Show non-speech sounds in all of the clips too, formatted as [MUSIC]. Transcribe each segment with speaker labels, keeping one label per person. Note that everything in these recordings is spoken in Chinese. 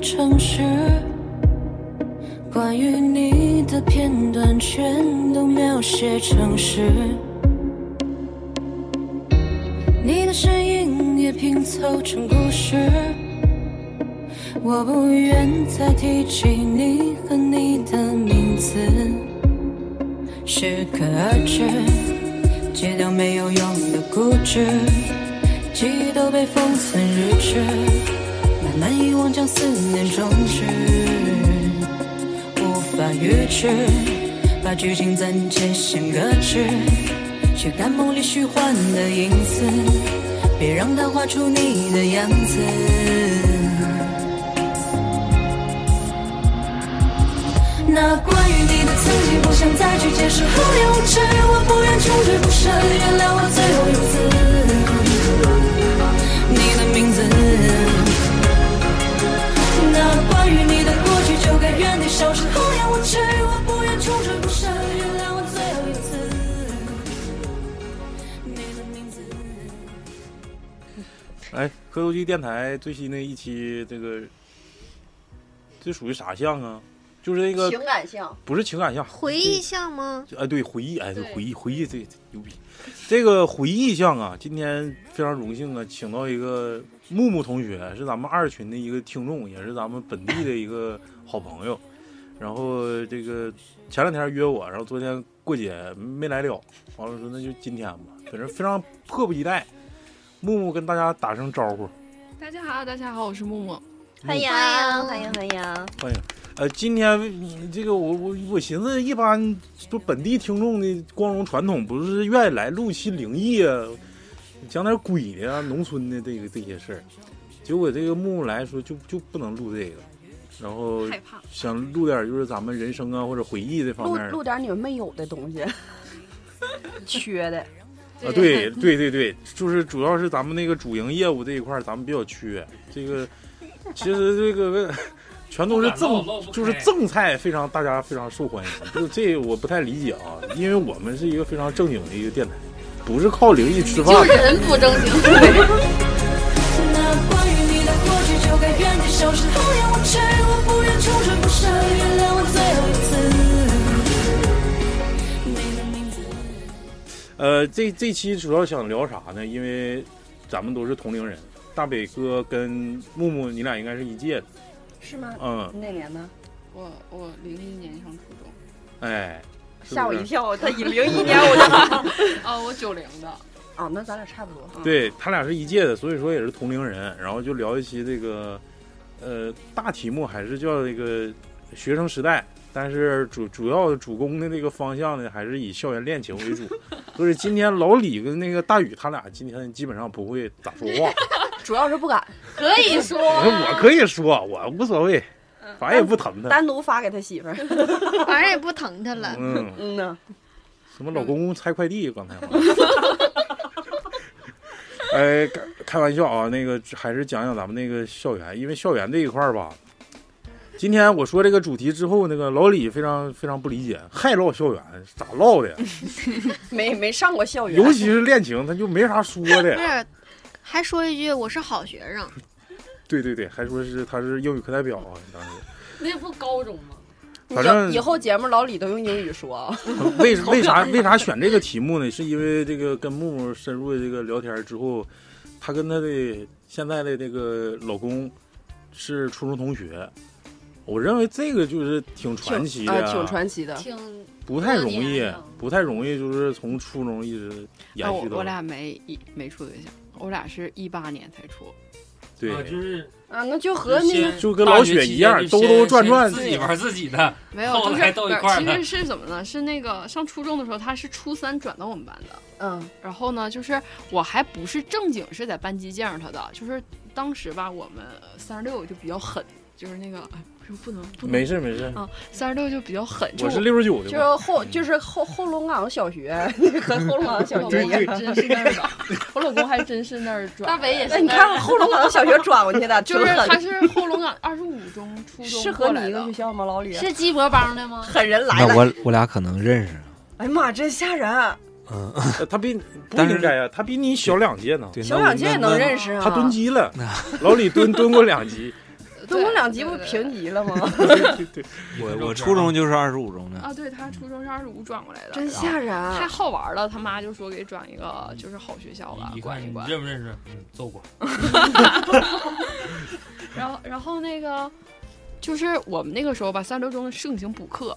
Speaker 1: 城市，关于你的片段全都描写成诗。你的身影也拼凑成故事，我不愿再提起你和你的名字，适可而止，戒掉没有用的固执，记忆都被封存日志，慢慢遗忘将思念终止，无法预知，把剧情暂且先搁置。却看梦里虚幻的影子，别让它画出你的样子。那关于你的刺激，不想再去解释和幼稚，我不愿穷追不舍，原谅我最后一次。你的名字，那关于你的过去，就该原地消失，和幼稚，我不愿穷追不舍，原谅我最后一次。
Speaker 2: 哎，科头机电台最新的一期，这个这属于啥项啊？就是那个
Speaker 3: 情感项，
Speaker 2: 不是情感项，
Speaker 4: 回忆项吗？
Speaker 2: 哎，对，回忆，哎，对，
Speaker 3: 对
Speaker 2: 回忆，回忆，这这牛逼。这个回忆项啊，今天非常荣幸啊，请到一个木木同学，是咱们二群的一个听众，也是咱们本地的一个好朋友。然后这个前两天约我，然后昨天过节没来了，完了说那就今天吧，反正非常迫不及待。木木跟大家打声招呼。
Speaker 5: 大家好，大家好，我是木木。
Speaker 2: 嗯
Speaker 3: 欢迎欢迎欢迎，
Speaker 2: 呃，今天嗯这个我我我寻思，一般就本地听众的光荣传统，不是愿意来录期灵异啊，讲点鬼的啊，农村的这个这些事儿。结果这个木木来说就就不能录这个，然后
Speaker 5: 害怕
Speaker 2: 想录点就是咱们人生啊或者回忆这方
Speaker 6: 录
Speaker 2: 面的
Speaker 6: 录点你们没有的东西，缺的。
Speaker 2: [LAUGHS] 啊，对对对对，就是主要是咱们那个主营业务这一块儿咱们比较缺，这个其实这个全都是正
Speaker 7: 不敢唠唠不开
Speaker 2: 就是正菜，非常大家非常受欢迎。就这我不太理解啊，因为我们是一个非常正经的一个电台，不是靠灵异吃饭
Speaker 3: 就
Speaker 2: 的。
Speaker 3: 人不正经。
Speaker 1: 那关于你的过去，就该原地消失，好让我知，我不愿穷追不舍，原谅我最后一次。你的名字，
Speaker 2: 呃，这这期主要想聊啥呢？因为咱们都是同龄人，大北哥跟木木，你俩应该是一届的，
Speaker 6: 是吗？
Speaker 2: 嗯，
Speaker 6: 那年呢？
Speaker 5: 我我零一年上初中，
Speaker 2: 哎，是不
Speaker 6: 吓我
Speaker 2: 是
Speaker 6: 一跳！他一零一年我就
Speaker 5: 哦，我九零的，
Speaker 6: 啊，那咱俩差不多。
Speaker 2: 对他俩是一届的，所以说也是同龄人。然后就聊一期这个，呃，大题目还是叫这个学生时代，但是主主要的主攻的那个方向呢，还是以校园恋情为主。就是今天老李跟那个大宇他俩今天基本上不会咋说话，
Speaker 6: [LAUGHS] 主要是不敢
Speaker 3: 可以说，
Speaker 2: 我可以说，我无所谓，反正也不疼他。
Speaker 6: 单独发给他媳妇儿。
Speaker 4: 反正也不疼他了。
Speaker 2: 嗯，
Speaker 6: 嗯呐，
Speaker 2: 什么老公公拆快递，刚才好像。 [LAUGHS] 哎，开开玩笑啊，那个还是讲讲咱们那个校园，因为校园这一块儿吧，今天我说这个主题之后，那个老李非常非常不理解，还唠校园咋唠的呀？
Speaker 6: 没没上过校园，
Speaker 2: 尤其是恋情，他就没啥说
Speaker 4: 不
Speaker 2: 的。
Speaker 4: 是，还说一句我是好学生，
Speaker 2: 对对对，还说是他是英语课代表啊，当时
Speaker 3: 那不高中吗？
Speaker 2: 反正
Speaker 6: 以以后节目老李都用英语说啊。
Speaker 2: [LAUGHS] 为为啥为啥选这个题目呢？是因为这个跟木木深入的这个聊天之后，她跟她的现在的这个老公是初中同学，我认为这个就是挺传奇的
Speaker 6: 啊
Speaker 2: 呀，，
Speaker 6: 挺传奇的。
Speaker 3: 挺
Speaker 2: 不太容
Speaker 3: 多
Speaker 2: 易
Speaker 3: 年了，
Speaker 2: 不太容易，就是从初中一直延
Speaker 5: 啊但我
Speaker 2: 续到、
Speaker 5: 我俩没一没处对象，我俩是一八年才处。
Speaker 2: 对。
Speaker 7: 啊就是
Speaker 6: 啊，那就和那个
Speaker 2: 就跟老雪一样兜兜转转
Speaker 7: 自己玩自己的，
Speaker 5: 没有，
Speaker 7: 后
Speaker 5: 就是
Speaker 7: 来到
Speaker 5: 不
Speaker 7: 一
Speaker 5: 是
Speaker 7: 块儿
Speaker 5: 其
Speaker 7: 了
Speaker 5: 实是怎么呢？是那个上初中的时候，他是初三转到我们班的，
Speaker 6: 嗯，
Speaker 5: 然后呢，就是我还不是正经是在班级见着他的，就是当时吧，我们三十六就比较狠，就是那个哎，不是不能不能
Speaker 2: 没事没事，
Speaker 5: 啊，三十六就比较狠，就
Speaker 2: 我是六十九
Speaker 6: 就
Speaker 2: 的
Speaker 6: 是
Speaker 2: 嘛，
Speaker 6: 后就是后后龙岗小学 [LAUGHS] 和后龙岗
Speaker 5: 我
Speaker 6: 小
Speaker 5: 老
Speaker 6: 学
Speaker 5: 公
Speaker 6: 一
Speaker 5: 还
Speaker 6: 样。
Speaker 5: 真是那
Speaker 2: [LAUGHS]
Speaker 5: 儿的，我老公还真是那儿转。
Speaker 3: 大北也
Speaker 6: 那
Speaker 3: 是。
Speaker 6: 哎你看后龙岗小学转过去 [LAUGHS] 的，
Speaker 5: 就是
Speaker 6: 挺狠
Speaker 5: 他是后龙岗二十五中初中
Speaker 6: 是和
Speaker 5: 过
Speaker 6: 你
Speaker 5: 来
Speaker 6: 一个
Speaker 5: 的
Speaker 6: 学，校吗，老李？
Speaker 3: 是鸡脖帮的吗？
Speaker 6: 狠人来
Speaker 8: [LAUGHS] 那
Speaker 6: 了！
Speaker 8: 我我俩可能认识，
Speaker 6: 哎呀妈，真吓人！啊
Speaker 8: 嗯，
Speaker 2: 呃他比不
Speaker 8: 但是
Speaker 2: 应该啊，他比你小两届呢，
Speaker 8: 对，
Speaker 6: 小两届也能认识啊？
Speaker 2: 他蹲级了，老李蹲蹲过两级，
Speaker 6: 这
Speaker 5: 对
Speaker 6: 我两级
Speaker 5: 对
Speaker 6: 不
Speaker 5: 对
Speaker 6: 平级了吗？
Speaker 2: 对对，
Speaker 7: 我我初中就是二十五中的，
Speaker 5: 啊，对他初中是二十五转过来的，
Speaker 6: [LAUGHS] 真
Speaker 5: 然后
Speaker 6: 吓人
Speaker 5: 太
Speaker 6: 啊！
Speaker 5: 好玩了，他妈就说给转一个就是好学校吧
Speaker 8: 一，
Speaker 5: 管
Speaker 8: 看
Speaker 5: 一
Speaker 8: 啊你
Speaker 5: 管。
Speaker 8: 认不认识？嗯，揍过。
Speaker 5: 然后然后那个就是我们那个时候吧，三六中盛行补课，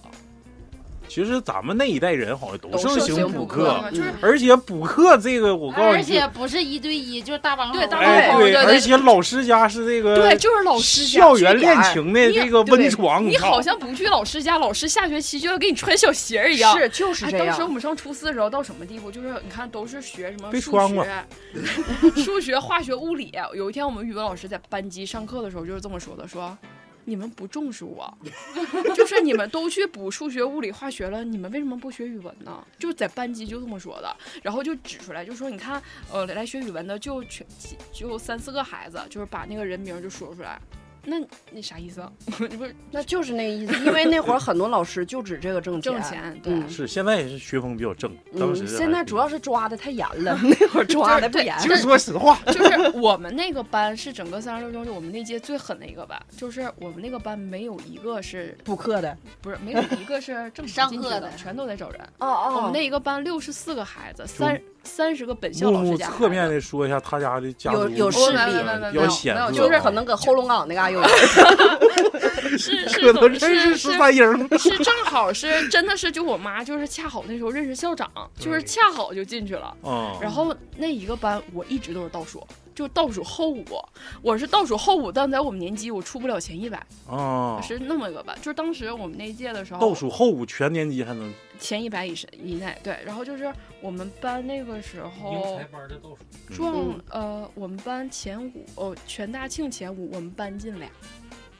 Speaker 2: 其实咱们那一代人好像都盛
Speaker 6: 盛
Speaker 2: 行
Speaker 6: 行
Speaker 2: 补
Speaker 6: 补
Speaker 2: 课，
Speaker 5: 就是
Speaker 6: 嗯
Speaker 2: 而且补课这个我告诉
Speaker 3: 而
Speaker 2: 你，
Speaker 3: 且不是一对一，就是大帮
Speaker 5: 对大帮
Speaker 2: 哎
Speaker 5: 口对对
Speaker 2: 而且老师家是这个
Speaker 5: 对，就是老师家
Speaker 2: 校园恋情的
Speaker 5: 你
Speaker 2: 这个温床，
Speaker 5: 你
Speaker 2: 操
Speaker 5: 好像不去老师家，老师下学期就要给你穿小鞋儿一样。
Speaker 6: 是啊就是
Speaker 5: 哎，
Speaker 6: 这
Speaker 5: 当时
Speaker 6: [LAUGHS]
Speaker 5: 我
Speaker 6: 样，
Speaker 5: 们上初四的时候到什么地步？就是你看都是学什么
Speaker 2: 被
Speaker 5: 数
Speaker 2: 穿过
Speaker 5: 学、数学、 [LAUGHS] 化学、物理。有一天我们语文老师在班级上课的时候就是这么说的，说。你们不重视我， [LAUGHS] 就是你们都去补数学、物理、化学了，你们为什么不学语文呢？就在班级就这么说的，然后就指出来，就说你看，呃，来学语文的就全就三四个孩子，就是把那个人名儿就说出来，那你啥意思啊？你不是
Speaker 6: 那就是那个意思。因为那会儿很多老师就指这个挣
Speaker 5: 挣钱？对，
Speaker 6: 嗯
Speaker 2: 是现在也是学风比较正，当时
Speaker 6: 嗯，
Speaker 2: 还
Speaker 6: 现在主要是抓的太严 [LAUGHS] 了，那会儿抓的不严。
Speaker 2: 就说实话，
Speaker 5: 就是我们那个班是整个三十六中，就我们那届最狠的一个班，就是我们那个班没有一个是
Speaker 6: 补课的，
Speaker 5: 不是没有一个是正常进
Speaker 3: 上
Speaker 5: 去
Speaker 3: 课
Speaker 5: 的，
Speaker 3: 的
Speaker 5: 全都得找人。
Speaker 6: 哦
Speaker 5: 我们
Speaker 6: 哦
Speaker 5: 那一个班六十四个孩子，三三十个本校
Speaker 2: 木
Speaker 5: 老师
Speaker 2: 木
Speaker 5: 家孩
Speaker 2: 侧面
Speaker 5: 子。
Speaker 2: 的说一下他家的家族啊
Speaker 6: 有有
Speaker 5: 哦
Speaker 6: 势
Speaker 5: 没有
Speaker 6: 力
Speaker 5: 没有没有
Speaker 2: 比较显
Speaker 5: 没有
Speaker 2: 赫，啊
Speaker 5: 就
Speaker 6: 就是可能搁后龙岗那嘎有人，
Speaker 2: [LAUGHS]
Speaker 5: 是
Speaker 2: 可
Speaker 5: 是
Speaker 2: 能
Speaker 5: 是
Speaker 2: 认识
Speaker 5: 是
Speaker 2: 十
Speaker 5: 是
Speaker 2: 三英，
Speaker 5: 是正
Speaker 2: [LAUGHS]
Speaker 5: 好是真的是就我妈就是恰好那时候认识校长，就是恰好就进去了。
Speaker 2: 嗯，
Speaker 5: 然后那一个班我一直都是倒数，就倒数后五，我是倒数后五，但在我们年级我出不了前一百。
Speaker 2: 啊，
Speaker 5: 是那么一个班，就是当时我们那一届的时候，
Speaker 2: 倒数后五全年级还能
Speaker 5: 前一百以上以内，对。然后就是我们班那个时
Speaker 8: 英
Speaker 5: 候
Speaker 8: 才班的倒数，
Speaker 5: 撞、
Speaker 6: 嗯
Speaker 5: 呃，我们班前五哦，全大庆前五，我们班进俩，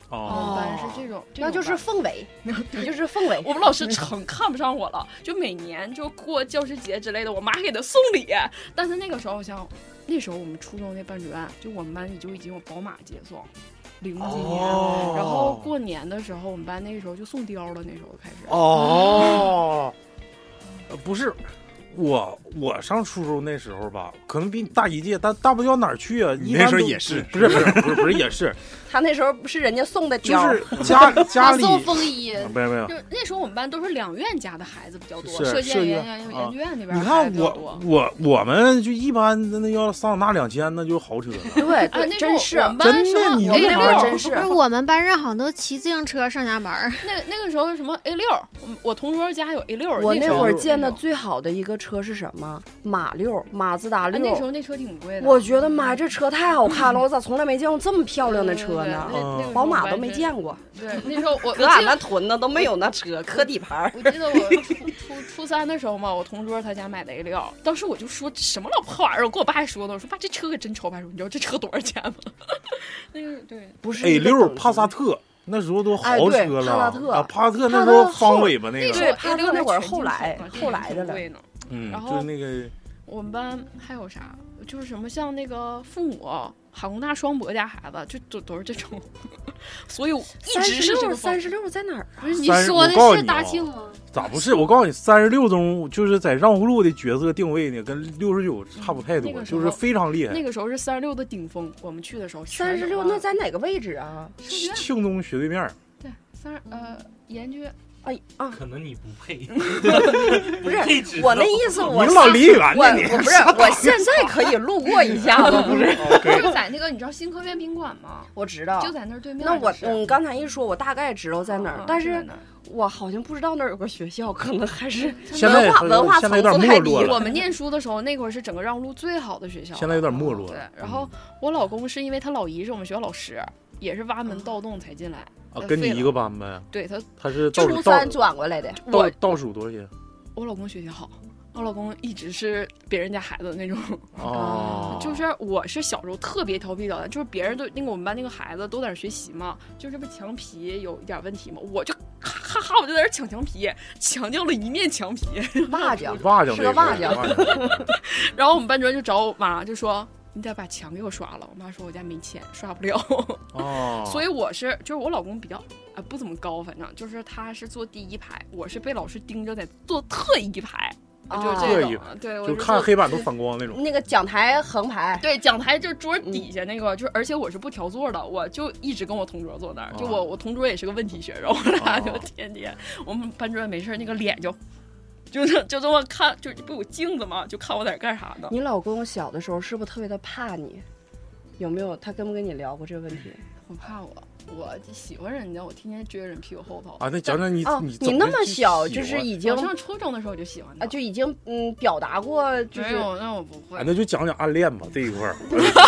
Speaker 2: 啊
Speaker 6: 哦，
Speaker 5: 我们班是这种，这
Speaker 6: 那
Speaker 5: 种
Speaker 6: 就是
Speaker 5: 班
Speaker 6: 凤
Speaker 5: [LAUGHS]
Speaker 6: 尾，你就是凤尾。
Speaker 5: 我们老师成看不上我了，就每年就过教师节之类的，我妈给他送礼。但是那个时候，我想那时候我们初中那班主任，就我们班里就已经有宝马接送，零几年。
Speaker 2: 哦
Speaker 5: 然后过年的时候，我们班那个时候就送貂了，那时候开始。
Speaker 2: 哦，呃不是，我我上初中那时候吧，可能比你大一届，但大不了哪儿去啊。
Speaker 7: 你
Speaker 2: 一般
Speaker 7: 那时候
Speaker 2: 都
Speaker 7: 也是
Speaker 2: 不是不是不是不是也是，
Speaker 6: 他那时候不是人家送的
Speaker 2: 就
Speaker 6: 貂儿，
Speaker 2: 是家家
Speaker 3: 他
Speaker 2: 里
Speaker 3: 送风衣，
Speaker 2: 啊没有没有
Speaker 5: [LAUGHS] 就。是那时候我们班都是两院家的孩子比较多，
Speaker 2: 是
Speaker 5: 射
Speaker 2: 射
Speaker 5: 箭
Speaker 2: 箭
Speaker 5: 研研
Speaker 2: 啊
Speaker 5: 研究院那边
Speaker 2: 你
Speaker 5: 的孩子
Speaker 2: 看
Speaker 5: 比较
Speaker 2: 我
Speaker 5: 多。
Speaker 2: 我我们就一般的那要桑塔纳两千那就豪车了，
Speaker 6: 对
Speaker 5: 啊，
Speaker 6: 对，
Speaker 5: 那时候
Speaker 6: 真是
Speaker 5: 我们班
Speaker 2: 真
Speaker 5: 什
Speaker 2: 的
Speaker 5: 么
Speaker 2: 你
Speaker 5: A
Speaker 3: 哎
Speaker 2: 那
Speaker 5: 六
Speaker 2: 会儿，啊
Speaker 6: 真是
Speaker 4: 那我们班上好像都骑自行车上下班儿，
Speaker 5: 那那个时候什么 A 六，我我同桌家有 A 六，
Speaker 6: 我那
Speaker 5: 那
Speaker 6: 会儿
Speaker 5: 时候
Speaker 6: 见的最好的一个车是什么？马六，马自达
Speaker 5: 啊那时
Speaker 6: 六。
Speaker 5: 候那车挺贵的，
Speaker 6: 我觉得妈呀，这车太好看了，我咋从来没见过这么漂亮的车呢？嗯
Speaker 5: 对对对那那个时候
Speaker 6: 宝
Speaker 5: 我
Speaker 6: 马
Speaker 5: 还
Speaker 6: 都没
Speaker 5: 真
Speaker 6: 见过， [LAUGHS]
Speaker 5: 对，那时候我我记
Speaker 6: 搁俺那
Speaker 5: 得
Speaker 6: 屯子都没有那车，磕底盘儿。
Speaker 5: 我记得我初初初三的时候嘛，我同桌他家买的 A 六，当时我就说这什么老破玩意儿，我跟我爸还说呢，我说爸这车可真丑，爸说你知道这车多少钱吗？ [LAUGHS] 那个对，
Speaker 6: [LAUGHS] 不是
Speaker 2: A
Speaker 6: 一
Speaker 2: 哎
Speaker 6: 个
Speaker 2: 六
Speaker 6: 等级
Speaker 2: 帕萨特，那时候都
Speaker 6: 哎
Speaker 2: 豪
Speaker 6: 对
Speaker 2: 车了。
Speaker 6: 帕萨特
Speaker 2: 啊，帕萨特那时
Speaker 6: 帕萨特
Speaker 2: 候
Speaker 6: 后
Speaker 2: 方尾巴那
Speaker 5: 那
Speaker 2: 个，
Speaker 5: 时候
Speaker 6: 对
Speaker 5: A 六
Speaker 6: 那会儿后来后来的了
Speaker 5: 贵呢。
Speaker 2: 嗯，
Speaker 5: 然
Speaker 2: 就
Speaker 5: 后
Speaker 2: 是那个
Speaker 5: 我们班还有啥？就是什么像那个父母海工大双博家孩子，就都都是这种， [LAUGHS] 所以我一
Speaker 6: 三
Speaker 5: 直
Speaker 6: 十
Speaker 5: 是这
Speaker 6: 六，
Speaker 5: 个
Speaker 6: 三
Speaker 5: 方
Speaker 6: 十六在哪儿？
Speaker 3: 不是你
Speaker 2: 三十
Speaker 3: 说
Speaker 2: 我告诉
Speaker 3: 的是
Speaker 2: 你
Speaker 3: 大
Speaker 2: 啊
Speaker 3: 庆吗？
Speaker 2: 咋不是？我告诉你，三十六中就是在让葫芦的角色定位呢，跟六十九差不太多，
Speaker 5: 嗯那个时
Speaker 2: 就
Speaker 5: 候
Speaker 2: 是非常厉害。
Speaker 5: 那个时候是三十六的顶峰，我们去的时候全
Speaker 6: 三十
Speaker 5: 是
Speaker 6: 六
Speaker 5: 花
Speaker 6: 那在哪个位置啊？
Speaker 5: 是的
Speaker 2: 庆东斜对面儿，
Speaker 5: 对三十呃研
Speaker 2: [LAUGHS]
Speaker 5: 究院
Speaker 6: 哎啊，
Speaker 8: 可能你 [LAUGHS] 不配。
Speaker 6: 不是
Speaker 8: 配置
Speaker 6: 我那意思，我
Speaker 2: 你老离远
Speaker 6: 我
Speaker 2: 呢，你
Speaker 6: 我不是，我现在可以路过一下子，不是？
Speaker 5: 就在那个你知道新科院宾馆吗？
Speaker 6: 我知道
Speaker 5: 就。在那儿对面。
Speaker 6: 哦那我
Speaker 5: 就是
Speaker 6: 你刚才一说，我大概知道在哪儿
Speaker 5: 嗯，
Speaker 6: 但
Speaker 5: 就在
Speaker 6: 是
Speaker 5: 那儿
Speaker 6: 我好像不知道那儿有个学校，可能还是
Speaker 2: 现在
Speaker 6: 文化
Speaker 2: 很
Speaker 6: 文化
Speaker 2: 现
Speaker 6: 层
Speaker 2: 在有点
Speaker 6: 次太
Speaker 2: 没
Speaker 6: 低
Speaker 2: 落
Speaker 5: 我
Speaker 2: 了，
Speaker 5: 们念书的时候，那会儿是整个让路最好的学校了。
Speaker 2: 现在有点没落
Speaker 5: 对
Speaker 2: 了。，嗯
Speaker 5: 然后我老公是因为他老姨是我们学校老师，也是挖门盗洞才进来。
Speaker 2: 啊，跟你一个班呗，
Speaker 5: 对他，
Speaker 2: 他是倒
Speaker 6: 初
Speaker 2: 数
Speaker 6: 三
Speaker 2: 倒
Speaker 6: 转过来的，
Speaker 2: 倒
Speaker 5: 我
Speaker 2: 倒数多少届？
Speaker 5: 我老公学习好，我老公一直是别人家孩子的那种，
Speaker 6: 啊
Speaker 2: 哦，
Speaker 5: 就是我是小时候特别调皮捣蛋，就是别人都那个我们班那个孩子都在那儿学习嘛，就是不墙皮有一点问题嘛，我就哈哈哈我就在那儿抢墙皮，抢掉了一面墙皮， [LAUGHS]
Speaker 6: 蚂蚱。
Speaker 2: 瓦匠
Speaker 6: 是
Speaker 2: 这
Speaker 6: 个瓦匠
Speaker 2: 匠，
Speaker 5: 然后我们班主任就找我妈就说。你得把墙给我刷了，我妈说我家没钱，刷不了。
Speaker 2: 哦，
Speaker 5: 所以我是，就是我老公比较啊、不怎么高，反正就是他是坐第一排，我是被老师盯着在坐特一排。
Speaker 2: 哦
Speaker 5: 就
Speaker 6: 啊
Speaker 5: 这
Speaker 2: 膈
Speaker 5: 种，对，我
Speaker 2: 就
Speaker 5: 说
Speaker 2: 看黑板都反光那种。
Speaker 6: 那个讲台横排，
Speaker 5: 对，讲台就是桌
Speaker 6: 嗯
Speaker 5: 底下那个，就是而且我是不调座的，我就一直跟我同桌坐那儿，
Speaker 6: 哦
Speaker 5: 就
Speaker 2: 啊
Speaker 5: 我我同桌也是个问题学生，我俩就
Speaker 2: 啊
Speaker 5: 天天，我们班主任没事儿那个脸就。就是就这么看，就是不有镜子吗？就看我在这干啥呢？
Speaker 6: 你老公小的时候是不是特别的怕你？有没有他跟不跟你聊过这个问题？
Speaker 5: 我怕我，我喜欢人家，我天天追人屁股后头。
Speaker 2: 啊，那讲讲你
Speaker 6: 哦，
Speaker 2: 你
Speaker 6: 你
Speaker 2: 怎
Speaker 6: 那么
Speaker 2: 去
Speaker 6: 小
Speaker 2: 喜
Speaker 6: 就是
Speaker 2: 欢
Speaker 6: 已经
Speaker 5: 我上初中的时候我就喜欢他，
Speaker 6: 啊就已经嗯表达过就
Speaker 5: 没
Speaker 6: 是。
Speaker 5: 有，那我不会
Speaker 2: 啊，。那就讲讲暗恋吧这一
Speaker 6: [LAUGHS]
Speaker 2: 块儿，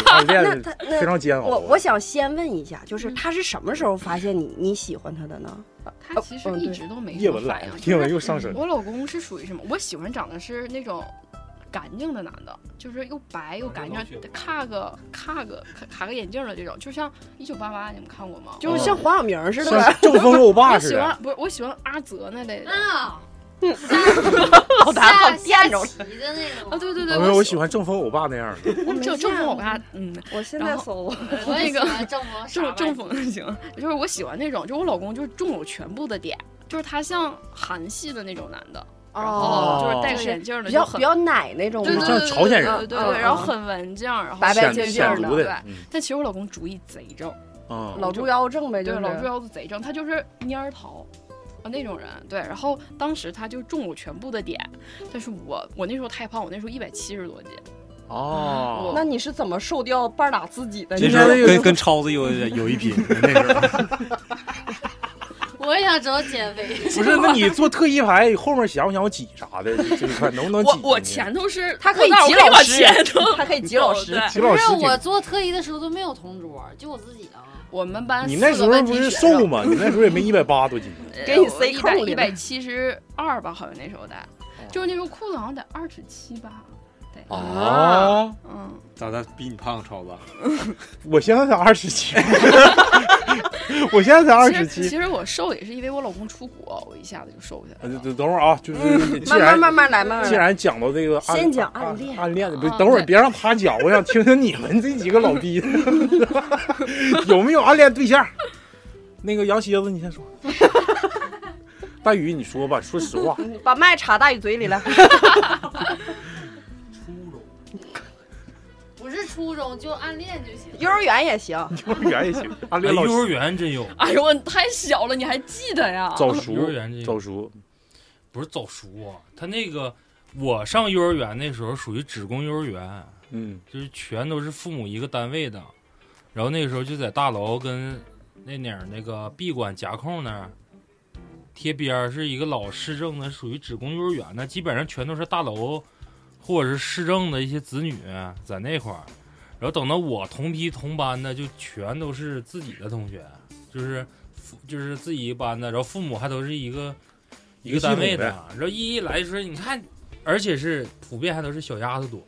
Speaker 2: 暗恋
Speaker 6: 他
Speaker 2: 非
Speaker 6: 那
Speaker 2: 常煎熬。啊
Speaker 6: 我我想先问一下，就是
Speaker 5: 嗯
Speaker 6: 他是什么时候发现你你喜欢他的呢？
Speaker 5: 他其实
Speaker 6: 嗯
Speaker 5: 一
Speaker 6: 对
Speaker 5: 直都没
Speaker 2: 哦叶
Speaker 5: 什么
Speaker 2: 文
Speaker 5: 反
Speaker 2: 来
Speaker 5: 应
Speaker 2: 了，，
Speaker 5: 就
Speaker 2: 叶文
Speaker 5: 是
Speaker 2: 又上身了。
Speaker 5: 我老公是属于什么？我喜欢长得是那种干净的男的，就是又白又干
Speaker 8: 老雪
Speaker 5: 净，卡个卡个卡卡个眼镜儿的这种，就像《一九八八》，你们看过吗？
Speaker 6: 就是哦像黄晓明似的
Speaker 2: 像郑风欧
Speaker 5: 我
Speaker 2: 巴似
Speaker 5: 喜
Speaker 2: 的，啊
Speaker 5: 欢不是我喜欢阿泽那类的
Speaker 3: 啊，
Speaker 6: 老
Speaker 3: 下
Speaker 6: 打好
Speaker 3: 下
Speaker 6: 见着了。
Speaker 3: 棋的那种
Speaker 5: 啊，对对对，
Speaker 2: 因哦为我喜
Speaker 5: 欢
Speaker 2: 欢郑风欧巴那样的。
Speaker 6: 我没
Speaker 5: 郑郑
Speaker 6: 见
Speaker 5: 风
Speaker 6: 过
Speaker 5: 我看嗯
Speaker 6: 我现
Speaker 5: 然
Speaker 6: 在
Speaker 5: 后
Speaker 6: 搜，
Speaker 3: 我也
Speaker 5: 那
Speaker 3: 喜
Speaker 5: 个
Speaker 3: 欢正风，
Speaker 5: 正正风行，就是我喜欢那种，就是我老公就是中我全部的点，就是他像韩系的那种男的，然
Speaker 2: 哦
Speaker 5: 后就是戴个眼镜儿的，
Speaker 6: 哦比
Speaker 5: 就
Speaker 6: 较
Speaker 5: 很
Speaker 6: 比较奶那种
Speaker 5: 对
Speaker 6: 吗
Speaker 5: 对？
Speaker 2: 像
Speaker 5: 对
Speaker 2: 朝鲜人
Speaker 5: 对对对对，
Speaker 6: 嗯
Speaker 5: 然
Speaker 6: 嗯
Speaker 5: 后很文静，然后
Speaker 6: 白白
Speaker 2: 显
Speaker 6: 净净
Speaker 2: 显
Speaker 6: 的
Speaker 2: 族
Speaker 5: 对
Speaker 2: 的，嗯
Speaker 5: 但其实我老公主意贼正，
Speaker 2: 啊，
Speaker 6: 老猪腰症哎呗，就
Speaker 5: 对，
Speaker 6: 是
Speaker 5: 老猪腰子贼正，他就是蔫儿桃。啊，那种人对，然后当时他就中我全部的点，但是我我那时候太胖，我那时候一百七十多斤，
Speaker 2: 哦，
Speaker 6: 那你是怎么瘦掉半打自己的？
Speaker 2: 今
Speaker 7: 其
Speaker 6: 你
Speaker 7: 实
Speaker 2: 天那个
Speaker 8: [LAUGHS]
Speaker 7: 跟跟超子有有一拼，那时候
Speaker 3: 我也想知道减肥。
Speaker 5: [LAUGHS]
Speaker 2: 不是，那你做特一排，后面想不想我挤啥的？这一块能不能
Speaker 5: 我
Speaker 2: 挤？
Speaker 5: 我前头是
Speaker 6: 他可以
Speaker 5: 我
Speaker 6: 挤
Speaker 5: 可以
Speaker 6: 老
Speaker 5: 往
Speaker 6: 师 [LAUGHS]
Speaker 5: 前头，
Speaker 6: 他可以挤老
Speaker 5: 对
Speaker 6: 师。
Speaker 2: 齐老
Speaker 3: 不
Speaker 2: 师
Speaker 3: 是
Speaker 2: 挺，
Speaker 3: 我做特一的时候都没有同桌，就我自己啊。
Speaker 5: 我们班
Speaker 2: 你
Speaker 5: 四
Speaker 2: 那
Speaker 5: 个
Speaker 2: 时候
Speaker 5: 问题
Speaker 2: 不是
Speaker 5: 学
Speaker 2: 瘦
Speaker 5: 生
Speaker 2: 吗？你那时候也没一百八多斤。
Speaker 5: [LAUGHS]
Speaker 6: 给你
Speaker 5: 呃
Speaker 6: 塞
Speaker 5: 一
Speaker 6: 空
Speaker 5: 百
Speaker 6: 里
Speaker 5: 一百
Speaker 6: 了
Speaker 5: 七十二吧，好像那时候得，就是那时候裤子好像得二十七吧，哦得，
Speaker 2: 啊，
Speaker 5: 嗯，
Speaker 7: 咋的？比你胖，超子？
Speaker 2: 我现在才二十七， [LAUGHS] 我现在才二
Speaker 5: 其
Speaker 2: 十
Speaker 5: 实
Speaker 2: 七。
Speaker 5: 其实我瘦也是因为我老公出国，我一下子就瘦下
Speaker 2: 呃
Speaker 5: 来了。
Speaker 2: 等等会儿啊，就是既
Speaker 6: 慢慢
Speaker 2: 然
Speaker 6: 慢慢来，慢慢
Speaker 2: 既
Speaker 6: 来。
Speaker 2: 然讲到这个暗，
Speaker 6: 先讲
Speaker 2: 暗
Speaker 6: 暗恋
Speaker 2: 暗恋的，不是
Speaker 5: 啊
Speaker 2: 等会儿
Speaker 5: 对
Speaker 2: 别让他讲，我想听听你们这几个老逼有没有暗恋对象？那个杨蝎子，你先说。大宇，你说吧，说实话，
Speaker 6: 嗯把麦插大宇嘴里来，
Speaker 8: 初中
Speaker 3: 不是初中就暗恋就行。
Speaker 6: 幼儿园也行。
Speaker 2: 幼儿园也行，暗
Speaker 8: 哎
Speaker 2: 恋老
Speaker 8: 幼
Speaker 2: 师
Speaker 8: 儿园真有，
Speaker 5: 哎呦，你太小了，你还记得呀？
Speaker 2: 早
Speaker 8: 幼儿
Speaker 2: 熟，
Speaker 8: 园真有
Speaker 2: 早，熟，
Speaker 8: 不是早熟啊，他那个我上幼儿园那时候属于职工幼儿园，
Speaker 2: 嗯，
Speaker 8: 就是全都是父母一个单位的，然后那个时候就在大楼跟那哪儿那个闭馆夹控那儿贴边儿是一个老市政的，属于职工幼儿园的，基本上全都是大楼或者是市政的一些子女在那块儿。然后等到我同批同班的，就全都是自己的同学，就是父就是自己一班的，然后父母还都是一个
Speaker 2: 一
Speaker 8: 一
Speaker 2: 个
Speaker 8: 个单位
Speaker 2: 系统
Speaker 8: 的
Speaker 2: 的，
Speaker 8: 然后一一来说，你看，而且是普遍还都是小丫头多，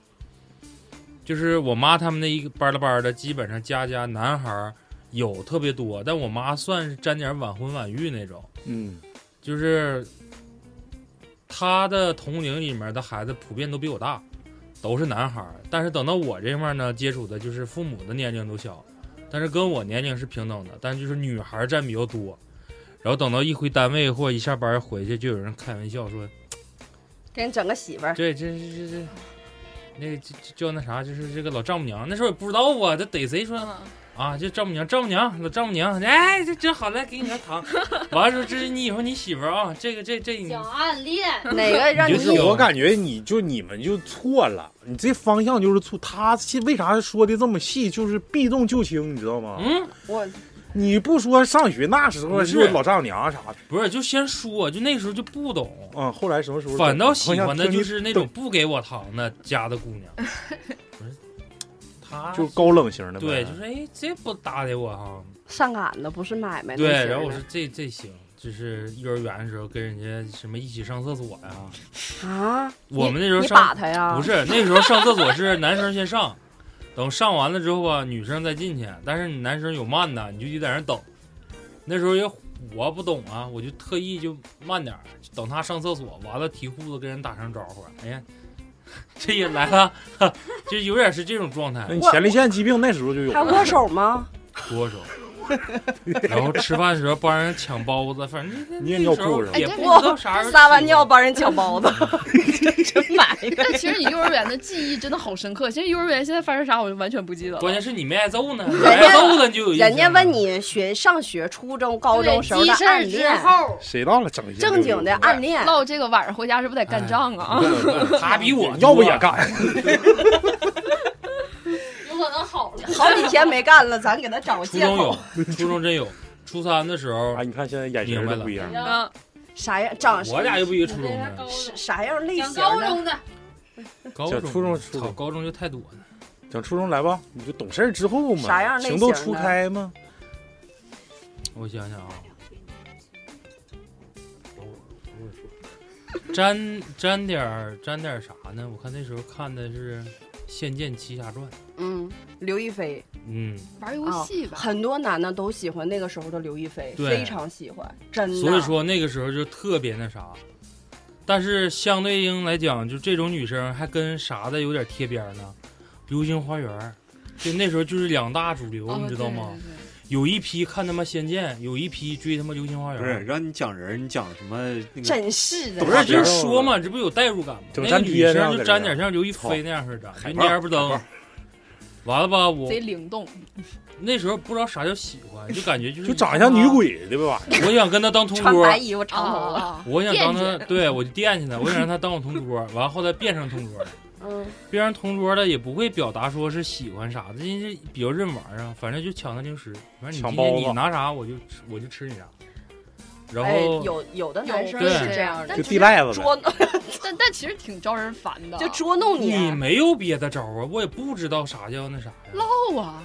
Speaker 8: 就是我妈他们那一个班儿的班儿的，基本上家家男孩儿有特别多，但我妈算是沾点晚婚晚育那种，
Speaker 2: 嗯，
Speaker 8: 就是她的同龄里面的孩子普遍都比我大，都是男孩儿，但是等到我这面儿呢，接触的就是父母的年龄都小，但是跟我年龄是平等的，但就是女孩儿占比较多。然后等到一回单位或一下班儿回去，就有人开玩笑说
Speaker 6: 给你整个媳妇
Speaker 3: [LAUGHS]
Speaker 6: 儿：“，
Speaker 8: 这这这这这，那个就就叫那啥，就是这个老丈母娘。”那时候也不知道啊，这逮谁说
Speaker 5: 嗯
Speaker 8: 啊，这丈母娘，丈母娘，老丈母娘，哎，这真好，来给你点糖。 [LAUGHS] 完了之后，这是你以后你媳妇儿啊，这个这这你
Speaker 3: 讲暗恋，
Speaker 6: 哪个让
Speaker 8: 你
Speaker 6: 你
Speaker 8: 就
Speaker 2: 不是，
Speaker 8: 是有
Speaker 2: 我感觉你就你们就错了，你这方向就是错。他是为啥说的这么细，就是避重就轻，你知道吗？
Speaker 8: 嗯，
Speaker 6: 我
Speaker 2: 你不说上学那时候
Speaker 8: 不
Speaker 2: 就是老丈母娘啥的，
Speaker 8: 不是，就先说，就那时候就不懂，
Speaker 2: 嗯，后来什么时候
Speaker 8: 反倒喜欢的就
Speaker 2: 就是
Speaker 8: 那种不给我糖的家的
Speaker 6: [LAUGHS]
Speaker 8: 姑娘。不是，她
Speaker 2: 就高冷型的呗，
Speaker 8: 对，就是哎，这不搭理我哈、
Speaker 6: 上赶的不是买哎卖那
Speaker 8: 对
Speaker 6: 型，
Speaker 8: 然后我说
Speaker 6: 的
Speaker 8: 这这行，就是幼儿园的时候跟人家什么一起上厕所呀、
Speaker 6: 啊，
Speaker 8: 我们那时候
Speaker 6: 你
Speaker 8: 上
Speaker 6: 把他呀？
Speaker 8: 不是那时候上厕所是男生先上， [LAUGHS] 等上完了之后吧，女生再进去。但是你男生有慢的，你就得在那儿等。那时候也我不懂啊，我就特意就慢点儿，等他上厕所，完了提裤子跟人打声招呼。哎呀， [LAUGHS] 这也来了， [LAUGHS] 就有点是这种状态哎
Speaker 2: 那。你前列腺疾病那时候就有
Speaker 6: 还
Speaker 2: 了，
Speaker 6: 握手吗？
Speaker 8: 多手，然后吃饭的时候帮人抢包子，反正
Speaker 2: 你也
Speaker 8: 那
Speaker 2: 尿
Speaker 8: 时候
Speaker 2: 裤上
Speaker 8: 也
Speaker 5: 哎
Speaker 8: 不
Speaker 5: 对
Speaker 8: 知道啥时候
Speaker 6: 撒完
Speaker 8: 起
Speaker 6: 尿
Speaker 8: 的
Speaker 6: 帮人抢包子，
Speaker 8: [LAUGHS]
Speaker 6: 真埋汰。
Speaker 5: 但其实你幼儿园的记忆真的好深刻。其实幼儿园现在发生啥我就完全不记得了。
Speaker 8: 关键是你没挨揍呢，
Speaker 6: 家
Speaker 8: 挨揍了你 [LAUGHS] 就有印象啊
Speaker 6: 人家
Speaker 8: 了
Speaker 6: 问你学上学初中高中
Speaker 3: 对，
Speaker 6: 时候的
Speaker 3: 记事
Speaker 6: 暗
Speaker 3: 儿之
Speaker 6: 恋，
Speaker 3: 后，
Speaker 2: 谁到了整一下
Speaker 6: 正经的暗
Speaker 3: [LAUGHS]
Speaker 6: 恋，
Speaker 5: 唠这个晚上回家是不是得
Speaker 8: 哎
Speaker 5: 干仗啊？
Speaker 8: [LAUGHS] 他比我
Speaker 2: 要不
Speaker 8: 多啊
Speaker 2: 也干？
Speaker 3: 有可能好了。
Speaker 6: 好几天没干了，咱给他找
Speaker 8: 初
Speaker 6: 借
Speaker 8: 中
Speaker 6: 口
Speaker 8: 有。，初中真有。初三的时候
Speaker 2: 啊，，你看现在眼神都不一样
Speaker 3: 明白。了
Speaker 5: 嗯，
Speaker 6: 啥样？长
Speaker 8: 我俩又不一个初中
Speaker 3: 我这
Speaker 8: 的
Speaker 3: 还，高中
Speaker 6: 啥样类
Speaker 3: 讲
Speaker 6: 型
Speaker 3: 高
Speaker 6: 的？
Speaker 3: 中的，
Speaker 8: 高
Speaker 2: 小
Speaker 8: 中
Speaker 2: 初中初
Speaker 8: 操，
Speaker 2: 中
Speaker 8: 高中就太多了。
Speaker 2: 讲初中来吧，你就懂事儿之后嘛，
Speaker 6: 啥样类型
Speaker 2: 情
Speaker 6: 的
Speaker 2: 窦初开嘛。
Speaker 8: 我想想
Speaker 2: [LAUGHS]
Speaker 8: 啊，沾沾点儿沾点儿啥呢？我看那时候看的是《仙剑奇侠传》，
Speaker 6: 嗯，刘亦菲，
Speaker 8: 嗯，
Speaker 5: [LAUGHS] 玩游戏吧。
Speaker 6: 很多男的都喜欢那个时候的刘亦菲，
Speaker 8: 对
Speaker 6: 非常喜欢，真的。
Speaker 8: 所以说那个时候就特别那啥。但是相对应来讲，就这种女生还跟啥的有点贴边儿呢，《流星花园》。就那时候就是两大主流，哦你知道吗？有一批看他妈《仙剑》，有一批追他妈《流星花园
Speaker 7: 不》。是让你讲人，你讲什么那个？
Speaker 6: 真是的
Speaker 8: 不，是，就是说嘛，这不有代入感吗？哎
Speaker 2: 整
Speaker 8: 那个
Speaker 2: 粘
Speaker 8: 女
Speaker 2: 贴上在
Speaker 8: 生就
Speaker 2: 这
Speaker 8: 沾
Speaker 2: 儿
Speaker 8: 点像刘亦
Speaker 2: 操
Speaker 8: 菲那样似的，
Speaker 7: 海
Speaker 8: 就
Speaker 7: 报
Speaker 8: 蔫不
Speaker 7: 海
Speaker 8: 登
Speaker 7: 报。
Speaker 8: 完了吧，我
Speaker 5: 贼灵动，
Speaker 8: 那时候不知道啥叫喜欢，就感觉就
Speaker 2: [LAUGHS]
Speaker 8: 是
Speaker 2: 就长得像女，鬼的吧？
Speaker 8: 我想跟她当同
Speaker 6: 穿
Speaker 8: 桌，
Speaker 6: 白衣服长头发，
Speaker 5: [LAUGHS] 啊！
Speaker 8: 我想当
Speaker 5: 惦
Speaker 8: 她，对我就惦记她，我想让她当我同桌，完了后来变成同桌了，
Speaker 6: 嗯，
Speaker 8: 变成同桌了也不会表达说是喜欢啥的，人家比较认玩啊，反正就抢她零食，反正你
Speaker 2: 抢
Speaker 8: 今
Speaker 2: 包
Speaker 8: 天
Speaker 2: 子
Speaker 8: 你拿啥我就吃我就吃你啥，然
Speaker 6: 哎，
Speaker 8: 后
Speaker 6: 有有的男生
Speaker 8: 有
Speaker 6: 是
Speaker 8: 对
Speaker 6: 这样的，
Speaker 2: 就地赖子呗。
Speaker 6: 捉弄啊
Speaker 5: 但但其实挺招人烦的，
Speaker 6: 就捉弄
Speaker 8: 你 [LAUGHS] 没有别的招啊，我也不知道啥叫那啥呀，
Speaker 5: 逗
Speaker 8: [LAUGHS]
Speaker 5: 啊！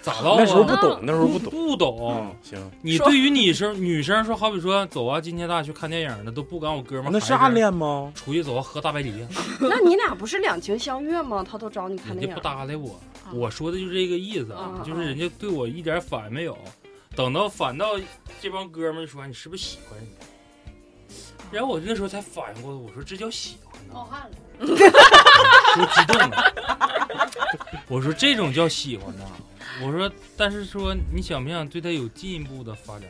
Speaker 8: 咋唠啊？
Speaker 2: 那时候不懂，那时候不懂。
Speaker 8: 不懂
Speaker 2: 嗯，。行，
Speaker 8: 你对于女生女生说，好比说走啊，今天咱俩去看电影呢，都不敢我哥们儿。
Speaker 2: 那是暗。恋吗？
Speaker 8: 出去走啊，喝大白梨啊，
Speaker 6: 那你俩不是两情相悦吗？他都找你看
Speaker 8: 人
Speaker 6: 电
Speaker 8: 家
Speaker 6: 影
Speaker 8: 不，搭理我
Speaker 5: 啊。
Speaker 8: 我说的就是这个意思
Speaker 6: 啊啊
Speaker 8: 就是人家对我一点反应没有。等到反倒这帮哥们儿说你是不是喜欢人家，然后我那时候才反应过来，我说这叫喜欢
Speaker 3: 冒
Speaker 8: 呢，
Speaker 3: 汗了，
Speaker 8: 说激动了。我说这种叫喜欢呢，我说但是说你想不想对他有进一步的发展？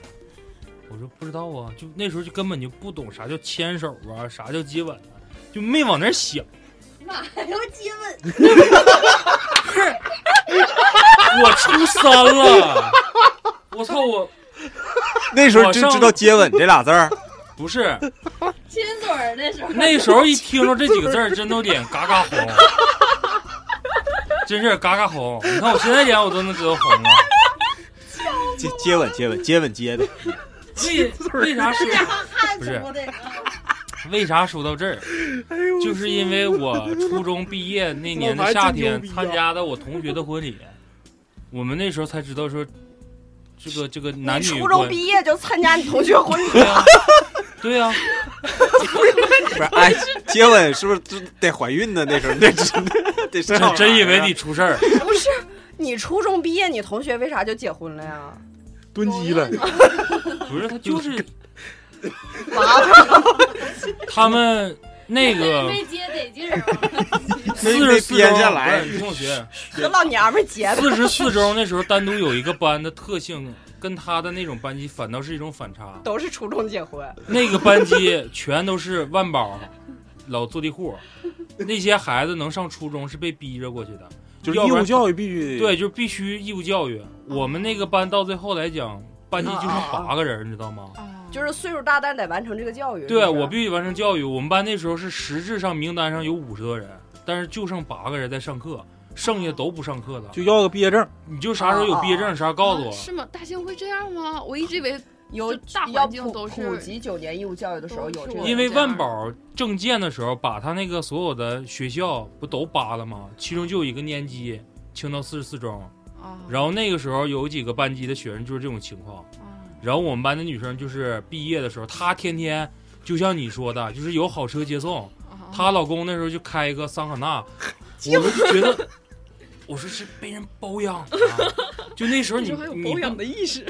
Speaker 8: 我说不知道啊，就那时候就根本就不懂啥叫牵手啊，啥叫接吻啊，就没往那儿想。哪有接吻？我初三了，我操我
Speaker 7: 那时候就知道接吻这俩字儿，
Speaker 8: 不是
Speaker 3: 亲嘴儿那时候，
Speaker 8: 那时候一听着这几个字儿，真都脸嘎嘎红，真是嘎嘎红。你看我现在脸我都能知道红了。
Speaker 7: 接接吻接吻接吻接 [LAUGHS] 的，
Speaker 8: 为为啥说
Speaker 3: 汗
Speaker 8: 不是
Speaker 3: 出的，
Speaker 8: 为啥说到这儿？就是因为我初中毕业那年的夏天参加的我同学的婚礼，我们那时候才知道说，这个这个男
Speaker 6: 你
Speaker 8: 女
Speaker 6: 初中
Speaker 8: 关
Speaker 6: 毕业就参加你同学婚 [LAUGHS] 礼，
Speaker 8: 对啊，对啊，
Speaker 7: 不是哎，接吻是不是就得怀孕呢？那时候那真的得
Speaker 6: [LAUGHS]
Speaker 7: 上哪儿
Speaker 8: 真
Speaker 7: 啊
Speaker 8: 真以为你出事儿，
Speaker 6: 不是？你初中毕业，你同学为啥就结婚了呀？
Speaker 2: 蹲鸡了，
Speaker 8: 不是他就是
Speaker 6: 麻烦，
Speaker 8: [LAUGHS] 他们那
Speaker 6: [LAUGHS]
Speaker 8: 个
Speaker 3: 没接得劲儿啊，
Speaker 8: 四
Speaker 7: 没
Speaker 8: 十四
Speaker 7: 编下来
Speaker 8: 女同
Speaker 6: [LAUGHS]
Speaker 8: 学
Speaker 6: 和老娘们儿结的。
Speaker 8: 四十四中那时候单独有一个班的特性，跟他的那种班级反倒是一种反差。
Speaker 6: 都是初中结婚，
Speaker 8: [LAUGHS] 那个班级全都是万宝、老坐地户，那些孩子能上初中是被逼着过去的，
Speaker 2: 就是
Speaker 8: 要
Speaker 2: 义
Speaker 8: 不
Speaker 2: 务
Speaker 8: 然
Speaker 2: 教育必须得
Speaker 8: 对，，就是必须义务教育。我们那个班到最后来讲，班级就剩八个人，你知道吗？
Speaker 6: 就是岁数大，但得完成这个教育。
Speaker 8: 对啊
Speaker 6: 是不是
Speaker 8: 我必须完成教育。我们班那时候是实质上名单上有五十多人，但是就剩八个人在上课，剩下都不上课了。
Speaker 2: 就要个毕业证。
Speaker 8: 你就啥时候有毕业证，啥时候告诉
Speaker 5: 啊
Speaker 8: 我。
Speaker 5: 是吗？大兴会这样吗？我一直以为
Speaker 6: 有
Speaker 5: 就大
Speaker 6: 要
Speaker 5: 环境
Speaker 6: 普
Speaker 5: 都是
Speaker 6: 普及九年义务教育的时候有这个，
Speaker 8: 因为万宝证建的时候，把他那个所有的学校不都扒了吗？其中就有一个年级清到四十四中，
Speaker 5: 啊，
Speaker 8: 然后那个时候有几个班级的学生就是这种情况。
Speaker 5: 嗯
Speaker 8: 然后我们班的女生就是毕业的时候，她天天就像你
Speaker 5: [LAUGHS]
Speaker 8: 说的，就是有好车接送。
Speaker 5: 啊
Speaker 8: 她老公那时候就开一个桑塔
Speaker 5: [LAUGHS]
Speaker 8: 纳，我们就觉得，我说是被人包养啊。就那
Speaker 5: [LAUGHS]
Speaker 8: 时候你
Speaker 5: 这还有
Speaker 8: 你
Speaker 5: 包
Speaker 8: 不
Speaker 5: 养的意识，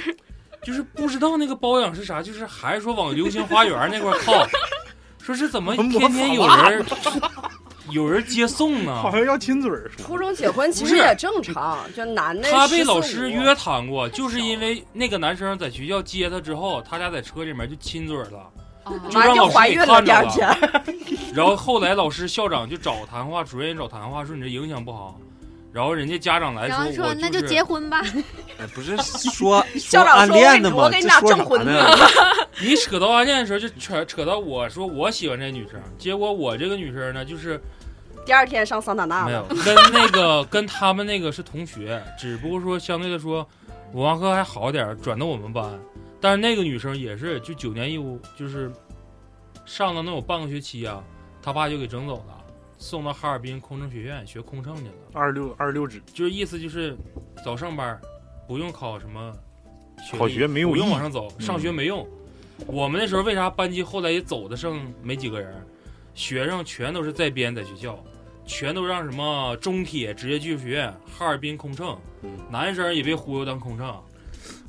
Speaker 8: 就是不知道那个包养是啥，就是还是说往流星花园那块儿靠，说是怎么天天有人有人接送呢
Speaker 2: 好。像要亲嘴儿似的。
Speaker 6: 初中结婚其实
Speaker 8: 不是
Speaker 6: 也正常，就男的
Speaker 8: 他被老
Speaker 6: 14
Speaker 8: 师约谈过，就是因为那个男生在学校接他之后，他俩在车里面就亲嘴了，
Speaker 3: 啊
Speaker 8: [LAUGHS]
Speaker 6: 15
Speaker 8: 就
Speaker 6: 妈
Speaker 8: 让
Speaker 6: 就
Speaker 8: 老
Speaker 6: 怀
Speaker 8: 师给
Speaker 6: 孕了
Speaker 8: 看
Speaker 6: 第
Speaker 8: 着
Speaker 6: 二
Speaker 8: 了。
Speaker 6: 天，
Speaker 8: 然后后来老师、校长就找谈话，主任也找谈话，说你这影响不好。然后人家家长来
Speaker 4: 然后
Speaker 8: 说，我
Speaker 4: 说那
Speaker 8: 就
Speaker 4: 就是结婚吧，
Speaker 7: 哎不是说说
Speaker 6: [LAUGHS] 校长
Speaker 7: 暗
Speaker 6: 说
Speaker 7: 恋的
Speaker 6: 我
Speaker 7: 吗？
Speaker 6: 给
Speaker 7: 这
Speaker 6: 你俩
Speaker 7: 说啥
Speaker 6: 证婚
Speaker 7: 呢？
Speaker 8: 你扯到暗恋的时候，就扯扯到我说我喜欢这女生，结果我这个女生呢，就是
Speaker 6: 第二天上桑塔纳
Speaker 8: 没有
Speaker 6: 了。
Speaker 8: 跟那个跟他们那个是同学，只不过说相对的说，文化课还好点儿，转到我们班，但是那个女生也是就九年义务，就是上了能有半个学期啊，他爸就给整走了，送到哈尔滨空乘学院学空乘去了。
Speaker 2: 二六二六指，
Speaker 8: 就是意思就是早上班儿，不用考什么学历，
Speaker 2: 考学没有
Speaker 8: 不用
Speaker 2: 意义
Speaker 8: 往上走，上学没用。我们那时候为啥班级后来也走的剩没几个人儿，学生全都是在编在学校，全都让什么中铁职业技术学院、哈尔滨空乘，
Speaker 2: 嗯
Speaker 8: 男生也被忽悠当空乘，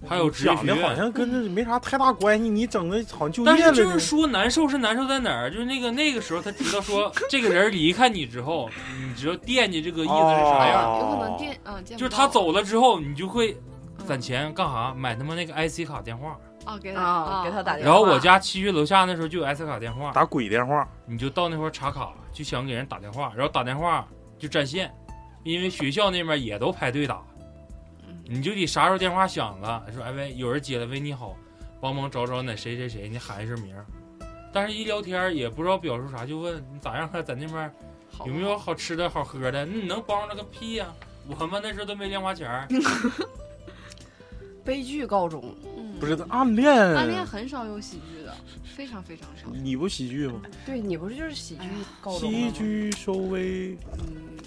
Speaker 8: 还有职业
Speaker 2: 讲
Speaker 8: 学
Speaker 2: 的好
Speaker 8: 院。
Speaker 2: 像跟这没啥太大关系，你整的好像就
Speaker 8: 但
Speaker 2: 业
Speaker 8: 是
Speaker 2: 了
Speaker 8: 就
Speaker 2: 呢
Speaker 8: 是。说难受是难受在哪儿？就是那个那个时候他知道说这个人离开你之后，你知道惦记这个意思是啥样儿。
Speaker 2: 哦
Speaker 5: 有可能电啊，见
Speaker 8: 就是
Speaker 5: 不
Speaker 8: 他
Speaker 5: 到
Speaker 8: 走了之后，你就会
Speaker 5: 嗯
Speaker 8: 攒钱干啥？买他妈那个 IC 卡电话。
Speaker 5: 啊，给他
Speaker 3: 哦
Speaker 6: 啊，给他
Speaker 3: 哎
Speaker 6: 打电话。
Speaker 8: 然后我家七区楼下那时候就有 IC 卡电话，
Speaker 2: 打鬼电话，
Speaker 8: 你就到那块儿插卡，就想给人打电话，然后打电话就占线，因为学校那边也都排队打，你就得啥时候电话响了，说哎喂，有人接了，喂你好，帮忙找找哪谁谁谁，你喊一声名儿。但是，一聊天儿也不知道表述啥，就问你咋样啊，在那边儿有没有好吃的好喝的？你能帮着个屁呀、我们那时候都没零花钱儿，
Speaker 6: 悲剧告终，
Speaker 2: 不是暗恋，
Speaker 5: 嗯暗恋很少有喜剧的，非常非常少。
Speaker 2: 你不喜剧吗？
Speaker 6: 对你不是嗯就是喜剧告终了
Speaker 2: 喜
Speaker 6: 吗？
Speaker 2: 剧收尾，
Speaker 6: 嗯，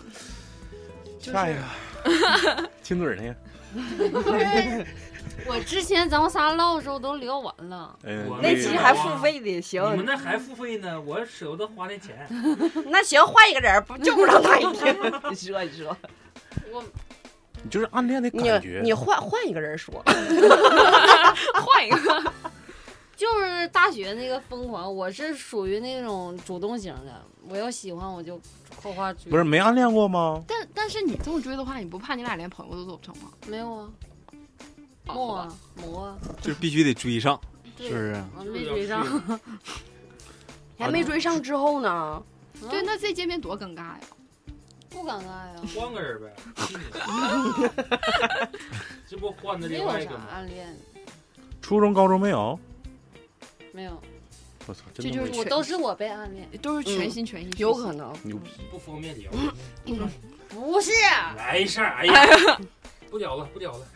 Speaker 6: 就是
Speaker 2: 下一个亲嘴儿呢？
Speaker 3: 我之前咱们仨唠的时候都聊完了，
Speaker 2: 嗯，
Speaker 8: 我
Speaker 6: 那
Speaker 2: 对
Speaker 6: 期还付费的，行，
Speaker 8: 你们那还付费呢？我舍不得花那钱。
Speaker 6: 那行换一个人儿，不就不让他一听？你说你说，
Speaker 3: 我
Speaker 2: 你就是暗恋的
Speaker 6: [LAUGHS] 你
Speaker 2: 感觉
Speaker 6: 你。换换一个人
Speaker 8: [LAUGHS]
Speaker 6: 说，
Speaker 5: 换一个，
Speaker 3: 就是大学那个疯狂，我是属于那种主动型的，我要喜欢我就夸夸追，
Speaker 2: 不是没暗恋过吗？
Speaker 5: 但但是你这么追的话，你不怕你俩连朋友都做不成吗？
Speaker 3: 没有啊，
Speaker 5: 好
Speaker 3: 磨啊磨啊，
Speaker 7: [LAUGHS] 就是必须得追上，
Speaker 3: 对
Speaker 7: 是不是？
Speaker 3: 我没追上，
Speaker 8: [LAUGHS]
Speaker 6: 还没追上之后呢，
Speaker 5: 对，那这见面多尴尬呀！
Speaker 3: 嗯不啊尴尬呀，
Speaker 8: 换个人呗，这不换的
Speaker 3: 没
Speaker 8: 另
Speaker 3: 有
Speaker 8: 外一
Speaker 3: 啥
Speaker 8: 个吗？
Speaker 3: 暗恋，
Speaker 2: 初中、高中没有。
Speaker 3: 没有，
Speaker 2: 我操，
Speaker 5: 这
Speaker 2: 真
Speaker 5: 就
Speaker 2: 的
Speaker 5: 是
Speaker 2: 没有
Speaker 3: 我都是我被暗恋，
Speaker 5: 都是全心全意学习，
Speaker 6: 有可能
Speaker 2: 牛逼。
Speaker 8: 不方便聊，
Speaker 3: [LAUGHS] 不是，啊
Speaker 8: 来一下，哎呀，不聊了，不聊了。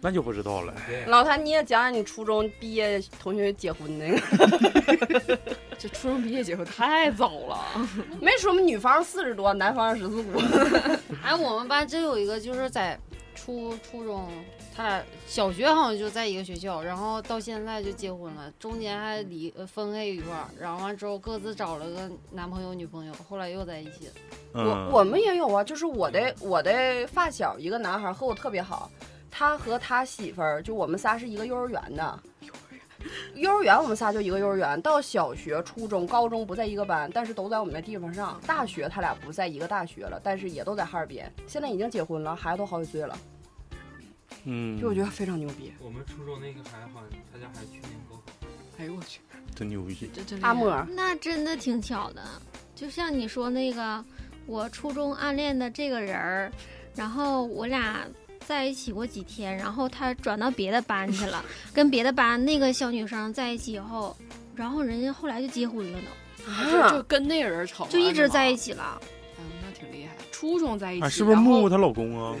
Speaker 2: 那就不知道了。
Speaker 6: 老谭你也讲讲你初中毕业同学结婚那个，
Speaker 5: 这初中毕业结婚太早 [LAUGHS] 了，
Speaker 6: 没说吗？女方四十多，男方十四五，
Speaker 3: 哎，我们班真有一个就是在初初中，他俩小学好像就在一个学校，然后到现在就结婚了，中间还离呃分开一块儿，然后完之后各自找了个男朋友女朋友，后来又在一起了。
Speaker 2: 嗯，
Speaker 6: 我我们也有啊，就是我的我的发小一个男孩和我特别好，他和他媳妇儿就我们仨是一个幼儿园的。幼儿园我们仨就一个幼儿园，到小学、初中、高中不在一个班，但是都在我们的地方上。大学他俩不在一个大学了，但是也都在哈尔滨。现在已经结婚了，孩子都好几岁了，
Speaker 2: 嗯，
Speaker 6: 就我觉得非常牛逼。
Speaker 8: 我们初中那个孩子好像他家孩子去年高考，
Speaker 5: 哎呦我去，
Speaker 2: 真牛逼。
Speaker 5: 这真
Speaker 6: 阿莫，
Speaker 4: 那真的挺巧的。就像你说那个，我初中暗恋的这个人儿，然后我俩在一起过几天，然后他转到别的班去 [LAUGHS] 了，跟别的班那个小女生在一起以后，然后人家后来就结婚了呢，
Speaker 6: 嗯
Speaker 5: 就就跟那个人吵，
Speaker 4: 就一直在一
Speaker 5: 起，
Speaker 4: 起了。
Speaker 5: 嗯，那挺厉害。初中在一
Speaker 8: 啊
Speaker 2: 哎，
Speaker 5: 起，
Speaker 2: 是不是
Speaker 5: 然后
Speaker 2: 木木她老公啊？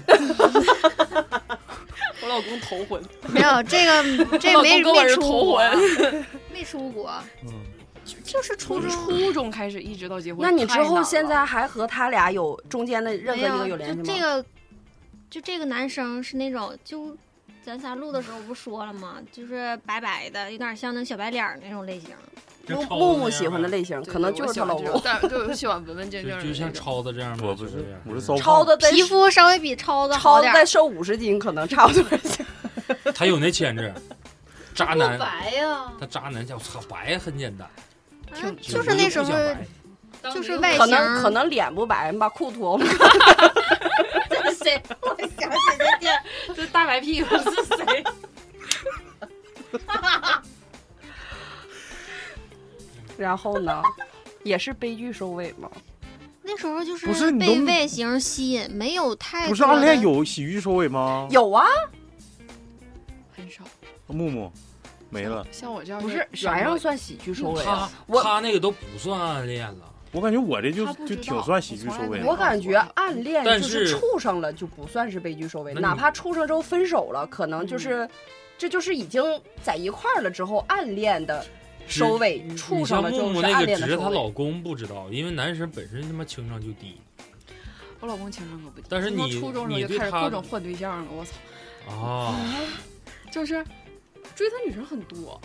Speaker 5: 我老公头婚，
Speaker 4: 没有这 [LAUGHS] 个，这
Speaker 5: 我老
Speaker 4: 没
Speaker 5: 公跟我
Speaker 4: 没
Speaker 5: 是
Speaker 4: 出
Speaker 5: 头
Speaker 4: 国，
Speaker 5: 婚，
Speaker 4: [LAUGHS] 没出国。
Speaker 2: 嗯，
Speaker 5: 就是初中初中开始一直到结婚。
Speaker 6: 那你
Speaker 5: 太
Speaker 6: 之后
Speaker 5: 难
Speaker 6: 现
Speaker 5: 了
Speaker 6: 在还和他俩有中间的任
Speaker 4: 没
Speaker 6: 何一个
Speaker 4: 有
Speaker 6: 有联系吗？
Speaker 4: 就这个，就这个男生是那种，就咱仨录的时候不说了吗？就是白白的，有点像那小白脸儿那种类型。
Speaker 6: 木木木喜欢的类型，
Speaker 5: 对
Speaker 6: 可能
Speaker 5: 对
Speaker 6: 就
Speaker 5: 我
Speaker 6: 是
Speaker 5: 喜
Speaker 6: 她
Speaker 5: 欢
Speaker 6: 老
Speaker 5: 这
Speaker 6: 公
Speaker 5: 种。但对，我喜欢文
Speaker 8: [LAUGHS]
Speaker 5: 文静静
Speaker 8: 就
Speaker 5: 的
Speaker 8: 就
Speaker 5: 那
Speaker 8: 像
Speaker 5: 种
Speaker 8: 超子这样吗？
Speaker 2: 我不是，我是骚
Speaker 6: 超
Speaker 2: 的。
Speaker 6: 的
Speaker 4: 皮肤稍微比超子好
Speaker 6: 超
Speaker 4: 点
Speaker 6: 再
Speaker 4: 儿，
Speaker 6: 瘦五十斤，可能差不多。
Speaker 8: 他有那潜质，渣
Speaker 3: 不
Speaker 8: 男，
Speaker 3: 白呀、 [LAUGHS]
Speaker 8: 他渣男家，我操，白很简单，
Speaker 4: 嗯
Speaker 5: 挺
Speaker 4: 就是那时候
Speaker 8: 我就不想白
Speaker 4: 就是外
Speaker 6: 可
Speaker 4: 形
Speaker 6: 能可能脸不白，你把裤脱了。
Speaker 3: 谁？我想起那电，就大白屁股是谁？
Speaker 6: 然后呢，也是悲剧收尾嘛。
Speaker 4: 那时候就是
Speaker 2: 不是你都
Speaker 4: 被外形吸引，没有太
Speaker 2: 不是
Speaker 4: 多
Speaker 2: 暗恋
Speaker 4: [LAUGHS] 的
Speaker 2: 有喜剧收尾吗？
Speaker 6: 有啊，
Speaker 5: 很少
Speaker 2: 木木没了，
Speaker 5: 像我这样
Speaker 6: 不是啥
Speaker 5: 啥
Speaker 6: 样算喜剧收尾
Speaker 8: 他
Speaker 6: 啊？我
Speaker 8: 他那个都不算暗恋了，
Speaker 2: 我感觉我这就
Speaker 5: 他不
Speaker 2: 就
Speaker 5: 知
Speaker 2: 挺
Speaker 5: 道
Speaker 2: 算喜剧
Speaker 5: 我
Speaker 2: 收
Speaker 5: 从来
Speaker 2: 尾
Speaker 5: 没
Speaker 2: 的。
Speaker 6: 我感觉暗恋
Speaker 8: 但
Speaker 6: 就是
Speaker 8: 是
Speaker 6: 处上了就不算是悲剧收尾，
Speaker 8: 那
Speaker 6: 哪
Speaker 8: 你
Speaker 6: 怕处上之后分手了，可能就是、这就是已经在一块儿了之后暗恋的
Speaker 8: 只
Speaker 6: 收尾，
Speaker 8: 你
Speaker 6: 处上
Speaker 8: 像
Speaker 6: 了
Speaker 8: 木
Speaker 6: 就
Speaker 8: 木
Speaker 6: 是
Speaker 8: 那
Speaker 6: 暗
Speaker 8: 个，
Speaker 6: 恋
Speaker 8: 只
Speaker 6: 的
Speaker 8: 是
Speaker 6: 收
Speaker 8: 她
Speaker 6: 尾。
Speaker 8: 老公不知道，因为男生本身他妈情商就低
Speaker 5: 我老公情商可不低，
Speaker 8: 但是
Speaker 5: 从
Speaker 8: 你
Speaker 5: 初中
Speaker 8: 你
Speaker 5: 时候
Speaker 8: 对
Speaker 5: 就开始
Speaker 8: 他
Speaker 5: 各种换对象了，我操，
Speaker 8: 啊。
Speaker 6: 嗯
Speaker 5: 就是追他女生很多，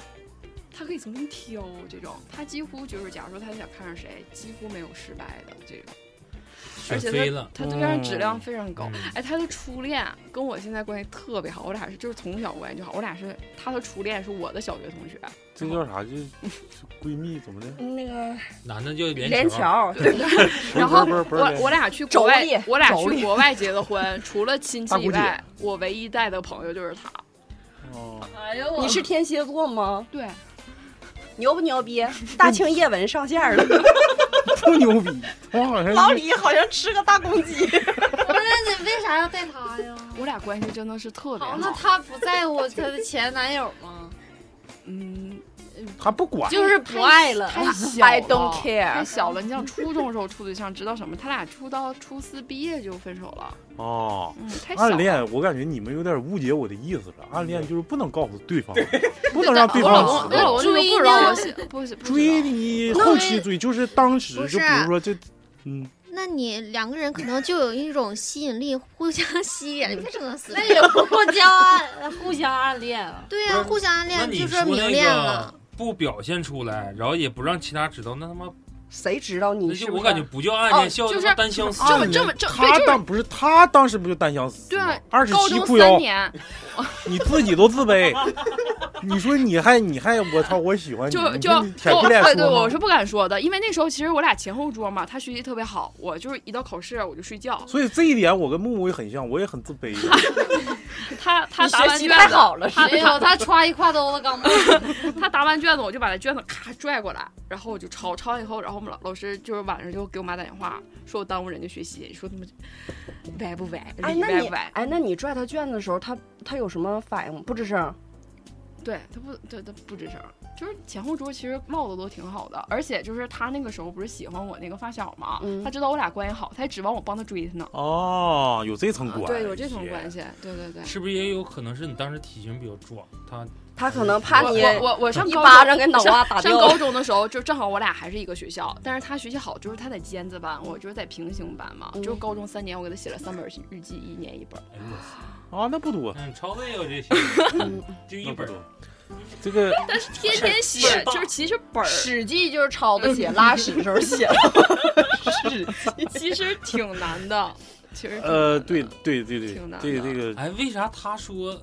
Speaker 5: 他可以从中挑这种，他几乎就是假如说他想看上谁，几乎没有失败的这种，
Speaker 8: 选
Speaker 5: 而且
Speaker 8: 妃
Speaker 5: 他
Speaker 8: 了，
Speaker 5: 他对象质量非常高。
Speaker 8: 嗯
Speaker 5: 哎，他的初恋跟我现在关系特别好，我俩是就是从小关系就好，我俩是他的初恋是我的小学同学，
Speaker 2: 这叫啥？就闺蜜怎么的？
Speaker 6: 嗯那个
Speaker 8: 男的就
Speaker 6: 连桥，
Speaker 8: 桥，
Speaker 6: 对，
Speaker 2: 不是
Speaker 5: 然
Speaker 2: 不是
Speaker 5: 后
Speaker 2: 不是不
Speaker 5: 我我 [LAUGHS]
Speaker 2: 是，
Speaker 5: 俩去国外
Speaker 6: 妯娌，
Speaker 5: 我俩
Speaker 6: 妯娌
Speaker 5: 去国外结的婚，除了亲戚
Speaker 2: 大姑
Speaker 5: 以
Speaker 2: 姐
Speaker 5: 外，我唯一带的朋友就是他。
Speaker 2: 哦
Speaker 3: 哎呦
Speaker 6: 你是天蝎座吗？
Speaker 5: 对，
Speaker 6: [LAUGHS] 牛不牛逼？大庆叶文上线了，
Speaker 2: 不牛逼，我好像
Speaker 6: [LAUGHS] 老李好像吃个大公鸡。
Speaker 4: 不是你为啥要带他 [LAUGHS] 呀？
Speaker 5: 我俩关系真的是特别
Speaker 3: 好，那
Speaker 5: 好。
Speaker 3: 他不在乎他的前男友吗？
Speaker 5: 嗯，
Speaker 2: 他不管。
Speaker 3: 就是不爱了。
Speaker 5: 太小
Speaker 6: I don't
Speaker 5: 了，太
Speaker 6: care。
Speaker 5: 小了。你像初中时候处对象，知道什么？他俩初到初四毕业就分手了。
Speaker 2: 哦，
Speaker 5: 嗯，太小
Speaker 2: 暗
Speaker 5: 了。
Speaker 2: 恋，我感觉你们有点误解我的意思了。暗恋就是不能告诉对方，不能让对
Speaker 5: 我
Speaker 2: 方
Speaker 5: 老公，
Speaker 2: 知
Speaker 5: 我老
Speaker 2: 道。
Speaker 5: 公就是不让我写，啊不写，不知道
Speaker 2: 追你后期追，就是当时
Speaker 4: 不
Speaker 2: 就是比如说就，嗯，
Speaker 4: 那你两个人可能就有一种吸引力，互相吸引，别整那死。
Speaker 3: 那也互相暗 [LAUGHS] 互相暗恋啊了，
Speaker 4: 对
Speaker 8: 不
Speaker 4: 呀、
Speaker 8: 是
Speaker 4: 互相暗
Speaker 8: 那
Speaker 4: 恋
Speaker 8: 你
Speaker 4: 就是
Speaker 8: 说
Speaker 4: 明
Speaker 8: 那
Speaker 4: 恋
Speaker 8: 个
Speaker 4: 了。
Speaker 8: 不表现出来，然后也不让其他知道，那他妈
Speaker 6: [LAUGHS] 谁知道
Speaker 8: 那
Speaker 6: 你是
Speaker 8: 就
Speaker 6: 不
Speaker 8: 我
Speaker 6: 是
Speaker 8: 感觉不叫暗恋，
Speaker 5: 哦
Speaker 8: 叫
Speaker 5: 就
Speaker 8: 他
Speaker 5: 是
Speaker 8: 妈单相思。
Speaker 6: 哦
Speaker 5: 这么
Speaker 2: 暗恋
Speaker 5: 这么这对
Speaker 2: 他
Speaker 5: 就是
Speaker 2: 当不是他当时不就单相思
Speaker 5: 对
Speaker 2: 吗
Speaker 5: 啊？
Speaker 2: 二十
Speaker 5: 高
Speaker 2: 七
Speaker 5: 中
Speaker 2: 裤
Speaker 5: 三
Speaker 2: 腰，
Speaker 5: 年，
Speaker 2: 你自己都自
Speaker 5: [LAUGHS]
Speaker 2: 卑，你说你还你还我操，我喜欢你，
Speaker 5: 就
Speaker 2: 你
Speaker 5: 就
Speaker 2: 说你舔
Speaker 5: 我
Speaker 2: 屁脸
Speaker 5: 对对，
Speaker 2: 说
Speaker 5: 我
Speaker 2: 吗
Speaker 5: 是不敢说的，因为那时候其实我俩前后桌嘛，他学习特别好，我就是一到考试我就睡觉，
Speaker 2: 所以这一点我跟木木也很像，我也很自
Speaker 5: [LAUGHS]
Speaker 2: 卑的。
Speaker 5: 他他
Speaker 6: 你
Speaker 5: 答
Speaker 6: 学
Speaker 5: 完
Speaker 6: 习
Speaker 5: 卷
Speaker 6: 太
Speaker 5: 子，
Speaker 6: 好了，是吧
Speaker 3: [LAUGHS] 没有他揣一挎兜子钢镚儿，
Speaker 5: 他答完卷子我就把他卷子咔拽过来，然后我就抄，抄完以后，然后我们老老师就是晚上就给我妈打电话，说我耽误人家学习，说他妈歪不歪，
Speaker 6: 哎，
Speaker 5: 理
Speaker 6: 那
Speaker 5: 歪
Speaker 6: 你
Speaker 5: 不歪，
Speaker 6: 哎，那你拽他卷子的时候，他他有什么反应吗？不吱声。
Speaker 5: 对他不，对他不吱声，就是前后桌其实唠的都挺好的，而且就是他那个时候不是喜欢我那个发小嘛，
Speaker 6: 嗯
Speaker 5: 他知道我俩关系好，他还指望我帮他追他呢，
Speaker 2: 哦，有这层关系，
Speaker 5: 对，有这层关。系，对对对。
Speaker 8: 是不是也有可能是你当时体型比较壮？他
Speaker 6: 他可能怕
Speaker 5: 我
Speaker 6: 你
Speaker 5: 我我我上
Speaker 6: 一
Speaker 5: 高
Speaker 6: 巴
Speaker 5: 中
Speaker 6: 掌给脑瓜打
Speaker 5: 上
Speaker 6: 掉
Speaker 5: 高中的时候，就正好我俩还是一个学校，但是他学习好，就是他在尖子班，我就是在平行班嘛。
Speaker 6: 嗯
Speaker 5: 就是高中三年，我给他写了三本日记，一年一本。
Speaker 8: 哎呦我操，
Speaker 2: 啊，那不多，
Speaker 8: 嗯，超队有
Speaker 6: [LAUGHS]
Speaker 8: 这些，嗯
Speaker 6: 嗯
Speaker 8: 就一
Speaker 2: 那不
Speaker 8: 本
Speaker 2: 多。这个
Speaker 5: 但是天天写，就是其实本
Speaker 6: 《
Speaker 5: 儿
Speaker 6: 史记》就是抄的写，拉屎的时候写的。
Speaker 5: 其实挺难的， [LAUGHS] 其实
Speaker 2: [LAUGHS]
Speaker 5: 挺
Speaker 2: 呃，
Speaker 5: 难的
Speaker 2: 对对对对
Speaker 5: 挺难，
Speaker 2: 这个
Speaker 5: 的
Speaker 2: 这个
Speaker 8: 哎，为啥他说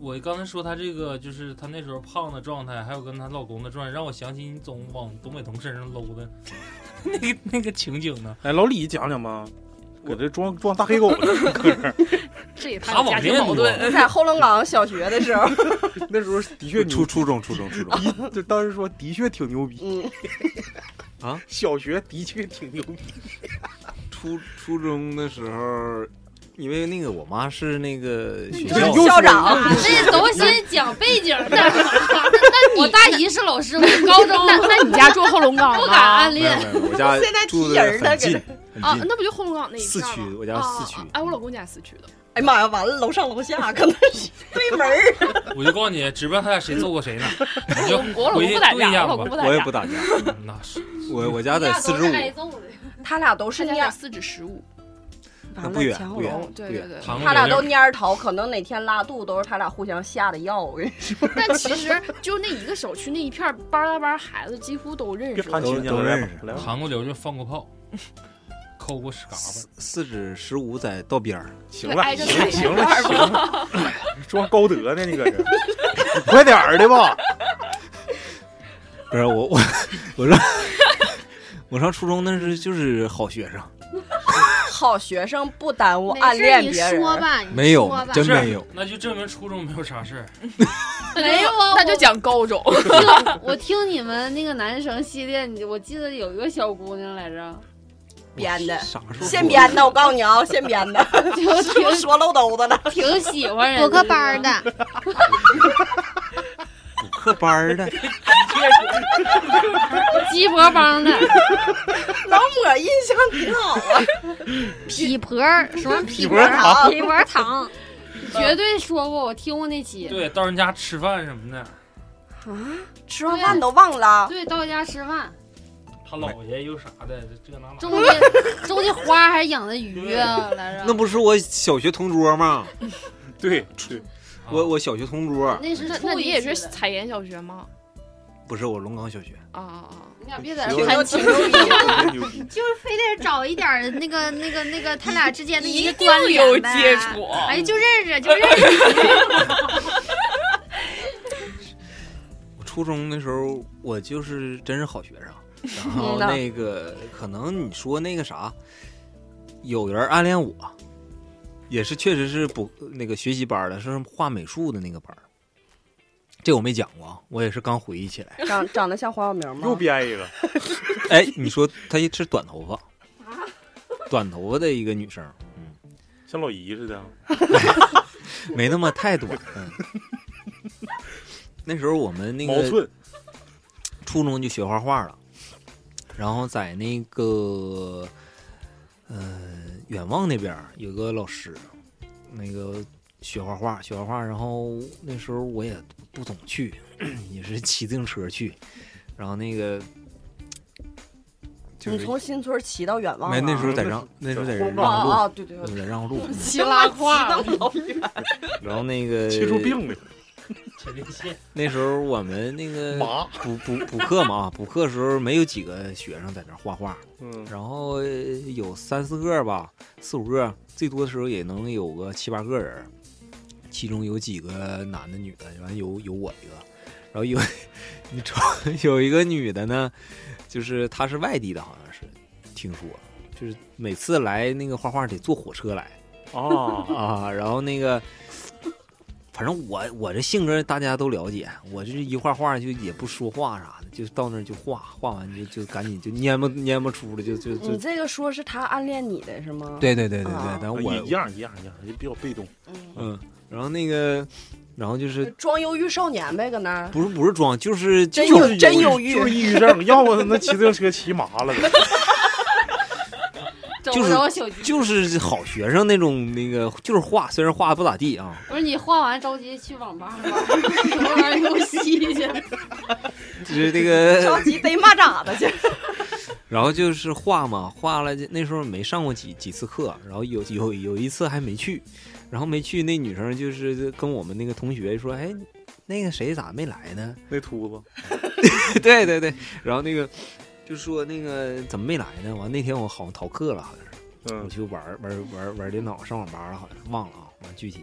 Speaker 8: 我刚才说他这个就是他那时候胖的状态，还有跟她老公的状态，让我想起你总往东北童身上搂的那个那个情景呢？
Speaker 2: 哎，老李讲讲吧，搁这装装大黑狗呢，搁这儿
Speaker 5: 这也
Speaker 8: 他
Speaker 5: 怕
Speaker 8: 网
Speaker 5: 家
Speaker 8: 恋
Speaker 5: 庭矛
Speaker 8: 多
Speaker 5: 盾。
Speaker 6: [LAUGHS] 在后棱岗小学的时候，
Speaker 2: [LAUGHS] 那时候的确
Speaker 7: 初
Speaker 2: 牛，
Speaker 7: 初中初中初中，
Speaker 2: 的就当时说的确挺牛逼， [LAUGHS] 啊
Speaker 6: 嗯，
Speaker 2: 小学的确挺牛逼。
Speaker 7: 初初中的时候，因为那个我妈是那个学
Speaker 2: 你
Speaker 6: 就是
Speaker 2: 又
Speaker 7: 校
Speaker 2: 说
Speaker 6: 校长，
Speaker 3: [LAUGHS] 这都先讲背景的。那我大姨是老师，我高中
Speaker 5: 那那你家住 [LAUGHS] 后龙岗
Speaker 3: 不敢
Speaker 5: 吗？
Speaker 3: 暗
Speaker 7: 没有
Speaker 3: 恋，
Speaker 7: 没有，我家
Speaker 6: [LAUGHS] 现在踢
Speaker 7: 住的
Speaker 6: 人呢
Speaker 7: 很
Speaker 6: 搁
Speaker 7: 近
Speaker 6: 这
Speaker 5: 啊
Speaker 7: 很，近，
Speaker 5: 那不就后龙岗那一
Speaker 7: 四
Speaker 5: 片吗？
Speaker 7: 区，我家四区
Speaker 5: 啊啊。哎，我老公家四区的。
Speaker 6: 哎呀妈呀，完了，楼上楼下可能是对门儿。
Speaker 8: 我就告诉你，指不定他俩谁揍
Speaker 5: [LAUGHS]
Speaker 8: 过谁呢。你就
Speaker 5: 我老
Speaker 8: 回
Speaker 5: 公
Speaker 8: 去
Speaker 5: 不打
Speaker 8: 对一
Speaker 5: 架，
Speaker 8: 下
Speaker 5: 我老公。
Speaker 8: 吧
Speaker 5: 不打
Speaker 7: 我也
Speaker 5: 架
Speaker 7: 不。打架，
Speaker 8: 嗯那
Speaker 5: [LAUGHS]
Speaker 8: 是
Speaker 7: 我我家在四十五，
Speaker 3: 揍的。
Speaker 6: 他俩都
Speaker 5: 他
Speaker 6: 是
Speaker 5: 家
Speaker 6: 蔫
Speaker 5: 在
Speaker 6: 儿，
Speaker 5: 四至十五。
Speaker 6: 完
Speaker 7: 不
Speaker 6: 了
Speaker 7: 远
Speaker 6: 前后
Speaker 7: 不远
Speaker 6: 楼。
Speaker 5: 哦，对对对。
Speaker 8: 唐
Speaker 6: 他俩
Speaker 8: 刘
Speaker 6: 都
Speaker 8: 玲
Speaker 6: 蔫儿桃，可能哪天拉肚都是他俩互相下的药。我跟你说，
Speaker 5: 但其实就那一个小区那一片儿班儿拉班儿孩子几乎都认
Speaker 2: 别
Speaker 5: 识
Speaker 2: 攀
Speaker 5: 我。
Speaker 2: 亲戚了，
Speaker 7: 都
Speaker 2: 来
Speaker 7: 认
Speaker 2: 吧
Speaker 7: 识啊
Speaker 2: 来吧，
Speaker 8: 韩国流就放过炮，扣过屎嘎
Speaker 7: 四
Speaker 8: 巴。啊
Speaker 7: 四指十五在道边儿，
Speaker 2: [LAUGHS] 行了，
Speaker 5: 挨着
Speaker 2: 行了
Speaker 5: 踩
Speaker 2: 行了行了，装高德呢，你搁这儿，你快点儿的吧。
Speaker 7: 不是我我我说 [LAUGHS] 我上初中那是就是好学生，
Speaker 6: 好学生不耽误
Speaker 3: 没
Speaker 6: 暗
Speaker 3: 事
Speaker 6: 恋
Speaker 3: 你
Speaker 6: 别人。
Speaker 3: 说吧，你
Speaker 7: 没有
Speaker 3: 说吧，
Speaker 7: 真
Speaker 8: 是
Speaker 7: 没有。
Speaker 8: 那就证明初中没有啥事
Speaker 5: 哎
Speaker 8: 儿。
Speaker 3: 没有啊，
Speaker 5: [LAUGHS] 那就讲高中，
Speaker 3: 听我听你们那个男生系列，你我记得有一个小姑娘来着，
Speaker 6: 编的
Speaker 7: 啥时候
Speaker 6: 现编的，我告诉你啊，现编
Speaker 5: [LAUGHS]
Speaker 6: 的，
Speaker 3: 就挺
Speaker 6: 又说漏兜子了。
Speaker 3: 挺喜欢人家
Speaker 4: 补课班儿的，
Speaker 7: 补课班儿的，
Speaker 3: 鸡脖帮的，
Speaker 6: 老抹印象挺好啊，
Speaker 5: [LAUGHS]
Speaker 4: 匹婆儿什么匹
Speaker 7: 婆儿
Speaker 4: 糖，匹婆儿糖，
Speaker 3: 绝对说过，我听过那期。
Speaker 8: 对，到人家吃饭什么的，
Speaker 6: 吃完饭都忘了。
Speaker 3: 对，到家吃饭，
Speaker 8: 他姥爷又啥的，这这那那。
Speaker 3: 种的种的花还养的鱼啊，来着。
Speaker 7: 那不是我小学同桌吗？
Speaker 2: 对对，
Speaker 8: 啊
Speaker 7: 我我小学同桌
Speaker 3: 那是
Speaker 5: [LAUGHS] 那
Speaker 3: 处
Speaker 5: 那
Speaker 3: 一
Speaker 5: 你也
Speaker 3: 期
Speaker 5: 是
Speaker 3: 的
Speaker 5: 彩盐小学吗？
Speaker 7: 不是我龙岗小学，
Speaker 5: 啊啊啊！
Speaker 3: 你俩别在
Speaker 2: 挺牛
Speaker 3: 这攀
Speaker 2: 挺
Speaker 3: 亲
Speaker 2: 牛逼，挺牛逼。
Speaker 4: 就是非得找一点儿那个那个那个他俩之间的
Speaker 5: 一
Speaker 4: 些
Speaker 5: 定
Speaker 4: 关联
Speaker 5: 有
Speaker 4: 呗
Speaker 5: 接触啊
Speaker 4: 哎，就认识就认识，
Speaker 7: 我初中的时候我就是真是好学生，然
Speaker 6: 嗯
Speaker 7: 后
Speaker 6: 呐
Speaker 7: 那个可能你说那个啥，有人暗恋我，也是确实是补那个学习班儿的，是画美术的那个班儿。这我没讲过啊，我也是刚回忆起
Speaker 6: [LAUGHS]
Speaker 7: 来。
Speaker 6: 长长得像黄晓明
Speaker 2: 又
Speaker 6: 吗？
Speaker 2: 编一个，
Speaker 7: 哎，你说她是短头发，短头发的一个女生，
Speaker 2: 像老姨似的。啊
Speaker 7: 没那么太短。嗯， [LAUGHS] 那时候我们那
Speaker 2: 毛
Speaker 7: 个
Speaker 2: 寸，
Speaker 7: 初中就学画画了，然后在那个呃远望那边儿有个老师，那个学画画，学画画。然后那时候我也不总去， [CLEARS THROAT] 也是骑自行车去。然后那个就
Speaker 6: 你
Speaker 7: 是
Speaker 6: 从新村骑到远望
Speaker 7: 没
Speaker 6: 了？
Speaker 7: 那时候在让那时候在让
Speaker 6: 啊啊，
Speaker 7: 路，
Speaker 6: 啊对对
Speaker 7: 那时
Speaker 6: 对，
Speaker 7: 候在让路，
Speaker 3: 骑拉胯
Speaker 6: 骑到老远。
Speaker 7: 然后那个
Speaker 2: 气出病了，
Speaker 8: 前列腺
Speaker 7: 那时候我们那个
Speaker 2: 麻。
Speaker 7: 补补补课嘛啊，补课时候没有几个学生在那儿画画，
Speaker 2: 嗯，
Speaker 7: 然后呃有三四个吧，四五个，最多的时候也能有个七八个人儿，其中有几个男的女的，完有有我一个，然后有 [LAUGHS] 你瞅有一个女的呢，就是她是外地的，好像是听说，就是每次来那个画画得坐火车来。
Speaker 2: 啊，
Speaker 7: 啊，然后那个，反正我我这性格大家都了解，我就是一画画就也不说话啥的，就到那儿就画，画完就就赶紧就蔫巴蔫巴出了，就就就
Speaker 6: 你，这个说是他暗恋你的是吗？，
Speaker 7: 对对对对对
Speaker 6: 啊，
Speaker 7: 但我
Speaker 2: 一样一样一样，就比较被动。
Speaker 7: 嗯，然后那个，然后就是
Speaker 6: 装忧郁少年呗，搁那儿。
Speaker 7: 不是不是装，就是
Speaker 6: 呃真
Speaker 7: 就
Speaker 6: 有
Speaker 2: 就
Speaker 7: 是
Speaker 2: 是
Speaker 6: 真
Speaker 2: 就
Speaker 6: 有
Speaker 2: 是
Speaker 6: 郁，
Speaker 2: 抑郁症，要不那骑自行车骑麻了都。
Speaker 3: 找
Speaker 7: 就
Speaker 3: 不
Speaker 7: 是
Speaker 3: 着小鸡。
Speaker 7: 就是好学生那种那个，就是画，虽然画的不咋
Speaker 6: [LAUGHS]
Speaker 7: 地啊，
Speaker 3: 我说你画完着急去网吧
Speaker 7: [LAUGHS]
Speaker 3: 玩玩游戏去，
Speaker 7: 就是
Speaker 6: 着
Speaker 7: 那个，
Speaker 6: 急逮蚂蚱子去。
Speaker 7: [LAUGHS] 然后就是画嘛，画了就那时候没上过几几次课，然后有有有一次还没去，然后没去，那女生就是跟我们那个同学说：“哎，那个谁咋没来呢 [LAUGHS]
Speaker 2: 那秃子，？”
Speaker 7: 对对对，然后那个就说那个怎么没来呢？完那天我好像逃课了，好像是我
Speaker 2: 嗯，
Speaker 7: 去玩儿玩儿玩儿玩儿电脑上网吧了，好像是忘了啊，完具体。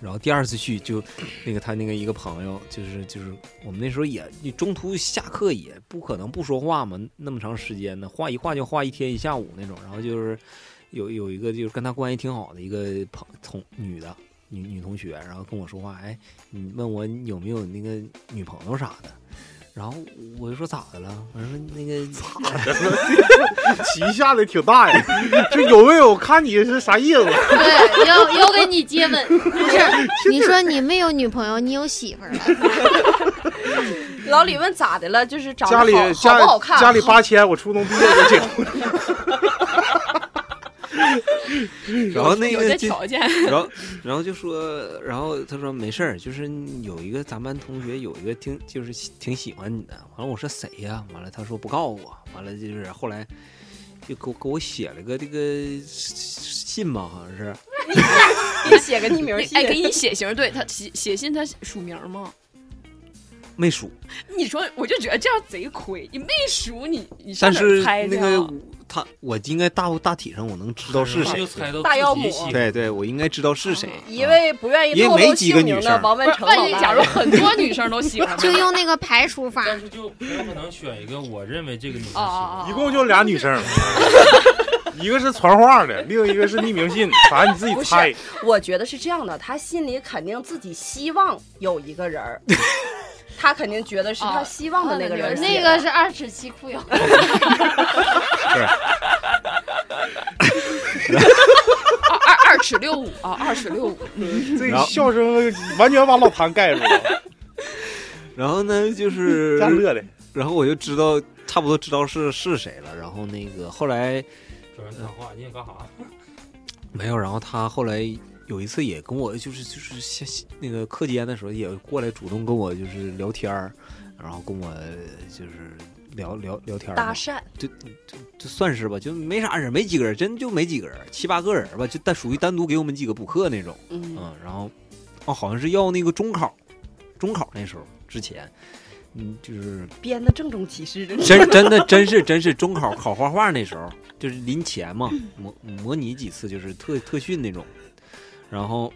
Speaker 7: 然后第二次去就那个他那个一个朋友，就是就是我们那时候也你中途下课也不可能不说话嘛，那么长时间呢，画一画就画一天一下午那种。然后就是有有一个就是跟他关系挺好的一个朋同女的女女同学，然后跟我说话，哎，你问我你有没有那个女朋友啥的。然后我就说咋的了？我说那个
Speaker 2: 骑下的挺大呀，这有没有？看你是啥意思？
Speaker 3: 对，要要给你接吻，
Speaker 7: [LAUGHS]
Speaker 4: 不
Speaker 5: [LAUGHS]
Speaker 4: 是？你说你没有女朋友，你有媳妇儿了，
Speaker 6: 老李问咋的了？就是长得
Speaker 2: 家里
Speaker 6: 好好
Speaker 2: 家
Speaker 6: 不好看？
Speaker 2: 家里八千，我初中毕业就结婚。
Speaker 7: [LAUGHS] 然后那
Speaker 5: 有
Speaker 7: 个
Speaker 5: 这
Speaker 7: 就
Speaker 5: 条 [LAUGHS] 件，
Speaker 7: [LAUGHS] 然后，然后就说，然后他说没事儿，就是有一个咱班同学有一个挺就是挺喜欢你的。完了，我说谁呀、完了，他说不告诉我。完了，就是后来就给我给我写了个这个信吧，好像是
Speaker 6: 你写个匿名
Speaker 5: 哎你
Speaker 6: 信
Speaker 5: 哎，给，你写信儿，对他写写信，他署名吗？
Speaker 7: 没数，
Speaker 5: 你说我就觉得这样贼亏，你没数你，你上
Speaker 7: 但
Speaker 5: 哪
Speaker 7: 是
Speaker 5: 猜去
Speaker 7: 那
Speaker 5: 啊
Speaker 7: 个他我应该大大体上我能知道是
Speaker 8: 他
Speaker 7: 谁
Speaker 8: 就，猜到
Speaker 6: 大
Speaker 8: 自
Speaker 6: 妖
Speaker 8: 己
Speaker 6: 母
Speaker 8: 喜欢
Speaker 7: 对对，我应该知道是谁。
Speaker 5: 哦
Speaker 6: 一
Speaker 7: 啊
Speaker 6: 位不愿意
Speaker 7: 因为
Speaker 6: 透
Speaker 7: 没
Speaker 6: 露
Speaker 7: 几个
Speaker 6: 姓名
Speaker 7: 女
Speaker 6: 的
Speaker 7: 生
Speaker 6: 王文
Speaker 5: 不是，
Speaker 6: 成
Speaker 5: 万一
Speaker 6: 老
Speaker 5: 假
Speaker 6: 大
Speaker 5: 如
Speaker 6: 人，
Speaker 5: 很多女生都喜 [LAUGHS] 欢
Speaker 4: 就用那个排
Speaker 6: [LAUGHS]
Speaker 4: 除法，
Speaker 8: 但是就我可能选一个我认为这个女
Speaker 6: 哦
Speaker 8: 生喜
Speaker 5: 啊啊啊！
Speaker 8: 欢
Speaker 2: 一共就俩女生，一个是传话的，另一个是匿名信，反正你自己猜。
Speaker 6: 我觉得是这样的，他心里肯定自己希望有一个人 [LAUGHS] 儿，他肯定觉得是哦他希望的那个人写
Speaker 3: 那
Speaker 6: 的
Speaker 3: 个是二尺七裤腰，
Speaker 5: 啊二二尺六五
Speaker 6: 哦
Speaker 5: [LAUGHS] 啊，二尺六五，
Speaker 2: 这
Speaker 7: 然后
Speaker 2: 笑声完全把老谭盖住 [LAUGHS] 了，
Speaker 7: 然后呢，就
Speaker 2: [LAUGHS]
Speaker 7: 是
Speaker 2: 咱乐的。
Speaker 7: 然后我就知道差不多知道是是谁了。然后那个后来
Speaker 8: 主人谈话，你想干啥？
Speaker 7: 没有，然后他后来有一次也跟我就是就是像那个课间的时候也过来主动跟我就是聊天儿，然后跟我就是聊聊聊天儿嘛
Speaker 6: 搭讪，
Speaker 7: 就算是吧，就没啥人，没几个人，真就没几个人，七八个人吧，就但属于单独给我们几个补课那种。
Speaker 6: 嗯，
Speaker 7: 嗯，然后哦，好像是要那个中考，中考那时候之前，嗯，就是
Speaker 6: 编的郑重其事的。
Speaker 7: 真真的真是真是中考考画画那时候，就是临前嘛，模模拟几次就是特特训那种，然后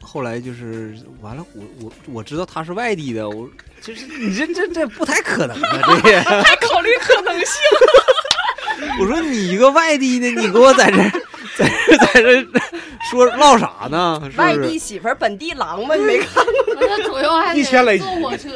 Speaker 7: 后来就是完了，我我我知道他是外地的，我就是你这这这不太可能啊，这也。
Speaker 5: [LAUGHS] 还考虑可能性。
Speaker 7: 我说你一个外地的，你给我在这儿，在这儿在这儿说唠啥呢？是
Speaker 6: 外
Speaker 7: 不
Speaker 6: 地
Speaker 7: 是？
Speaker 6: 媳妇儿，本地郎嘛，你 [LAUGHS] 没看？
Speaker 3: 我这左右还
Speaker 2: 一千来
Speaker 3: 得
Speaker 2: 斤
Speaker 3: 坐火车，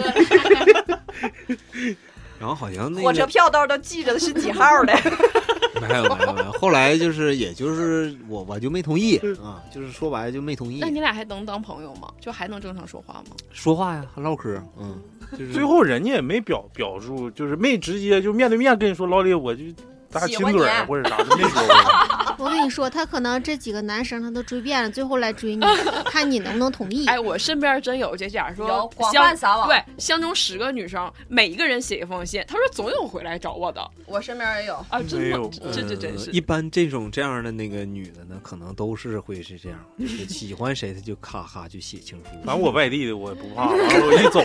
Speaker 7: 然后好像那个
Speaker 6: 火车票到时候都记着是几号的。 [LAUGHS]
Speaker 7: 没有没有没有。后来就是，也就是我我就没同意
Speaker 2: 嗯
Speaker 7: 啊，就是说白了就没同意
Speaker 5: 那。你俩还能当朋友吗？就还能正常说话吗？
Speaker 6: 嗯
Speaker 7: 说话呀，还唠嗑，嗯，就是
Speaker 2: 最后人家也没表表述，就是没直接就面对面跟你说，老李我就咱俩亲嘴
Speaker 6: 喜欢
Speaker 2: 儿
Speaker 6: 你
Speaker 2: 或者啥都没说过。
Speaker 4: 我跟你说，他可能这几个男生他都追遍了，最后来追你，看你能不能同意。
Speaker 5: 哎，我身边真有这样
Speaker 6: 有
Speaker 5: 说，
Speaker 6: 广
Speaker 5: 相
Speaker 6: 泛撒网，
Speaker 5: 对相中十个女生，每一个人写一封信，他说总有回来找我的
Speaker 6: 我身边也有。
Speaker 5: 啊，真
Speaker 2: 没
Speaker 5: 的
Speaker 2: 有，
Speaker 5: 这这真
Speaker 7: 呃
Speaker 5: 是
Speaker 7: 一般这种这样的那个女的呢，可能都是会是这样，就是喜欢谁她就咔咔就写情书。
Speaker 2: 反正我外地的我也不怕，完了我一 [LAUGHS] 走，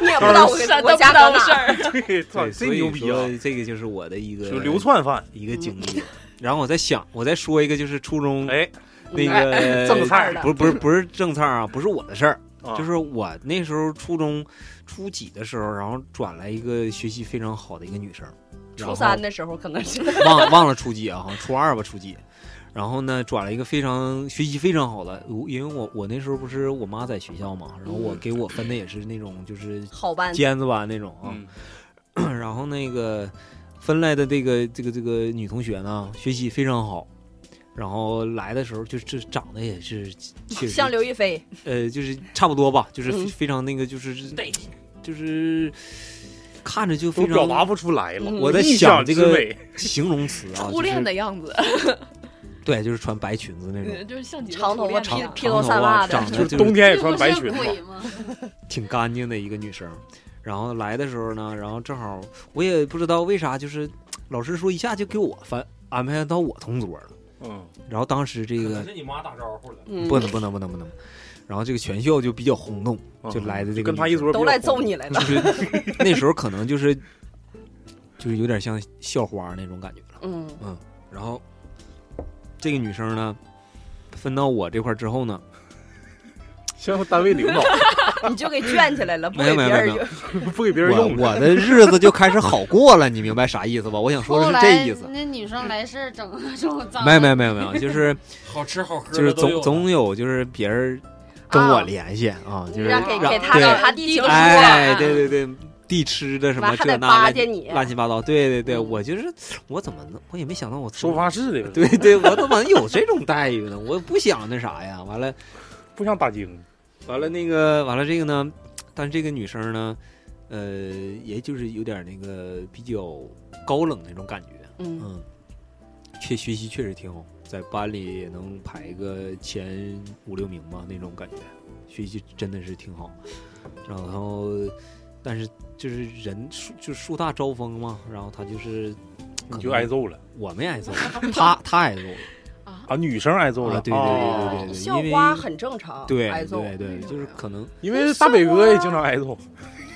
Speaker 6: 你也不知道我跟
Speaker 5: 山都
Speaker 6: 我
Speaker 5: 不
Speaker 6: 家搁
Speaker 5: 当事
Speaker 6: 哪。
Speaker 5: 儿。
Speaker 2: 对，操，
Speaker 7: 对，
Speaker 2: 这
Speaker 7: 所以
Speaker 2: 牛逼啊！
Speaker 7: 说这个就是我的一个
Speaker 2: 就流窜犯，
Speaker 7: 一个经历。然后我在想，我再说一个，就是初中
Speaker 2: 哎，
Speaker 7: 那
Speaker 6: 哎
Speaker 7: 个
Speaker 2: 赠菜
Speaker 6: 的
Speaker 7: 不是不是不是正菜啊，不是我的事儿，
Speaker 2: 啊
Speaker 7: 就是我那时候初中初几的时候，然后转来一个学习非常好的一个女生，
Speaker 6: 初
Speaker 7: 然后
Speaker 6: 三的时候可能是
Speaker 7: 忘忘了初几啊，好像初二吧，初几。然后呢，转了一个非常学习非常好的，我因为我我那时候不是我妈在学校嘛，然后我
Speaker 2: 嗯
Speaker 7: 给我分的也是那种就是
Speaker 6: 好班，
Speaker 7: 尖子班那种啊，
Speaker 2: 嗯，
Speaker 7: [CLEARS THROAT] 然后那个分来的这个这个这个女同学呢，学习非常好，然后来的时候就这长得也是确实
Speaker 6: 像刘亦菲，
Speaker 7: 呃，就是差不多吧，就是非
Speaker 6: 嗯
Speaker 7: 非常那个，就是
Speaker 8: 对
Speaker 7: 就是看着就
Speaker 2: 都
Speaker 7: 非
Speaker 2: 表
Speaker 7: 常
Speaker 2: 达不出来了。
Speaker 6: 嗯
Speaker 7: 我在
Speaker 2: 意
Speaker 7: 想
Speaker 2: 象
Speaker 7: 这
Speaker 2: 之
Speaker 7: 个
Speaker 2: 美，
Speaker 7: 形容词
Speaker 5: [LAUGHS]
Speaker 7: 啊，
Speaker 5: 初恋的嗯样子，
Speaker 7: 就是对，就是穿白裙子那种，
Speaker 5: 就是像极了
Speaker 6: 长头发
Speaker 5: 初恋的样子
Speaker 6: 披
Speaker 7: 长
Speaker 6: 头
Speaker 7: 头
Speaker 6: 散
Speaker 7: 发
Speaker 6: 发的
Speaker 7: 长
Speaker 2: 就
Speaker 7: 得
Speaker 2: 是
Speaker 7: 就是
Speaker 2: 冬天也
Speaker 3: 这
Speaker 2: 穿
Speaker 3: 不
Speaker 2: 白
Speaker 3: 是
Speaker 2: 裙子。
Speaker 3: 鬼吗？
Speaker 7: 挺干净的一个女生。然后来的时候呢，然后正好我也不知道为啥，就是老师说一下就给我翻安排到我同桌了。
Speaker 2: 嗯，
Speaker 7: 然后当时这
Speaker 8: 可
Speaker 7: 个
Speaker 8: 能是你妈打招呼了。
Speaker 6: 嗯，
Speaker 7: 不能不能不能不能，然后这个全校就比较轰动，
Speaker 2: 嗯
Speaker 7: 就来的这个
Speaker 2: 跟他
Speaker 7: 女
Speaker 2: 一
Speaker 7: 生
Speaker 2: 桌
Speaker 6: 都
Speaker 2: 比较
Speaker 6: 来揍
Speaker 2: 红
Speaker 6: 你来 [LAUGHS] 了
Speaker 7: 就。是 [LAUGHS] 那时候可能就是就是有点像校花那种感觉了。
Speaker 6: 嗯，
Speaker 7: 然后这个女生呢，分到我这块儿之后呢，
Speaker 2: [LAUGHS] 像单位领导，
Speaker 6: 你就给圈起来了，不
Speaker 7: 没有
Speaker 6: 给
Speaker 7: 没有
Speaker 6: 别人
Speaker 7: 没有
Speaker 6: 用。
Speaker 2: 不给别 [LAUGHS] 人
Speaker 7: 我
Speaker 2: 用。
Speaker 7: 我的日子就开始好过了，你明白啥意思吧？我想说
Speaker 3: 后
Speaker 7: 的是
Speaker 3: 来
Speaker 7: 这意思。
Speaker 3: 那女生来事儿整整脏，
Speaker 7: 没有没有没有没有，
Speaker 2: [LAUGHS]
Speaker 7: 就是
Speaker 8: 好吃好喝
Speaker 7: 就是
Speaker 8: 的都有
Speaker 7: 总
Speaker 8: 了
Speaker 7: 总有就是别人跟我联系啊，就是
Speaker 6: 让给给他
Speaker 7: 对
Speaker 6: 让他弟情书
Speaker 7: 哎，
Speaker 6: 啊
Speaker 7: 对对对，递吃的什么
Speaker 6: 完还
Speaker 7: 这
Speaker 6: 得
Speaker 7: 那
Speaker 6: 巴
Speaker 7: 乱
Speaker 6: 结你，
Speaker 7: 乱七八糟，对对对，
Speaker 6: 嗯
Speaker 7: 我就是我怎么能我也没想到我
Speaker 2: 收发室 [LAUGHS] 的，
Speaker 7: 对对，我怎么有这种待遇呢？我不想那啥呀。完了，
Speaker 2: 不想打精。
Speaker 7: 完了那个，完了这个呢，但是这个女生呢，呃，也就是有点那个比较高冷那种感觉，
Speaker 6: 嗯，
Speaker 7: 嗯，确学习确实挺好，在班里也能排个前五六名吧那种感觉，学习真的是挺好。然后，但是就是人树就树大招风嘛，然后她就是，
Speaker 2: 你就挨揍了。
Speaker 7: 我没挨揍，她她挨揍了。
Speaker 5: 啊，
Speaker 2: 啊，女生挨揍了，
Speaker 7: 啊，对对
Speaker 2: 啊
Speaker 7: 对对对对，
Speaker 6: 校
Speaker 7: 因为
Speaker 6: 花很正常，
Speaker 7: 对
Speaker 6: 挨揍
Speaker 7: 对对，就是可能
Speaker 2: 因为大北哥也经常挨揍，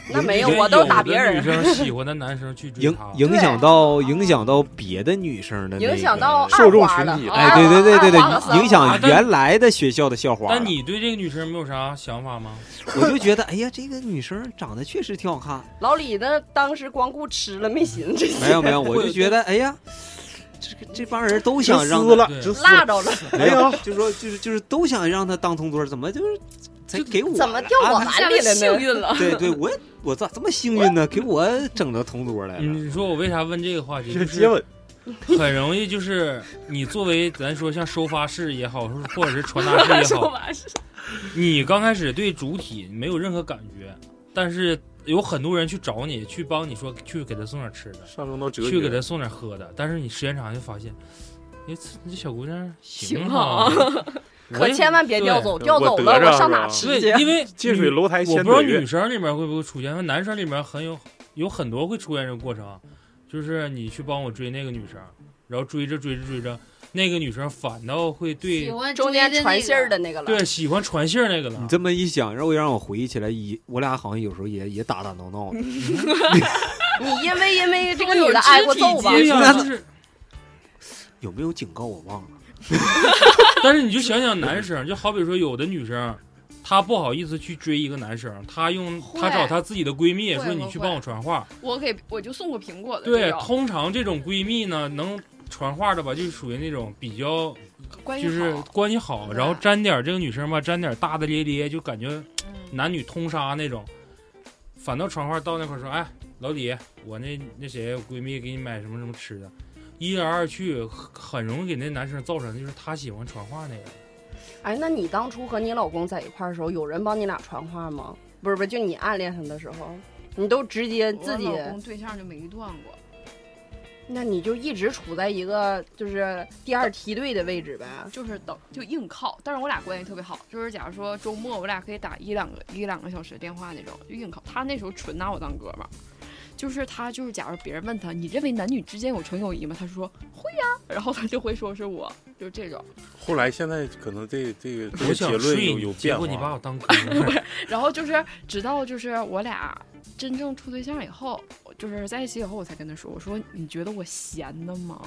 Speaker 6: 那没
Speaker 8: 因
Speaker 6: 有，
Speaker 8: 为
Speaker 6: 我都打别
Speaker 8: 有
Speaker 6: 人，
Speaker 8: 的女生喜欢的男生
Speaker 2: 嗯
Speaker 8: 去追
Speaker 7: 影
Speaker 8: 她，
Speaker 7: 影响到影响到别的女生的那个，
Speaker 6: 影响到
Speaker 2: 受
Speaker 6: 二
Speaker 2: 众
Speaker 6: 花
Speaker 2: 群
Speaker 6: 了
Speaker 2: 体。
Speaker 6: 啊
Speaker 7: 哎，对对对对
Speaker 6: 二花和三
Speaker 7: 对，影
Speaker 6: 花
Speaker 7: 响
Speaker 8: 但
Speaker 7: 原来的学校的校花。
Speaker 8: 但你对这个女生没有啥想法吗？
Speaker 7: 我就觉得，哎呀，这个女生长得确实挺好看。
Speaker 6: 老李呢，当时光顾吃了，没寻思
Speaker 7: [LAUGHS]
Speaker 6: 这些，
Speaker 7: 没有没有，我就觉得，哎呀，这个这帮人都想让
Speaker 2: 撕
Speaker 7: 她
Speaker 2: 了，
Speaker 8: 对
Speaker 2: 直撕
Speaker 6: 落
Speaker 2: 了，
Speaker 6: 着了。
Speaker 2: 哎呀，
Speaker 7: 就说就是就是都想让她当同桌，怎么就是才给我
Speaker 6: 怎么掉我
Speaker 7: 安排
Speaker 6: [LAUGHS] 碗里了
Speaker 5: 幸
Speaker 6: 呢？
Speaker 5: 运
Speaker 7: [LAUGHS]
Speaker 5: 了，
Speaker 7: 对对，我我咋这么幸运呢？给我整到同桌来
Speaker 2: 嗯
Speaker 7: 了。
Speaker 8: 你说我为啥问这个话题？
Speaker 2: 这
Speaker 8: 就
Speaker 2: 接
Speaker 8: 是
Speaker 2: 吻，
Speaker 8: 很容易，就是你作为咱说像收发室也好，或者是传达室
Speaker 6: [LAUGHS]
Speaker 8: 也
Speaker 5: 说
Speaker 8: 好，
Speaker 5: 完事
Speaker 8: 你刚开始对主体没有任何感觉，但是有很多人去找你，去帮你说去给他送点吃的，
Speaker 2: 上升到哲学，
Speaker 8: 去给他送点喝的，但是你时间长就发现，哎，这这小姑娘
Speaker 5: 行
Speaker 8: 哈，我
Speaker 6: [LAUGHS] 可
Speaker 8: 也
Speaker 6: 千万别调走，调走了
Speaker 2: 我得着
Speaker 6: 我上哪
Speaker 2: 是吧
Speaker 6: 吃
Speaker 8: 对
Speaker 6: 去？，
Speaker 8: 因为
Speaker 2: 近水
Speaker 8: 女
Speaker 2: 楼台
Speaker 8: 我
Speaker 2: 先
Speaker 8: 不知道
Speaker 2: 得
Speaker 8: 女
Speaker 2: 月。
Speaker 8: 生里面会不会出现，男生里面很有有很多会出现这个过程啊，就是你去帮我追那个女生，然后追着追着追着，那个女生反倒会
Speaker 3: 喜
Speaker 8: 对
Speaker 3: 欢
Speaker 6: 中间传信儿的那个了，
Speaker 8: 对喜欢传信儿那个了
Speaker 7: 你。这么一想，让我让我回忆起来，也我俩好像有时候也也打打闹闹的。
Speaker 6: [LAUGHS] 你因为因为这个女的挨过揍吧？
Speaker 8: 对呀，
Speaker 7: 那
Speaker 8: 就是， [LAUGHS]
Speaker 7: 有没有警告我忘了。
Speaker 8: 但是你就想想男生，就好比说有的女生，她不好意思去追一个男生，她用
Speaker 5: 会
Speaker 8: 她找她自己的闺蜜
Speaker 5: 会
Speaker 8: 说你
Speaker 5: 会
Speaker 8: 去
Speaker 5: 会
Speaker 8: 帮我传话，
Speaker 5: 我给我就送过苹果的
Speaker 8: 对
Speaker 5: 这，种，
Speaker 8: 通常这种闺蜜呢能传话的吧，就是属于那种比较
Speaker 5: 关系
Speaker 8: 就是
Speaker 5: 好
Speaker 8: 关系好，
Speaker 5: 对
Speaker 8: 然后沾点儿这个女生吧，沾点儿大大咧咧，就感觉
Speaker 5: 嗯
Speaker 8: 男女通杀那种。反倒传话到那块儿说，哎，老李，我那那谁我闺蜜给你买什么什么吃的，一来二去很容易给那男生造成就是他喜欢传话
Speaker 2: [LAUGHS]
Speaker 8: 那个。
Speaker 6: 哎，那你当初和你老公在一块儿的时候，有人帮你俩传话吗？不是不是，就你暗恋他的时候，你都直接自己
Speaker 5: 嗯我，老公对象就没断过，
Speaker 6: 那你就一直处在一个就是第二梯队的位置呗。
Speaker 5: 就是等就硬靠，但是我俩关系特别好，就是假如说周末我俩可以打一两个一两个小时电话那种，就硬靠。他那时候纯拿我当哥们儿，就是他就是假如别人问他，你认为男女之间有纯友谊吗？他说会呀、然后他就会说是我，就是这种。
Speaker 2: 后来现在可能这这个这
Speaker 8: 我
Speaker 2: 个结
Speaker 8: 想
Speaker 2: 论
Speaker 8: 睡
Speaker 2: 有
Speaker 8: 你，
Speaker 2: 有
Speaker 8: 结
Speaker 2: 变
Speaker 8: 果你把
Speaker 2: 化
Speaker 8: 我，当哥们
Speaker 5: [LAUGHS]
Speaker 8: 儿。
Speaker 5: 然后就是直到就是我俩真正处对象以后，我就是在一起以后，我才跟他说，我说你觉得我闲的吗？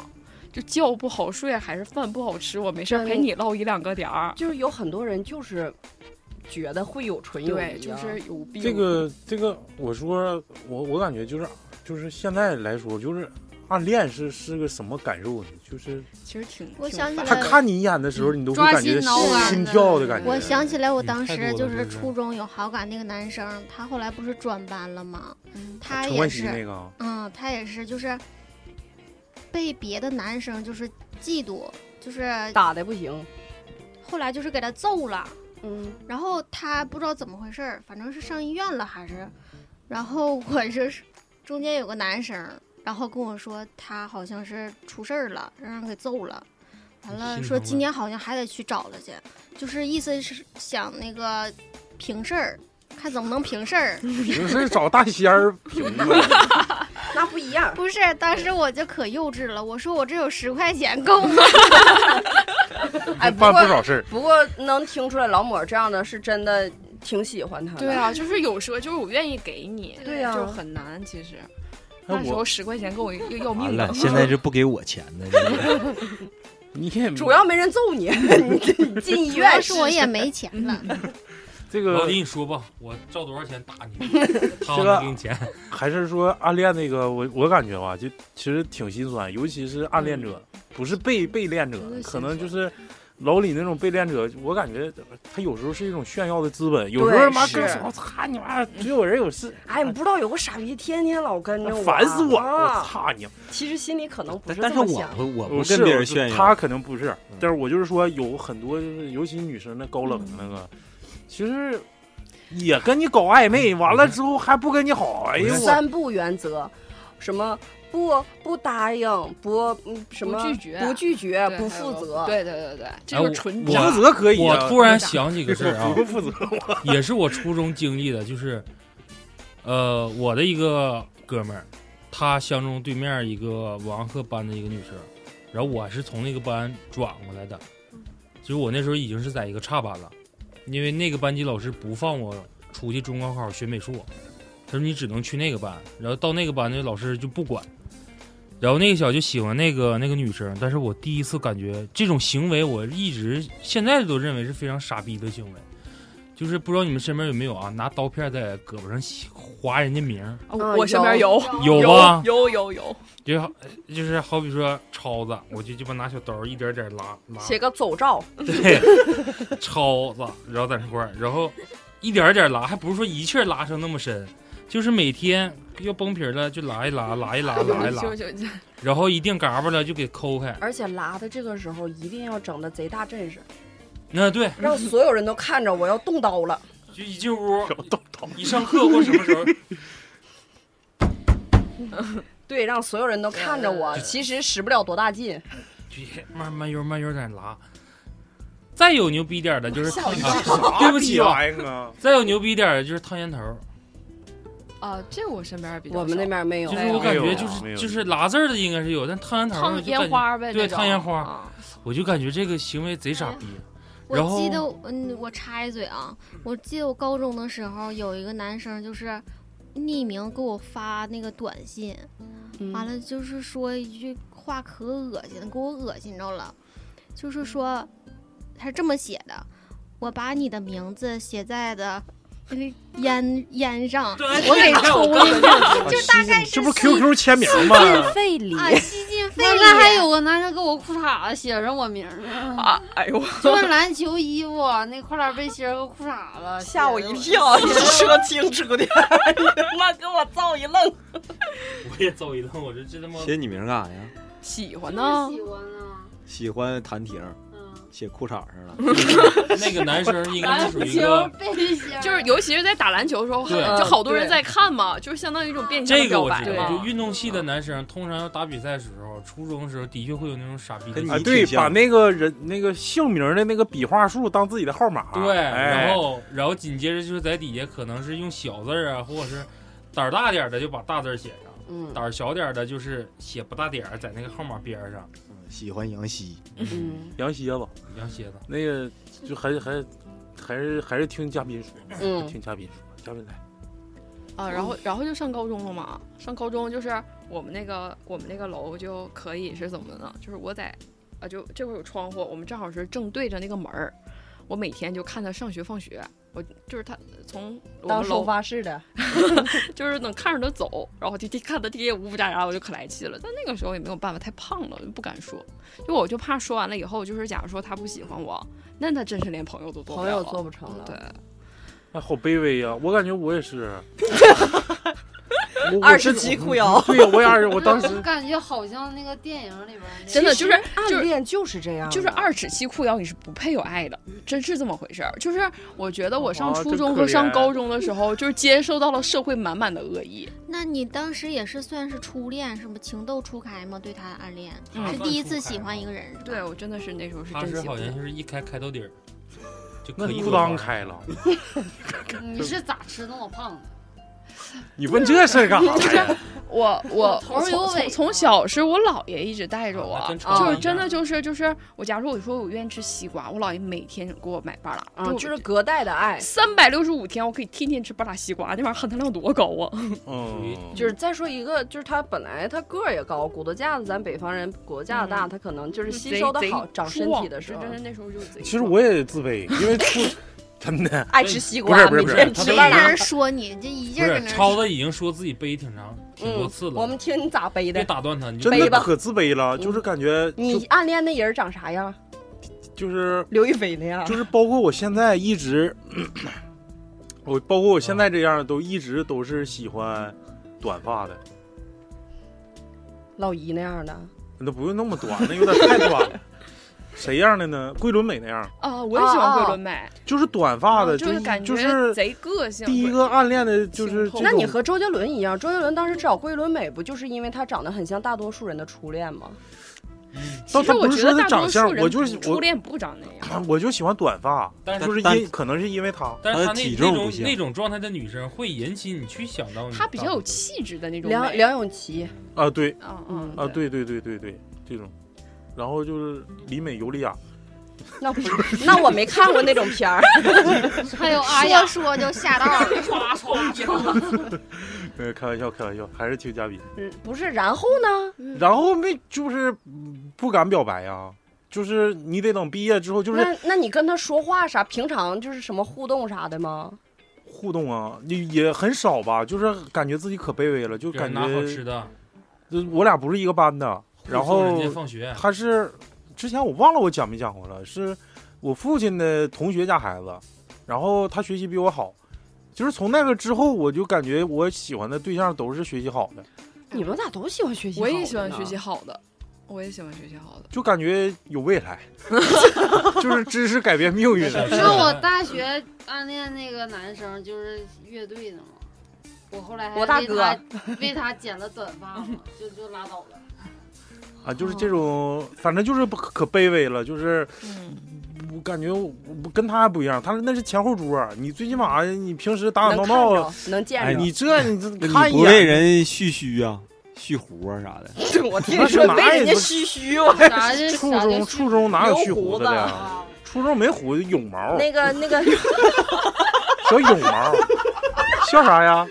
Speaker 5: 就觉不好睡还是饭不好吃，我没事儿陪你唠一两个点儿。
Speaker 6: 就是有很多人就是觉得会有纯友谊、啊，
Speaker 5: 对，就是有病。
Speaker 2: 这个这个，我说我我感觉就是就是现在来说，就是暗恋是是个什么感受呢？就是
Speaker 5: 其实挺，
Speaker 4: 我
Speaker 5: 挺
Speaker 4: 想起
Speaker 5: 烦
Speaker 4: 来
Speaker 2: 他看你一眼的时候，你都会
Speaker 3: 抓
Speaker 2: 感觉
Speaker 3: 心挠
Speaker 4: 肝
Speaker 2: 心
Speaker 3: 的
Speaker 2: 跳的感觉。
Speaker 4: 我想起来，我当
Speaker 8: 太多
Speaker 4: 时
Speaker 8: 了
Speaker 4: 就
Speaker 8: 这
Speaker 4: 是
Speaker 8: 是
Speaker 4: 初中有好感那个男生，他后来不是转班了吗？
Speaker 5: 嗯
Speaker 4: 他
Speaker 2: 陈
Speaker 4: 也
Speaker 2: 冠希
Speaker 4: 是，
Speaker 2: 那个啊， [LAUGHS]
Speaker 4: 嗯，他也是，就是被别的男生就是嫉妒，就是
Speaker 6: 打的不行。
Speaker 4: 后来就是给他揍了，
Speaker 6: 嗯，
Speaker 4: 然后他不知道怎么回事儿，反正是上医院了还是，然后我就是中间有个男生，然后跟我说他好像是出事儿了，让人给揍了，完了
Speaker 8: 心
Speaker 4: 说
Speaker 8: 疼
Speaker 4: 今
Speaker 8: 了
Speaker 4: 年好像还得去找他去，就是意思是想那个平事儿，看怎么能平
Speaker 5: [LAUGHS]
Speaker 4: 事儿。
Speaker 2: 平时找大仙儿评的，
Speaker 6: 那不一样。
Speaker 4: 不是，当时我就可幼稚了，我说我这有十块钱够
Speaker 5: [LAUGHS]
Speaker 4: 吗？
Speaker 6: 哎，不
Speaker 2: 办不
Speaker 6: 过
Speaker 2: 少事儿。
Speaker 6: 不过能听出来老抹这样的是真的挺喜欢他的。
Speaker 5: 对啊，就是有时候就是我愿意给你，
Speaker 6: 对啊呀
Speaker 5: 就是很难。其实
Speaker 2: 那
Speaker 5: 那时候
Speaker 2: 我
Speaker 5: 十块钱跟我要要
Speaker 7: 完
Speaker 5: 命的
Speaker 7: 了，，现在是不给我钱的。这个
Speaker 2: 你也
Speaker 6: 主要没人揍你， [LAUGHS] 你进医
Speaker 4: 主要
Speaker 6: 院
Speaker 4: 是我也没钱了，
Speaker 2: 这
Speaker 8: 老
Speaker 2: 个
Speaker 8: 李，你说吧， [LAUGHS] 我照多少钱打你？
Speaker 5: [LAUGHS]
Speaker 8: 他
Speaker 2: 这
Speaker 8: 我
Speaker 2: 个
Speaker 8: 能给你钱。
Speaker 2: 还是说暗恋那个，我我感觉吧，就其实挺心酸，尤其是暗恋者，不是被被恋者
Speaker 5: 真的，心
Speaker 2: 可
Speaker 5: 酸
Speaker 2: 能就是老李那种被恋者，我感觉他有时候是一种炫耀的资本，有时
Speaker 6: 对
Speaker 2: 候他妈
Speaker 6: 是
Speaker 2: 跟我操你妈，只有人有事，
Speaker 6: 哎，你不知道有个傻逼天天老跟哎着我，
Speaker 2: 烦死我了，我
Speaker 6: 啊！
Speaker 2: 操你！
Speaker 6: 其实心里可能不
Speaker 7: 但
Speaker 6: 是
Speaker 7: 但
Speaker 6: 这
Speaker 7: 是
Speaker 6: 么
Speaker 7: 我
Speaker 6: 想，
Speaker 7: 不我
Speaker 2: 不
Speaker 7: 不
Speaker 2: 哦是
Speaker 7: 跟别
Speaker 2: 我
Speaker 7: 人
Speaker 2: 是
Speaker 7: 炫耀，嗯
Speaker 2: 他肯定不是，但是我就是说有很多就是，尤其女生那高冷那个，其实也跟你搞暧
Speaker 7: 嗯
Speaker 2: 昧，完了之后还不跟你好，哎呦我
Speaker 6: 三不原则，什么不不答应，不嗯什么
Speaker 5: 不拒绝
Speaker 6: 不拒绝，
Speaker 5: 对
Speaker 6: 不
Speaker 5: 还有
Speaker 6: 负责。
Speaker 5: 对对对对，这
Speaker 8: 哎
Speaker 5: 就
Speaker 8: 我
Speaker 5: 是纯
Speaker 8: 我
Speaker 5: 渣
Speaker 2: 负。责可以
Speaker 8: 我
Speaker 2: 啊，
Speaker 8: 突然想起个事儿啊
Speaker 2: 我，不负责，
Speaker 8: 也是我初中经历的，就是，呃，我的一个哥们儿，他相中对面一个王鹤班的一个女生，然后我是从那个班转过来的，就是我那时候已经是在一个差班了，因为那个班级老师不放我出去中高考学美术，他说你只能去那个班，然后到那个班那老师就不管。然后那个小就喜欢那个那个女生，但是我第一次感觉这种行为，我一直现在都认为是非常傻逼的行为，就是不知道你们身边有没有啊，拿刀片在胳膊上划人家名儿，
Speaker 6: 啊
Speaker 5: 我身边有
Speaker 8: 有啊
Speaker 5: 有
Speaker 8: 吧？
Speaker 5: 有有有，
Speaker 8: 就好就是好比说抄子，我就就把拿小刀一点点拉拉，
Speaker 6: 写个走照，
Speaker 8: 对，抄子，然后在那块儿，然后一点点拉，还不是说一气儿拉成那么深，就是每天要崩皮儿了就拉一拉，拉一拉，拉一拉，
Speaker 5: [LAUGHS] 就就就
Speaker 8: 然后一定嘎巴了就给抠开。
Speaker 6: 而且拉的这个时候一定要整的贼大
Speaker 5: [LAUGHS]
Speaker 6: 阵势，
Speaker 8: 那对，
Speaker 6: 让所有人都看着我要动刀了。
Speaker 8: 就一进屋，一上课或什么时候， [LAUGHS]
Speaker 6: 对，让所有人都看着我，其实使不了多大劲。
Speaker 8: 就慢慢悠慢悠在那拉。再有牛逼点儿的就是烫，啊对
Speaker 2: 对
Speaker 8: 不
Speaker 2: 不
Speaker 8: 起
Speaker 2: 起
Speaker 8: 啊，
Speaker 2: 玩意儿啊！
Speaker 8: 再有牛逼点儿的就是烫烟头儿。
Speaker 5: 啊，这我身边比较
Speaker 6: 我们那
Speaker 5: 少
Speaker 6: 边没有哎
Speaker 8: 就，是我感觉就
Speaker 2: 没
Speaker 8: 是
Speaker 2: 有
Speaker 8: 就是拉字儿的应该是有，但烫烟头儿我
Speaker 5: 烫
Speaker 8: 就
Speaker 5: 烟
Speaker 8: 感觉，
Speaker 5: 花呗，
Speaker 8: 对
Speaker 5: 那种
Speaker 8: 烫烟花
Speaker 5: 啊
Speaker 8: 我就感觉这个行为贼傻逼。
Speaker 4: 我
Speaker 8: 然后
Speaker 4: 记得，嗯，我插一嘴啊，我记得我高中的时候有一个男生就是匿名给我发那个短信，
Speaker 3: 嗯
Speaker 4: 完了就是说一句话可恶心了，给我恶心着了，就是说他是这么写的，我把你的名字写在
Speaker 3: [LAUGHS]
Speaker 4: 的那个烟烟上，我给抽了，
Speaker 2: 啊
Speaker 4: 就
Speaker 2: 西
Speaker 4: 大概
Speaker 2: 这
Speaker 4: 是
Speaker 2: 不是
Speaker 4: 吸
Speaker 2: QQ 签名吗？
Speaker 6: [LAUGHS] 费力
Speaker 3: [LAUGHS]
Speaker 5: 哎
Speaker 4: 啊，吸进肺
Speaker 3: 那
Speaker 4: 里，
Speaker 3: 那还有个男生给我裤衩子写上我名儿呢，
Speaker 5: 啊！哎呦，
Speaker 3: 就篮球衣服那跨栏背心儿和裤衩子，
Speaker 6: 吓我一跳，你是说清楚点儿，你妈给我造一愣。
Speaker 8: [LAUGHS] 我也走一趟，我这这他妈
Speaker 7: 写你名儿干啥呀？
Speaker 5: 喜
Speaker 3: 我
Speaker 5: 欢呢，
Speaker 3: 喜欢呢，
Speaker 7: 喜欢弹婷，
Speaker 3: 嗯，
Speaker 7: 写裤衩上了。 [LAUGHS]
Speaker 8: 那个男生应该
Speaker 3: 篮
Speaker 8: 是
Speaker 3: 球
Speaker 8: 属于一个，
Speaker 3: 背心儿
Speaker 5: 就是尤其是在打篮球的时候，
Speaker 8: 对
Speaker 5: 就好多人
Speaker 6: 对
Speaker 5: 在看嘛，就是相当于一种变相的
Speaker 8: 这个
Speaker 5: 表
Speaker 8: 我
Speaker 5: 白
Speaker 8: 知道，
Speaker 5: 嘛
Speaker 8: 就。运动系的男生通常要打比赛的时候，初中的时候的确会有那种傻逼的
Speaker 7: 跟你
Speaker 2: 啊，
Speaker 8: 行为。
Speaker 2: 对，
Speaker 7: 像
Speaker 2: 把那个人那个姓名的那个笔画数当自己的号码。
Speaker 8: 啊对，
Speaker 2: 哎
Speaker 8: 然后然后紧接着就是在底下可能是用小字儿啊，或者是胆儿大点儿的就把大字儿写上，
Speaker 6: 嗯
Speaker 8: 胆儿小点儿的就是写不大点儿在那个号码边儿上。
Speaker 7: 嗯喜欢杨希，
Speaker 6: 嗯
Speaker 2: 羊蝎子
Speaker 8: 你要写的，
Speaker 2: 那个就还还还是还是听嘉宾说，
Speaker 6: 嗯
Speaker 2: 听嘉宾说，嘉宾来。
Speaker 5: 啊，然后然后就上高中了嘛，上高中就是我们那个我们那个楼就可以是怎么的呢？就是我在啊，就这块有窗户，我们正好是正对着那个门儿，我每天就看他上学放学，我就是他从
Speaker 6: [LAUGHS]
Speaker 5: 我
Speaker 6: 当
Speaker 5: 们
Speaker 6: 收
Speaker 5: 楼
Speaker 6: 发室的，
Speaker 5: 就是能看着他走，然后就看他爹呜呜喳喳，我就可来气了。但那个时候也没有办法，太胖了，就不敢说。就我就怕说完了以后，就是假如说他不喜欢我，那他真是连朋友都做不
Speaker 6: 朋
Speaker 5: 了
Speaker 6: 友
Speaker 5: 了
Speaker 6: 做不成了。
Speaker 5: 对，
Speaker 2: 哎，好卑微呀、我感觉我也是，我
Speaker 6: 二十级裤。腰
Speaker 2: 我，真对呀、我也二十，我当
Speaker 3: [LAUGHS]
Speaker 2: 时
Speaker 3: 感觉好像那个电影里边儿那
Speaker 5: 真的
Speaker 6: 其实
Speaker 5: 就是就是
Speaker 6: 暗恋就是这样的，
Speaker 5: 就是二尺七裤腰，你是不配有爱的，真是这么回事儿。就是我觉得我上
Speaker 2: 哦
Speaker 5: 初
Speaker 2: 真
Speaker 5: 中
Speaker 2: 可
Speaker 5: 和上
Speaker 2: 怜
Speaker 5: 高中的时候，就是接受到了社会满满的恶意。
Speaker 4: 那你当时也是算是初恋是吗？情窦初开吗？对他的暗恋、
Speaker 5: 嗯
Speaker 4: 是第一次喜欢一个人是吧？
Speaker 5: 对我真的是那时候是
Speaker 8: 他
Speaker 5: 真
Speaker 8: 是
Speaker 5: 喜
Speaker 8: 好
Speaker 5: 欢
Speaker 8: 像。就是一开开到底儿，就
Speaker 2: 那
Speaker 8: 可以
Speaker 2: 裤裆开了，
Speaker 3: 你是咋吃那么胖的？
Speaker 2: 你问这事儿干啥呀？
Speaker 5: 我我
Speaker 3: 头
Speaker 5: 我
Speaker 3: 儿有
Speaker 5: 从
Speaker 3: 尾
Speaker 5: 从从
Speaker 3: 呢
Speaker 5: 小是我姥爷一直带着我
Speaker 8: 啊那真，
Speaker 5: 就
Speaker 8: 长
Speaker 5: 是真
Speaker 8: 一
Speaker 5: 的
Speaker 8: 样
Speaker 5: 就是就是我，假如我说我愿意吃西瓜，我姥爷每天给我买半拉，
Speaker 6: 啊，就是隔代的爱，
Speaker 5: 三百六十五天，我可以天天吃半拉西瓜，那玩意儿含糖量多高啊！
Speaker 2: 嗯，
Speaker 6: 就是再说一个，就是他本来他个儿也高，骨头架子，咱北方人骨头架子
Speaker 5: 嗯
Speaker 6: 大，他可能就是吸收的好，长身体的时候
Speaker 5: 真的那时候就贼
Speaker 2: 其实
Speaker 5: 壮
Speaker 2: 我也自卑，因为初真的
Speaker 6: 爱吃西
Speaker 2: 不
Speaker 6: 瓜，
Speaker 2: 是不是
Speaker 6: 每
Speaker 2: 不是
Speaker 6: 天
Speaker 8: 他
Speaker 6: 吃
Speaker 8: 这
Speaker 4: 没
Speaker 8: 个
Speaker 6: 半
Speaker 8: 人
Speaker 6: 拉。
Speaker 4: 让人说你这一劲
Speaker 8: 不是
Speaker 4: 儿跟那
Speaker 8: 超
Speaker 4: 儿
Speaker 8: 子已经说自己背挺长挺多
Speaker 6: 嗯
Speaker 8: 次了，
Speaker 6: 我们听你咋背
Speaker 8: 别
Speaker 6: 的，
Speaker 8: 打断他，你就
Speaker 2: 真
Speaker 6: 背
Speaker 2: 的
Speaker 6: 吧
Speaker 2: 可自卑了，就是感觉
Speaker 6: 你
Speaker 2: 就
Speaker 6: 暗恋那人长啥样？
Speaker 2: 就是
Speaker 6: 刘亦菲那样
Speaker 2: 就。是包括我现在一直， [CLEARS THROAT] 我包括我现在这样都一直都是喜欢短发的，
Speaker 6: 老姨那样的，
Speaker 2: 那不用那么短，那有点太短了。谁样的呢？桂纶镁那样，
Speaker 5: 啊，我也喜欢
Speaker 6: 哦
Speaker 5: 桂
Speaker 6: 哦
Speaker 5: 纶镁，
Speaker 2: 就是短发的，
Speaker 5: 嗯就
Speaker 2: 就是
Speaker 5: 感
Speaker 2: 就
Speaker 5: 觉
Speaker 2: 是
Speaker 5: 贼个性。
Speaker 2: 第一个暗恋的就是这
Speaker 5: 行头
Speaker 2: 种。
Speaker 6: 那你和周杰伦一样，周杰伦当时找桂纶镁，不就是因为他长得很像大多数人的初恋吗？
Speaker 5: 其
Speaker 2: 倒
Speaker 5: 实
Speaker 2: 他
Speaker 5: 我
Speaker 2: 不是
Speaker 5: 觉
Speaker 2: 说
Speaker 5: 得
Speaker 2: 他
Speaker 5: 大
Speaker 2: 长
Speaker 5: 多数
Speaker 2: 相，
Speaker 5: 人
Speaker 2: 我就是
Speaker 5: 初
Speaker 2: 我嗯
Speaker 5: 恋不长那样。
Speaker 2: 我就喜欢短发，
Speaker 8: 但是
Speaker 2: 就是
Speaker 7: 但
Speaker 2: 因可能是因为他。
Speaker 8: 但是他
Speaker 7: 他的
Speaker 8: 那
Speaker 7: 体
Speaker 8: 那
Speaker 7: 重
Speaker 8: 种
Speaker 7: 不行
Speaker 8: 那种状态的女生会引起你去想到你，
Speaker 5: 她比较有气质的那种
Speaker 6: 梁
Speaker 5: 美
Speaker 6: 梁咏琪，
Speaker 2: 啊，对
Speaker 5: 嗯嗯
Speaker 2: 啊，对对对对对，这种然后就是里美尤利亚，
Speaker 6: 那不是，那我没看过那种片
Speaker 5: [LAUGHS]
Speaker 6: 儿。
Speaker 3: 还有阿雅
Speaker 4: 说说就下道了。
Speaker 8: 唰唰唰，
Speaker 2: [LAUGHS] 呃，开玩笑，开玩笑，还是听嘉宾。
Speaker 6: 嗯，不是，然后呢？
Speaker 2: 然后没就是嗯不敢表白呀、就是你得等毕业之后，就是
Speaker 6: 那那你跟他说话啥？平常就是什么互动啥的吗？
Speaker 2: 互动啊，也也很少吧，就是感觉自己可卑微了，就
Speaker 8: 给
Speaker 2: 感
Speaker 8: 人拿
Speaker 2: 觉
Speaker 8: 好吃的，
Speaker 2: 就是我俩不是一个班的，然
Speaker 8: 护送
Speaker 2: 后
Speaker 8: 人家放学， [LAUGHS]
Speaker 2: 他是之前我忘了我讲没讲过了，是我父亲的同学家孩子，然后他学习比我好，就是从那个之后，我就感觉我喜欢的对象都是学习好的，
Speaker 6: 你们咋都喜欢学习？
Speaker 5: 我也喜欢学习。好的，啊我也喜欢学习好的。
Speaker 2: 就感觉有未来， [LAUGHS] 就是知识改变命运了。
Speaker 3: 你知道我大学暗恋那个男生就是乐队的吗？我后来还
Speaker 6: 我大
Speaker 3: 为他为他剪了短发嘛，就就拉倒
Speaker 2: [LAUGHS]
Speaker 3: 了。
Speaker 2: 啊，就是
Speaker 6: 嗯
Speaker 2: 这种，反正就是不可可卑微了，就是
Speaker 5: 嗯，
Speaker 2: 我感觉我我跟他还不一样，他那是前后桌，你最起码你平时打打闹
Speaker 6: 能看
Speaker 2: 闹，
Speaker 6: 着，能见
Speaker 2: 啊哎，
Speaker 6: 着。
Speaker 2: 你这你这
Speaker 9: 那
Speaker 2: 看
Speaker 9: 你
Speaker 2: 一
Speaker 9: 不为
Speaker 2: 眼，
Speaker 9: 人蓄须啊、蓄胡啊啥的？
Speaker 6: 我听
Speaker 2: 那
Speaker 6: 你
Speaker 2: 是
Speaker 6: 说
Speaker 2: 哪
Speaker 6: 被
Speaker 2: 里
Speaker 6: 人家
Speaker 2: 不 [LAUGHS]
Speaker 6: 蓄须，
Speaker 2: 哦
Speaker 6: 我
Speaker 3: 啥就
Speaker 2: 初
Speaker 3: 啥
Speaker 2: 中
Speaker 3: 就
Speaker 2: 初中哪有
Speaker 6: 留
Speaker 2: 蓄
Speaker 6: 胡
Speaker 2: 胡子
Speaker 6: 子
Speaker 2: 的呀？
Speaker 3: 啊，
Speaker 2: 初中没胡子，泳毛，
Speaker 6: 那个
Speaker 2: [LAUGHS]
Speaker 6: 那个，
Speaker 2: 小泳毛，笑啥呀？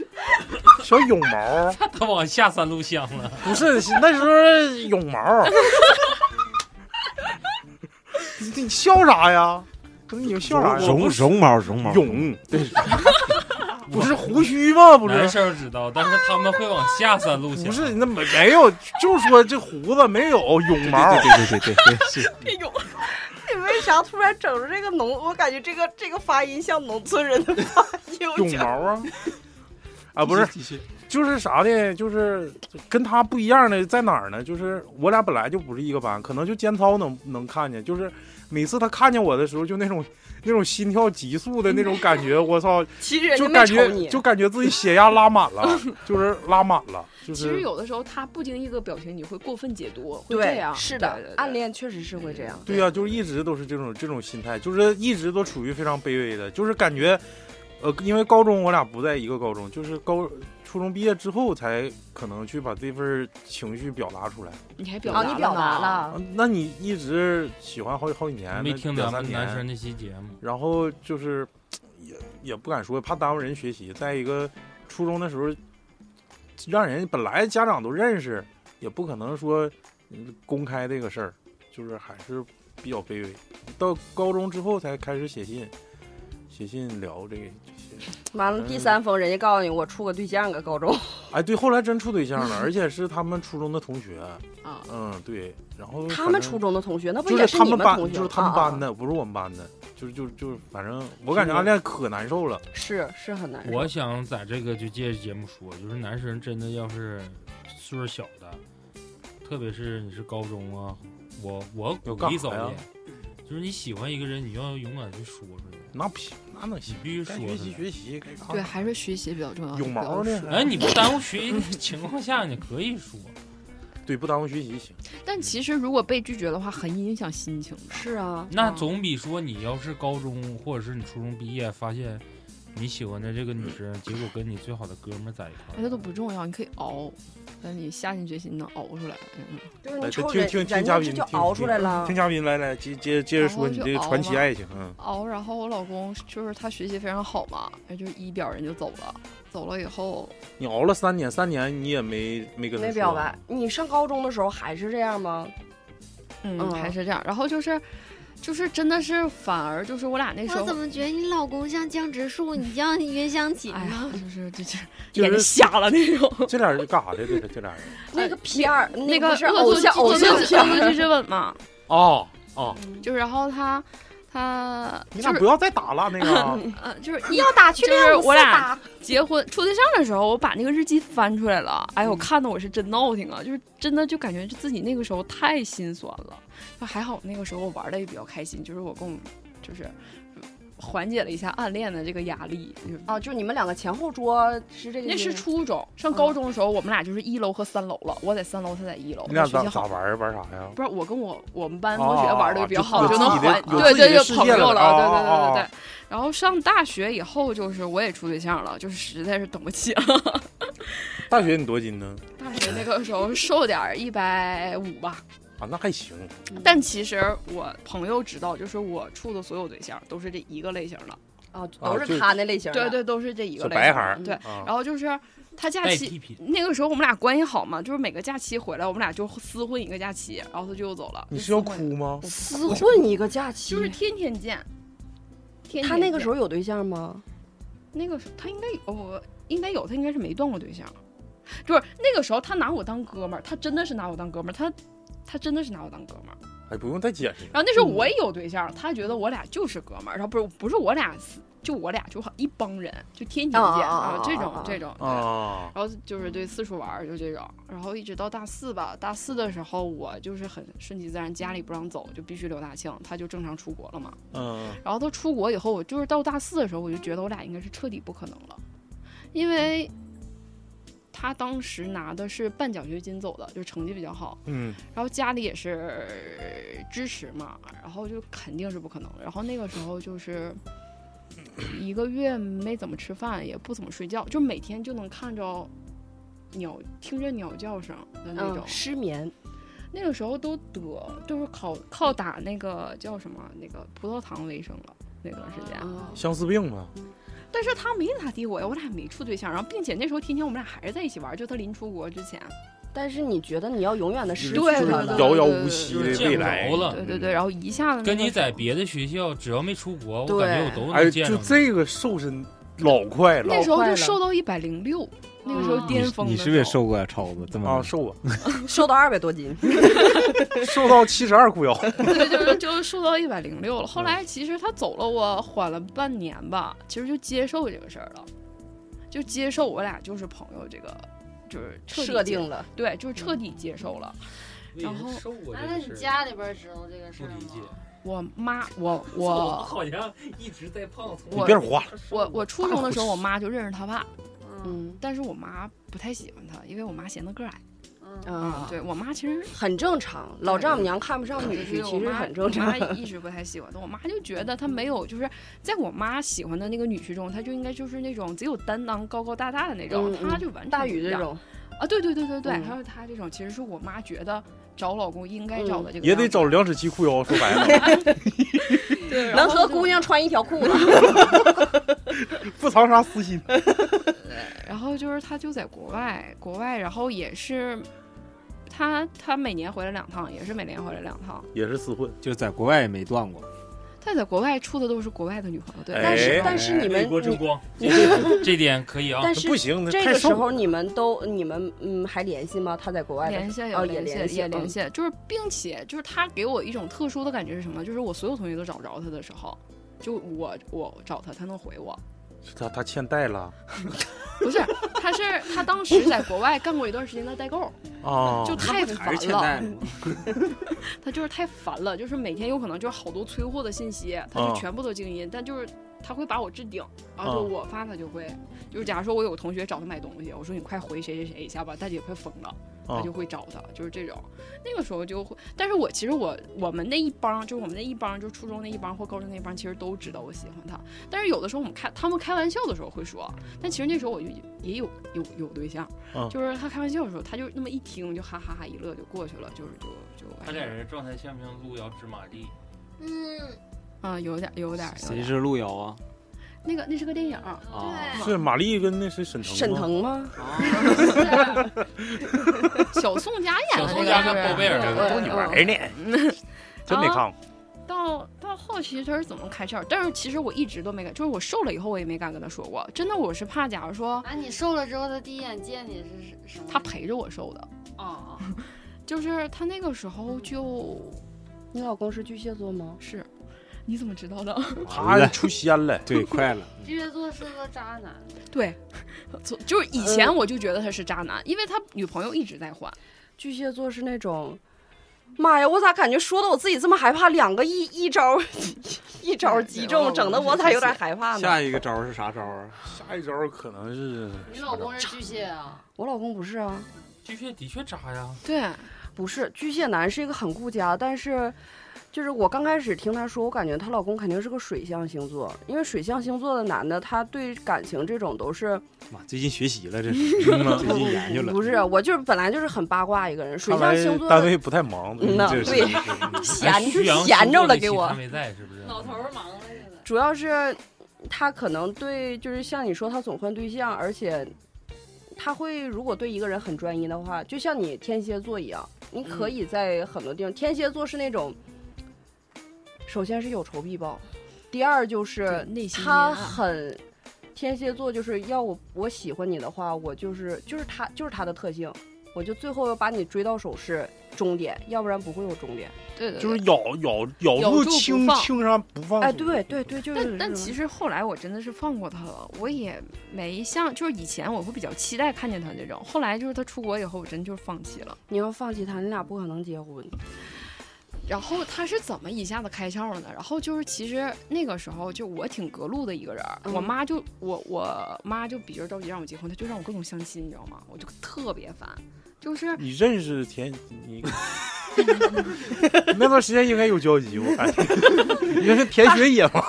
Speaker 2: 小泳毛
Speaker 8: 他往下三路香了。
Speaker 2: 不是那时候泳毛，你 [LAUGHS] 你笑啥呀？不是你们笑啥呀？
Speaker 9: 绒绒毛，绒毛，
Speaker 2: 泳对， [LAUGHS] 不是胡须吗？不
Speaker 8: 男
Speaker 2: 是。
Speaker 8: 生知道，但是他们会往下三路想。
Speaker 2: 不是，那没没有，就是说这胡子没有
Speaker 9: 对
Speaker 2: 泳毛，
Speaker 9: 对对对对对对，是
Speaker 6: 你为啥突然整出这个农？我感觉这个这个发音像农村人的发音。我
Speaker 2: 泳
Speaker 6: 觉
Speaker 2: 毛
Speaker 6: 得
Speaker 2: 啊，啊不是，
Speaker 9: 继续，继续
Speaker 2: 就是啥呢？就是跟他不一样的在哪儿呢？就是我俩本来就不是一个班，可能就监操能能看见，就是每次他看见我的时候，就那种那种心跳急速的那种感觉，我操，
Speaker 6: 其实人
Speaker 2: 就
Speaker 6: 家
Speaker 2: 感
Speaker 6: 没瞅
Speaker 2: 觉
Speaker 6: 你，
Speaker 2: 就感觉自己血压拉满了，就是拉满了，就
Speaker 5: 其实
Speaker 2: 是
Speaker 5: 有的时候他不经意一个表情，你会过分解读，会这
Speaker 6: 对
Speaker 5: 样。，
Speaker 6: 是
Speaker 5: 对
Speaker 6: 的，暗。
Speaker 5: 对对
Speaker 6: 恋确实是会这样。
Speaker 2: 对呀、啊就是一直都是这种这种心态，就是一直都处于非常卑微的，就是感觉，呃，因为高中我俩不在一个高中，就是高初中毕业之后才可能去把这份情绪表达出来。
Speaker 5: 哦你还表
Speaker 6: 啊，你表达
Speaker 5: 达了呢，
Speaker 6: 了
Speaker 2: 啊，那你一直喜欢好几好几年，
Speaker 8: 没
Speaker 2: 那
Speaker 8: 听
Speaker 2: 两
Speaker 8: 咱
Speaker 2: 三
Speaker 8: 们男生
Speaker 2: 年，
Speaker 8: 那期节目，
Speaker 2: 然后就是也也不敢说，怕耽误人学习。再一个，初中的时候，让人本来家长都认识，也不可能说嗯公开这个事儿，就是还是比较卑微。到高中之后才开始写信，写信聊这个这些。
Speaker 6: 完了，第三封人家告诉你，我处个对象搁高中。
Speaker 2: 哎，对，后来真处对象了，而且是他们初中的同学。
Speaker 6: [LAUGHS]
Speaker 5: 啊
Speaker 2: 嗯，对，然后
Speaker 6: 他
Speaker 2: 反
Speaker 6: 们
Speaker 2: 正
Speaker 6: 初中的同学，那不
Speaker 2: 就
Speaker 6: 也
Speaker 2: 他
Speaker 6: 你
Speaker 2: 们
Speaker 6: 们
Speaker 2: 班
Speaker 6: 同，学？
Speaker 2: 就是他们
Speaker 6: 啊啊
Speaker 2: 班的，不是我们班的，就是就就反正我感觉暗恋可难受了。
Speaker 6: 是是很难受。
Speaker 8: 我想在这个就借着节目说，就是男生真的要是岁数小的，特别是你是高中啊，我我
Speaker 2: 有
Speaker 8: 鼓
Speaker 2: 干
Speaker 8: 励
Speaker 2: 啥
Speaker 8: 早
Speaker 2: 呀
Speaker 8: 恋，
Speaker 5: 嗯
Speaker 8: 就是你喜欢一个人，你要勇敢去说出来，
Speaker 2: 那不行，那能行
Speaker 8: 你？必须
Speaker 2: 该
Speaker 8: 说
Speaker 2: 学
Speaker 8: 出
Speaker 2: 习
Speaker 8: 来。
Speaker 2: 学习，该干
Speaker 5: 对，还是学习比较重要。
Speaker 2: 有毛
Speaker 5: 不要
Speaker 2: 呢
Speaker 5: 说？
Speaker 8: 哎，你不耽误学习的情况下，你可
Speaker 2: [LAUGHS]
Speaker 8: 以说。
Speaker 2: 对，不耽误学习行。
Speaker 5: 但其实如果被拒绝的话，很影响心情的。
Speaker 6: 是啊，
Speaker 8: 那
Speaker 2: 嗯
Speaker 8: 总比说你要是高中或者是你初中毕业，发现你喜欢的这个女生，结果跟你最好的哥们儿在一块
Speaker 5: 哎
Speaker 8: 儿
Speaker 5: 这都不重要，你可以熬，但你下定决心能熬出来。嗯
Speaker 6: 就是
Speaker 2: 来
Speaker 6: 你瞅
Speaker 2: 哎听听
Speaker 6: 人，
Speaker 2: 听
Speaker 6: 人
Speaker 2: 嘉
Speaker 6: 家这
Speaker 2: 宾
Speaker 6: 就
Speaker 2: 听
Speaker 6: 熬出来了
Speaker 2: 听。嘉宾来来，接接接着说你这个传奇爱情，嗯，
Speaker 5: 熬，然后我老公就是他学习非常好嘛，哎，就是一表人就走了，走了以后
Speaker 2: 你熬了三年，三年你也没没跟他
Speaker 6: 没
Speaker 2: 说
Speaker 6: 表白，，你上高中的时候还是这样吗？
Speaker 5: 嗯，
Speaker 6: 嗯
Speaker 5: 还是这样。然后就是，就是真的是反而就是我俩那时
Speaker 4: 我
Speaker 5: 候
Speaker 4: 怎，么觉得你老公像江直树，你像袁湘琴
Speaker 5: 哎呀
Speaker 4: 呢？，
Speaker 5: 就是
Speaker 6: [LAUGHS]
Speaker 5: 就是
Speaker 2: 就
Speaker 5: 眼睛
Speaker 2: 是
Speaker 5: 瞎了那种。
Speaker 2: 这俩人干啥的？这这俩人
Speaker 6: 那个片儿，
Speaker 5: 呃那
Speaker 6: 个不
Speaker 5: 个
Speaker 6: 是
Speaker 5: 恶
Speaker 6: 偶
Speaker 5: 作剧
Speaker 6: 像偶像
Speaker 5: 恶
Speaker 6: 片儿，
Speaker 5: 作剧之吻
Speaker 6: [LAUGHS]
Speaker 5: 嘛，
Speaker 2: 哦哦，
Speaker 5: 就是然后他他
Speaker 2: 你
Speaker 5: 就
Speaker 2: 俩
Speaker 5: 是
Speaker 2: 不要再打了，那个
Speaker 5: 呃就是
Speaker 4: [LAUGHS]
Speaker 5: 一
Speaker 6: 要打去
Speaker 5: 就是
Speaker 6: 练武四
Speaker 5: 我俩
Speaker 6: 打。
Speaker 5: 结婚处对象的时候，我把那个日记翻出来了，哎
Speaker 6: 嗯
Speaker 5: 呦，我看的我是真闹挺啊，就是真的就感觉自己那个时候太心酸了。那还好那个时候我玩的也比较开心，就是我跟我就是缓解了一下暗恋的这个压力。就是
Speaker 6: 啊，就你们两个前后桌是这个意
Speaker 5: 那
Speaker 6: 思吗？
Speaker 5: 是初中，上高中的时候，我们俩就是一楼和三楼了，我在三楼，他在一楼。
Speaker 2: 你俩
Speaker 5: 学 [LAUGHS]
Speaker 2: 咋
Speaker 5: 习
Speaker 2: 咋
Speaker 5: 好，
Speaker 2: 玩玩啥呀？
Speaker 5: 不是我跟我我们班同学玩的比较
Speaker 2: 哦
Speaker 5: 好，
Speaker 2: 就
Speaker 5: 就能
Speaker 2: 自己的
Speaker 5: 还
Speaker 2: 有
Speaker 5: 对
Speaker 2: 自己的
Speaker 5: 对
Speaker 2: 世
Speaker 5: 对
Speaker 2: 界
Speaker 5: 朋
Speaker 2: 了
Speaker 5: 友了，对
Speaker 2: 哦
Speaker 5: 对
Speaker 2: 哦
Speaker 5: 对对
Speaker 2: 哦
Speaker 5: 对。然后上大学以后，就是我也处对象了，就是实在是等不起了。 [LAUGHS]
Speaker 2: 大学你多斤呢？
Speaker 5: 大学那个时候瘦点儿，一百五吧。
Speaker 2: 啊，那还行。
Speaker 5: 但其实我朋友知道，就是我处的所有对象都是这一个类型的，
Speaker 6: 啊，
Speaker 2: 啊
Speaker 6: 都
Speaker 2: 就是
Speaker 6: 他那类型的。
Speaker 5: 对对，都是这一个
Speaker 2: 就
Speaker 5: 类型的。
Speaker 2: 白孩儿
Speaker 5: 对，
Speaker 2: 啊，
Speaker 5: 然后就是他假
Speaker 8: 代
Speaker 5: 期
Speaker 8: 替品，
Speaker 5: 那个时候我们俩关系好嘛，就是每个假期回来，我们俩就厮混一个假期，然后他就又走了。
Speaker 2: 你
Speaker 5: 就是
Speaker 2: 要
Speaker 5: 厮混，
Speaker 2: 哭吗？
Speaker 6: 厮混一个假期
Speaker 5: 就是天天见。天天
Speaker 6: 嗯他那个时
Speaker 5: 候，
Speaker 6: 候有对象吗？
Speaker 5: 嗯那个时候他应该有，哦应该有，他应该是没断过对象。就是那个时候，他拿我当哥们儿，他真的是拿我当哥们儿，他他真的是拿我当哥们儿。
Speaker 2: 哎，不用再解释了。
Speaker 5: 然后那时候我也有对象，他觉得我俩就是哥们儿，然后不是不是我俩，就我俩就很一帮人，就天天见
Speaker 6: 啊啊啊啊
Speaker 5: 后这种
Speaker 6: 啊
Speaker 5: 这种。对
Speaker 2: 啊，
Speaker 5: 然后就是对四处玩儿，就这种。然后一直到大四吧，大四的时候我就是很顺其自然，家里不让走，就必须留大庆，他就正常出国了嘛。
Speaker 2: 嗯，
Speaker 5: 然后他出国以后，我就是到大四的时候，我就觉得我俩应该是彻底不可能了，因为他当时拿的是半奖学金走的，就是成绩比较好，
Speaker 2: 嗯，
Speaker 5: 然后家里也是支持嘛，然后就肯定是不可能的。然后那个时候就是一个月没怎么吃饭，也不怎么睡觉，就每天就能看着鸟，听着鸟叫声的那种。
Speaker 6: 失眠。
Speaker 5: 那个时候都得就是靠靠打那个叫什么那个葡萄糖为生了。那段时间，
Speaker 6: 啊
Speaker 2: 相思病嘛，
Speaker 5: 但是他没咋地我呀，我俩没处对象，然后并且那时候天天我们俩还是在一起玩，就他临出国之前，
Speaker 6: 但是你觉得你要永远的失去
Speaker 5: 对
Speaker 6: 他
Speaker 5: 对
Speaker 6: 了
Speaker 5: 嗯对
Speaker 2: 遥遥无期的
Speaker 8: 见
Speaker 2: 未
Speaker 8: 不
Speaker 2: 来
Speaker 8: 着。了。
Speaker 5: 对对对，然后一下子
Speaker 8: 啊跟
Speaker 5: 那
Speaker 8: 你
Speaker 5: 个时候
Speaker 8: 在别的学校，只要没出国，我
Speaker 6: 对
Speaker 8: 感觉我都
Speaker 2: 哎，
Speaker 8: 能见着
Speaker 2: 就
Speaker 8: 你。
Speaker 2: 这个瘦身老啊快了
Speaker 5: 那时候
Speaker 6: 老快
Speaker 5: 就
Speaker 6: 了
Speaker 5: 瘦到一百零六，那个时候
Speaker 3: 嗯
Speaker 5: 巅峰
Speaker 9: 你
Speaker 5: 的
Speaker 9: 是不是也
Speaker 5: 时候
Speaker 9: 瘦过呀，超子？这么
Speaker 7: 嗯
Speaker 2: 啊，瘦啊，
Speaker 6: 瘦到二百多斤，
Speaker 2: 瘦到七十二裤
Speaker 6: [LAUGHS]
Speaker 2: 腰。
Speaker 9: [LAUGHS]
Speaker 5: 对，就是就是瘦到一百零六了。
Speaker 9: 嗯
Speaker 5: 后来其实他走了，我缓了半年吧，其实就接受这个事儿了，就接受我俩就是朋友这个，就是彻底接
Speaker 6: 设定嗯了。
Speaker 5: 对，就是彻底接受了。然后
Speaker 8: 受过
Speaker 3: 那你家里边儿知道这个事
Speaker 8: 不
Speaker 3: 儿吗
Speaker 8: 理？解，
Speaker 5: 我妈，
Speaker 6: [LAUGHS]
Speaker 5: 我
Speaker 8: 我
Speaker 5: 我
Speaker 8: 好像一直在胖，从
Speaker 2: 你
Speaker 5: 我
Speaker 2: 别花
Speaker 5: 我我初中
Speaker 6: [LAUGHS]
Speaker 5: 的时候，我妈就认识他爸，
Speaker 3: 嗯
Speaker 6: 嗯
Speaker 5: 但是我妈不太喜欢他，因为我妈嫌他个儿矮。
Speaker 3: 嗯，
Speaker 6: 啊，
Speaker 5: 对我妈其实
Speaker 6: 很正常。老丈母娘看不上女婿，
Speaker 5: 对对，我
Speaker 6: 其实
Speaker 5: 妈
Speaker 6: 很正常。
Speaker 5: 我妈一直不太喜欢他，我妈就觉得他没有，就是在我妈喜欢的那个女婿中，他就应该就是那种只有担当、高高大大的那种，
Speaker 6: 嗯
Speaker 5: 他就完全
Speaker 6: 大
Speaker 5: 不
Speaker 6: 宇
Speaker 5: 一
Speaker 6: 这
Speaker 5: 样
Speaker 6: 种，
Speaker 5: 啊，对对对对对，
Speaker 6: 嗯
Speaker 5: 还有他这种，其实是我妈觉得找老公应该
Speaker 6: 嗯
Speaker 5: 找的这个样子，
Speaker 2: 也得找两尺七裤腰，说白了
Speaker 5: 对，然
Speaker 6: 能
Speaker 5: 后
Speaker 6: 和
Speaker 5: 就
Speaker 6: 姑。娘穿一条裤
Speaker 5: [LAUGHS]
Speaker 6: 子。
Speaker 2: 不藏啥私心。
Speaker 5: 然后就是他就在国外，国外，然后也是他他每年回来两趟，也是每年回来两趟。
Speaker 2: 也是厮混，
Speaker 9: 就在国外也没断过，
Speaker 5: 他在国外处的都是国外的女朋友，对，
Speaker 2: 哎
Speaker 6: 但是但是你
Speaker 8: 美
Speaker 6: 们
Speaker 8: 国之
Speaker 6: 你，
Speaker 8: 光， [LAUGHS] 这点可以啊。
Speaker 6: 但是
Speaker 2: 不行，那
Speaker 6: 这
Speaker 2: 太
Speaker 6: 个时
Speaker 2: 瘦
Speaker 6: 候你们都你们嗯还联系吗？他在国外的
Speaker 5: 联
Speaker 6: 时
Speaker 5: 系
Speaker 6: 候
Speaker 5: 有
Speaker 6: 哦
Speaker 5: 联系、
Speaker 6: 联系
Speaker 5: 也联
Speaker 6: 嗯
Speaker 5: 系，就是并且就是他给我一种特殊的感觉是什么？就是我所有同学都找不着他的时候，就我我找他，他能回我。
Speaker 2: 他他欠贷了
Speaker 5: 不是，他是他当时在国外干过一段时间的代购，
Speaker 9: 哦
Speaker 2: 啊
Speaker 5: 就
Speaker 9: 还
Speaker 5: 太烦
Speaker 9: 是欠
Speaker 5: 了
Speaker 9: 债，吗？
Speaker 5: [LAUGHS] 他就是太烦了，就是每天有可能就是好多催货的信息，他
Speaker 9: 哦
Speaker 2: 啊
Speaker 5: 就全部都静音，但就是。他会把我置顶，然后就
Speaker 2: 啊
Speaker 5: 我发他就会，就是假如说我有个同学找他买东西，我说你快回谁谁谁一下吧，大姐快疯了，他
Speaker 2: 啊
Speaker 5: 就会找他，就是这种。那个时候就会，但是我其实我我们那一帮，就是我们那一帮，就是初中那一帮或高中那一帮，其实都知道我喜欢他。但是有的时候我们开他们开玩笑的时候会说，但其实那时候我就也有有有对象，
Speaker 2: 嗯
Speaker 5: 就是他开玩笑的时候，他就那么一听就哈哈哈一乐就过去了，就是就就完
Speaker 8: 他
Speaker 5: 事
Speaker 8: 俩
Speaker 5: 儿
Speaker 8: 人状态像不像路遥知马力？
Speaker 3: 嗯，
Speaker 5: 啊、有点有点有
Speaker 9: 谁
Speaker 5: 点
Speaker 9: 是路遥啊？
Speaker 5: 那个那是个电影儿，
Speaker 9: 啊
Speaker 3: 对，
Speaker 2: 是玛丽跟那谁沈腾吗
Speaker 6: 沈腾吗？
Speaker 5: 小宋佳演
Speaker 8: 小
Speaker 5: 的
Speaker 8: 宋
Speaker 5: 那
Speaker 8: 佳
Speaker 5: 个
Speaker 8: 跟包贝尔
Speaker 3: 哎
Speaker 5: 对
Speaker 8: 那个
Speaker 2: 逗你玩儿呢，
Speaker 6: 嗯 [LAUGHS]
Speaker 2: 真
Speaker 6: 啊
Speaker 2: 没看过。
Speaker 5: 到到后期他是怎么开窍？但是其实我一直都没敢，就是我瘦了以后我也没敢跟他说过。真的，我是怕，假如说
Speaker 3: 啊，你瘦了之后，他第一眼见你是什么？
Speaker 5: 他陪着我瘦的，
Speaker 3: 啊，
Speaker 5: 就是他那个时候就
Speaker 6: 你老公是巨蟹座吗？
Speaker 5: 是，你怎么知道的？ [LAUGHS]
Speaker 9: 完
Speaker 2: 他
Speaker 9: 了
Speaker 2: 出仙了，
Speaker 9: 对，快了，
Speaker 3: 巨蟹座是个渣男，
Speaker 5: 对，从就是以前我就觉得他是渣男，因为他女朋友一直在换，
Speaker 6: 巨蟹座是那种，妈呀，我咋感觉说的我自己这么害怕？两个一一招 [LAUGHS] 一招击
Speaker 5: 哦
Speaker 6: 中，整的我咋有点害怕呢？
Speaker 9: 下一个招是啥招啊？
Speaker 2: [LAUGHS] 下一招可能是
Speaker 3: 你老公是巨蟹啊？
Speaker 6: 我老公不是啊，
Speaker 8: 巨蟹的确渣呀，
Speaker 5: 对，
Speaker 6: 不是巨蟹男是一个很顾家，但是就是我刚开始听她说，我感觉她老公肯定是个水象星座，因为水象星座的男的，他对感情这种都是
Speaker 7: 妈，最近学习了，
Speaker 5: [LAUGHS]
Speaker 7: 这是最近研究了。
Speaker 6: 不是，我就是本来就是很八卦一个人，水
Speaker 2: 看
Speaker 6: 象
Speaker 2: 来
Speaker 6: 星座
Speaker 2: 单位不太忙，
Speaker 6: 嗯呐
Speaker 2: 这是 [LAUGHS]
Speaker 6: 对
Speaker 8: 哎
Speaker 6: 闲
Speaker 8: 徐阳
Speaker 6: 闲着了
Speaker 8: 那
Speaker 6: 给
Speaker 8: 期
Speaker 6: 我
Speaker 8: 他。没在是不是？
Speaker 3: 老头儿忙了，
Speaker 6: 主要是他可能对，就是像你说，他总换对象，而且他会如果对一个人很专一的话，就像你天蝎座一样，你可以在很多地方，天蝎座是那种，首先是有仇必报，第二就是
Speaker 5: 内心阴
Speaker 6: 他
Speaker 5: 暗
Speaker 6: 很。天蝎座就是要我我喜欢你的话，我就是就是他就是他的特性，我就最后要把你追到手是终点，要不然不会有终点。
Speaker 5: 对对，
Speaker 2: 就是咬咬咬
Speaker 5: 咬
Speaker 2: 住
Speaker 5: 住不
Speaker 2: 青
Speaker 5: 放
Speaker 2: 青山不放手。
Speaker 6: 哎，对对对，就是这种。
Speaker 5: 但但其实后来我真的是放过他了，我也没像就是以前我会比较期待看见他这种，后来就是他出国以后，我真就是放弃了。
Speaker 6: 你要放弃他，你俩不可能结婚。
Speaker 5: 然后他是怎么一下子开窍了呢？然后就是其实那个时候就我挺隔路的一个人儿，
Speaker 6: 嗯
Speaker 5: 我妈就我我妈就比较着急让我结婚，她就让我各种相亲，你知道吗？我就特别烦，
Speaker 2: [LAUGHS]
Speaker 5: 就是
Speaker 2: 你认识田你那段时间应该有交集，我感觉你认识田学野吗？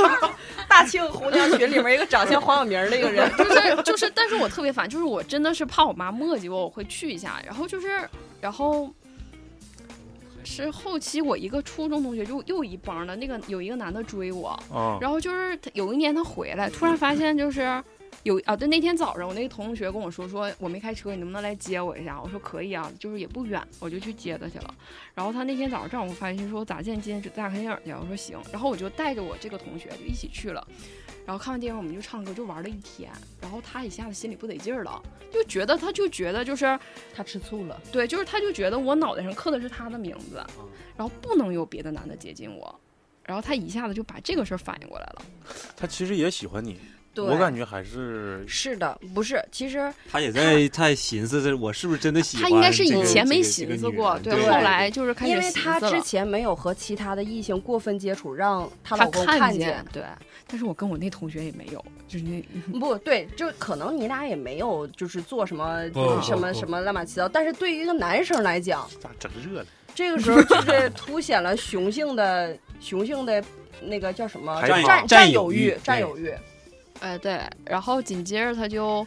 Speaker 6: [LAUGHS] 大庆红娘群里面一个长相黄晓明的一个
Speaker 5: [LAUGHS]
Speaker 6: 人，
Speaker 5: 就是就是，但是我特别烦，就是我真的是怕我妈磨叽我，我会去一下。然后就是，然后是后期我一个初中同学就又一帮的那个有一个男的追我，
Speaker 2: 啊，
Speaker 5: 然后就是他有一年他回来，突然发现就是有啊，对，那天早上我那个同学跟我说，说我没开车，你能不能来接我一下？我说可以啊，就是也不远，我就去接他去了。然后他那天早上正好我发信息说，咋见？今天咱俩看电影去啊？我说行。然后我就带着我这个同学就一起去了。然后看完电影，我们就唱歌，就玩了一天。然后他一下子心里不得劲儿了，就觉得他就觉得就是
Speaker 6: 他吃醋了。
Speaker 5: 对，就是他就觉得我脑袋上刻的是他的名字，然后不能有别的男的接近我。然后他一下子就把这个事儿反应过来了。
Speaker 2: 他其实也喜欢你，
Speaker 6: 对，
Speaker 2: 我感觉还是
Speaker 6: 是的，不是，其实
Speaker 7: 他也在在寻思这我是不是真的喜欢
Speaker 5: 他
Speaker 7: 这
Speaker 5: 应
Speaker 7: 个。
Speaker 5: 该是以前没
Speaker 7: 这个
Speaker 5: 寻
Speaker 7: 这个
Speaker 5: 思
Speaker 7: 女
Speaker 5: 过，
Speaker 7: 人
Speaker 5: 后
Speaker 7: 对，
Speaker 5: 来就是开始
Speaker 6: 因为
Speaker 5: 寻
Speaker 6: 她
Speaker 5: 思
Speaker 6: 之
Speaker 5: 了。
Speaker 6: 前没有和其他的异性过分接触，让她
Speaker 5: 他
Speaker 6: 老公
Speaker 5: 看
Speaker 6: 见。，
Speaker 5: 对，但是我跟我那同学也没有，就是那嗯
Speaker 6: 不对，就可能你俩也没有就是做什么
Speaker 8: 不不
Speaker 6: 什么
Speaker 8: 不
Speaker 6: 什么乱七八糟，但是对于一个男生来讲，
Speaker 2: 咋整热了？
Speaker 6: 这个时候
Speaker 8: [LAUGHS]
Speaker 6: 就是凸显了雄性的雄性的那个叫什么
Speaker 2: 排
Speaker 6: 占
Speaker 2: 场
Speaker 7: 占
Speaker 6: 有
Speaker 7: 有欲
Speaker 6: 欲，占
Speaker 7: 对
Speaker 6: 有欲。
Speaker 5: 呃对，然后紧接着他就，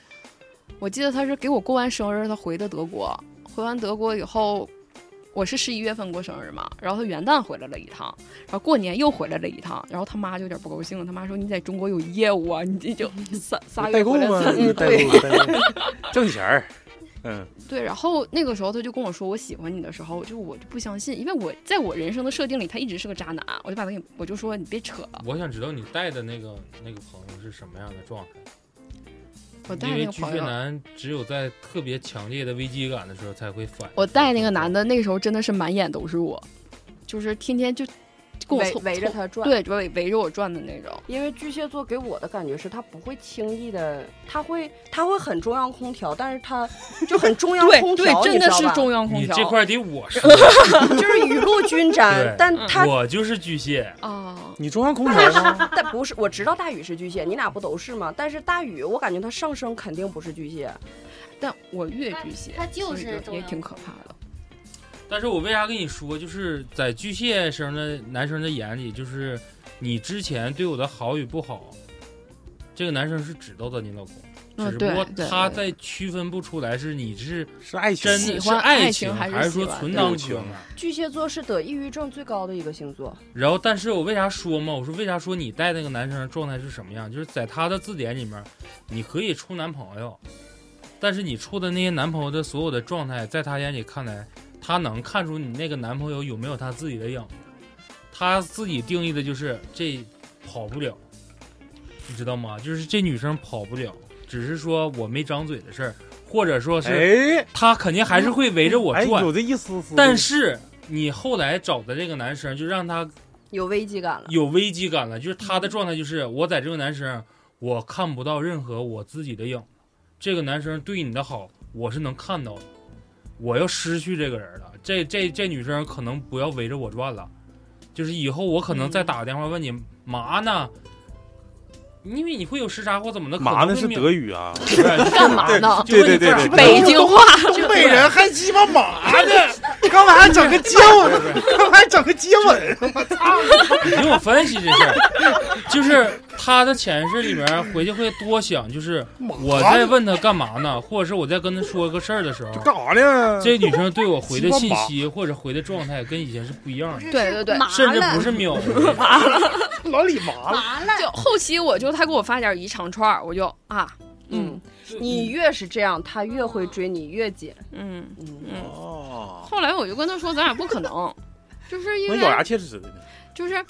Speaker 5: 我记得他是给我过完生日，他回的德国，回完德国以后，我是十一月份过生日嘛，然后他元旦回来了一趟，然后过年又回来了一趟，然后他妈就有点不高兴了，他妈说你在中国有业务啊，你这就 [LAUGHS] 仨仨
Speaker 2: 代
Speaker 5: 月
Speaker 2: 购
Speaker 5: 回来
Speaker 2: 吗？
Speaker 6: 嗯
Speaker 5: 三次
Speaker 2: 代购，代购，挣钱儿。嗯，
Speaker 5: 对，然后那个时候他就跟我说我喜欢你的时候，就我就不相信，因为我在我人生的设定里他一直是个渣男，我就把他给我就说你别扯了，
Speaker 8: 我想知道你带的那个那个朋友是什么样的状态？
Speaker 5: 我带
Speaker 8: 因
Speaker 5: 那
Speaker 8: 为
Speaker 5: 个
Speaker 8: 巨
Speaker 5: 朋
Speaker 8: 蟹
Speaker 5: 友，
Speaker 8: 男只有在特别强烈的危机感的时候才会反。
Speaker 5: 我带那个男
Speaker 8: 的，
Speaker 5: 的那个时候真的是满眼都是我，就是天天就跟我
Speaker 6: 围
Speaker 5: 凑
Speaker 6: 围着
Speaker 5: 凑
Speaker 6: 他转，
Speaker 5: 对围围着我转的那种，
Speaker 6: 因为巨蟹座给我的感觉是他不会轻易的，他会他会很中央空调，但是他就很中央
Speaker 5: 对
Speaker 6: 空调，
Speaker 5: 对，真的是
Speaker 6: 中，
Speaker 5: 中央空
Speaker 8: 你
Speaker 5: 调
Speaker 8: 这块得我
Speaker 5: [LAUGHS]
Speaker 8: 说，
Speaker 6: 就是雨露均沾
Speaker 8: 对，嗯
Speaker 6: 但他。
Speaker 8: 我就是巨蟹，
Speaker 5: 啊，
Speaker 2: 你中央空调吗？
Speaker 6: 但不是，我知道大宇是巨蟹，你俩不都是吗？但是大宇，我感觉他上升肯定不是巨蟹，
Speaker 5: 但我越巨蟹，
Speaker 3: 他就
Speaker 5: 所以
Speaker 3: 是
Speaker 5: 也挺可怕的。
Speaker 8: 但是我为啥跟你说，就是在巨蟹生的男生的眼里，就是你之前对我的好与不好，这个男生是知道的，你老公。
Speaker 5: 嗯
Speaker 8: 只不过
Speaker 5: 对对
Speaker 8: 他
Speaker 5: 对
Speaker 8: 在区分不出来是你是
Speaker 2: 是爱情
Speaker 8: 真
Speaker 5: 喜
Speaker 8: 的是
Speaker 5: 欢爱
Speaker 8: 情
Speaker 5: 情还是
Speaker 8: 是说
Speaker 5: 喜欢
Speaker 8: 纯
Speaker 5: 对
Speaker 8: 当
Speaker 2: 友情
Speaker 8: 哥们儿。
Speaker 6: 巨蟹座是得抑郁症最高的一个星座。
Speaker 8: 然后，但是我为啥说嘛？我说为啥说你带那个男生的状态是什么样？就是在他的字典里面，你可以处男朋友，但是你处的那些男朋友的所有的状态，在他眼里看来，他能看出你那个男朋友有没有他自己的影。他自己定义的就是这跑不了，你知道吗？就是这女生跑不了，只是说我没张嘴的事儿，或者说是
Speaker 2: 哎
Speaker 8: 他肯定还是会围着我
Speaker 2: 哎，
Speaker 8: 转，
Speaker 2: 有这一丝丝。
Speaker 8: 但是你后来找的这个男生，就让他
Speaker 6: 有危机感了，
Speaker 8: 有危机感了，就是他的状态就是我在这个男生，我看不到任何我自己的影子，这个男生对你的好我是能看到的，我要失去这个人了，这这这女生可能不要围着我转了，就是以后我可能再打个电话问你嘛呢，因为你会有时差或怎么的，
Speaker 2: 嘛呢
Speaker 8: 可能
Speaker 2: 是
Speaker 8: 会没
Speaker 2: [LAUGHS]
Speaker 8: 有
Speaker 2: 德语啊？
Speaker 8: 对
Speaker 5: 干嘛呢？
Speaker 8: 就问
Speaker 2: 对对
Speaker 8: 你
Speaker 2: 对
Speaker 6: [LAUGHS]
Speaker 8: 不知道
Speaker 2: 对
Speaker 5: 北京话，
Speaker 2: 东北人还鸡巴嘛呢？刚才还整个接吻，刚才还整个接吻，
Speaker 8: 你听我分析这事儿，就是他的潜意识里面回去会多想，就是我在问他干嘛呢，或者是我在跟他说个事儿的时候，
Speaker 2: 干啥呢？
Speaker 8: 这女生对我回的信息或者回的状态跟以前是不一样的，
Speaker 5: [LAUGHS] 对对对，
Speaker 4: 麻
Speaker 8: 甚至
Speaker 4: 了
Speaker 8: 不是秒回。
Speaker 2: 老李麻了，
Speaker 4: 麻了，
Speaker 5: 就后期我就他给我发点一长串儿，我就啊，
Speaker 6: 嗯，你越是这样，他越会追你越紧。
Speaker 5: 嗯
Speaker 6: 嗯，
Speaker 5: 嗯。
Speaker 2: 哦，
Speaker 5: 后来我就跟他说，咱俩不可能，就是因
Speaker 2: 能
Speaker 5: 为
Speaker 2: 咬
Speaker 8: 啊
Speaker 2: 牙切齿的呢。
Speaker 5: 就是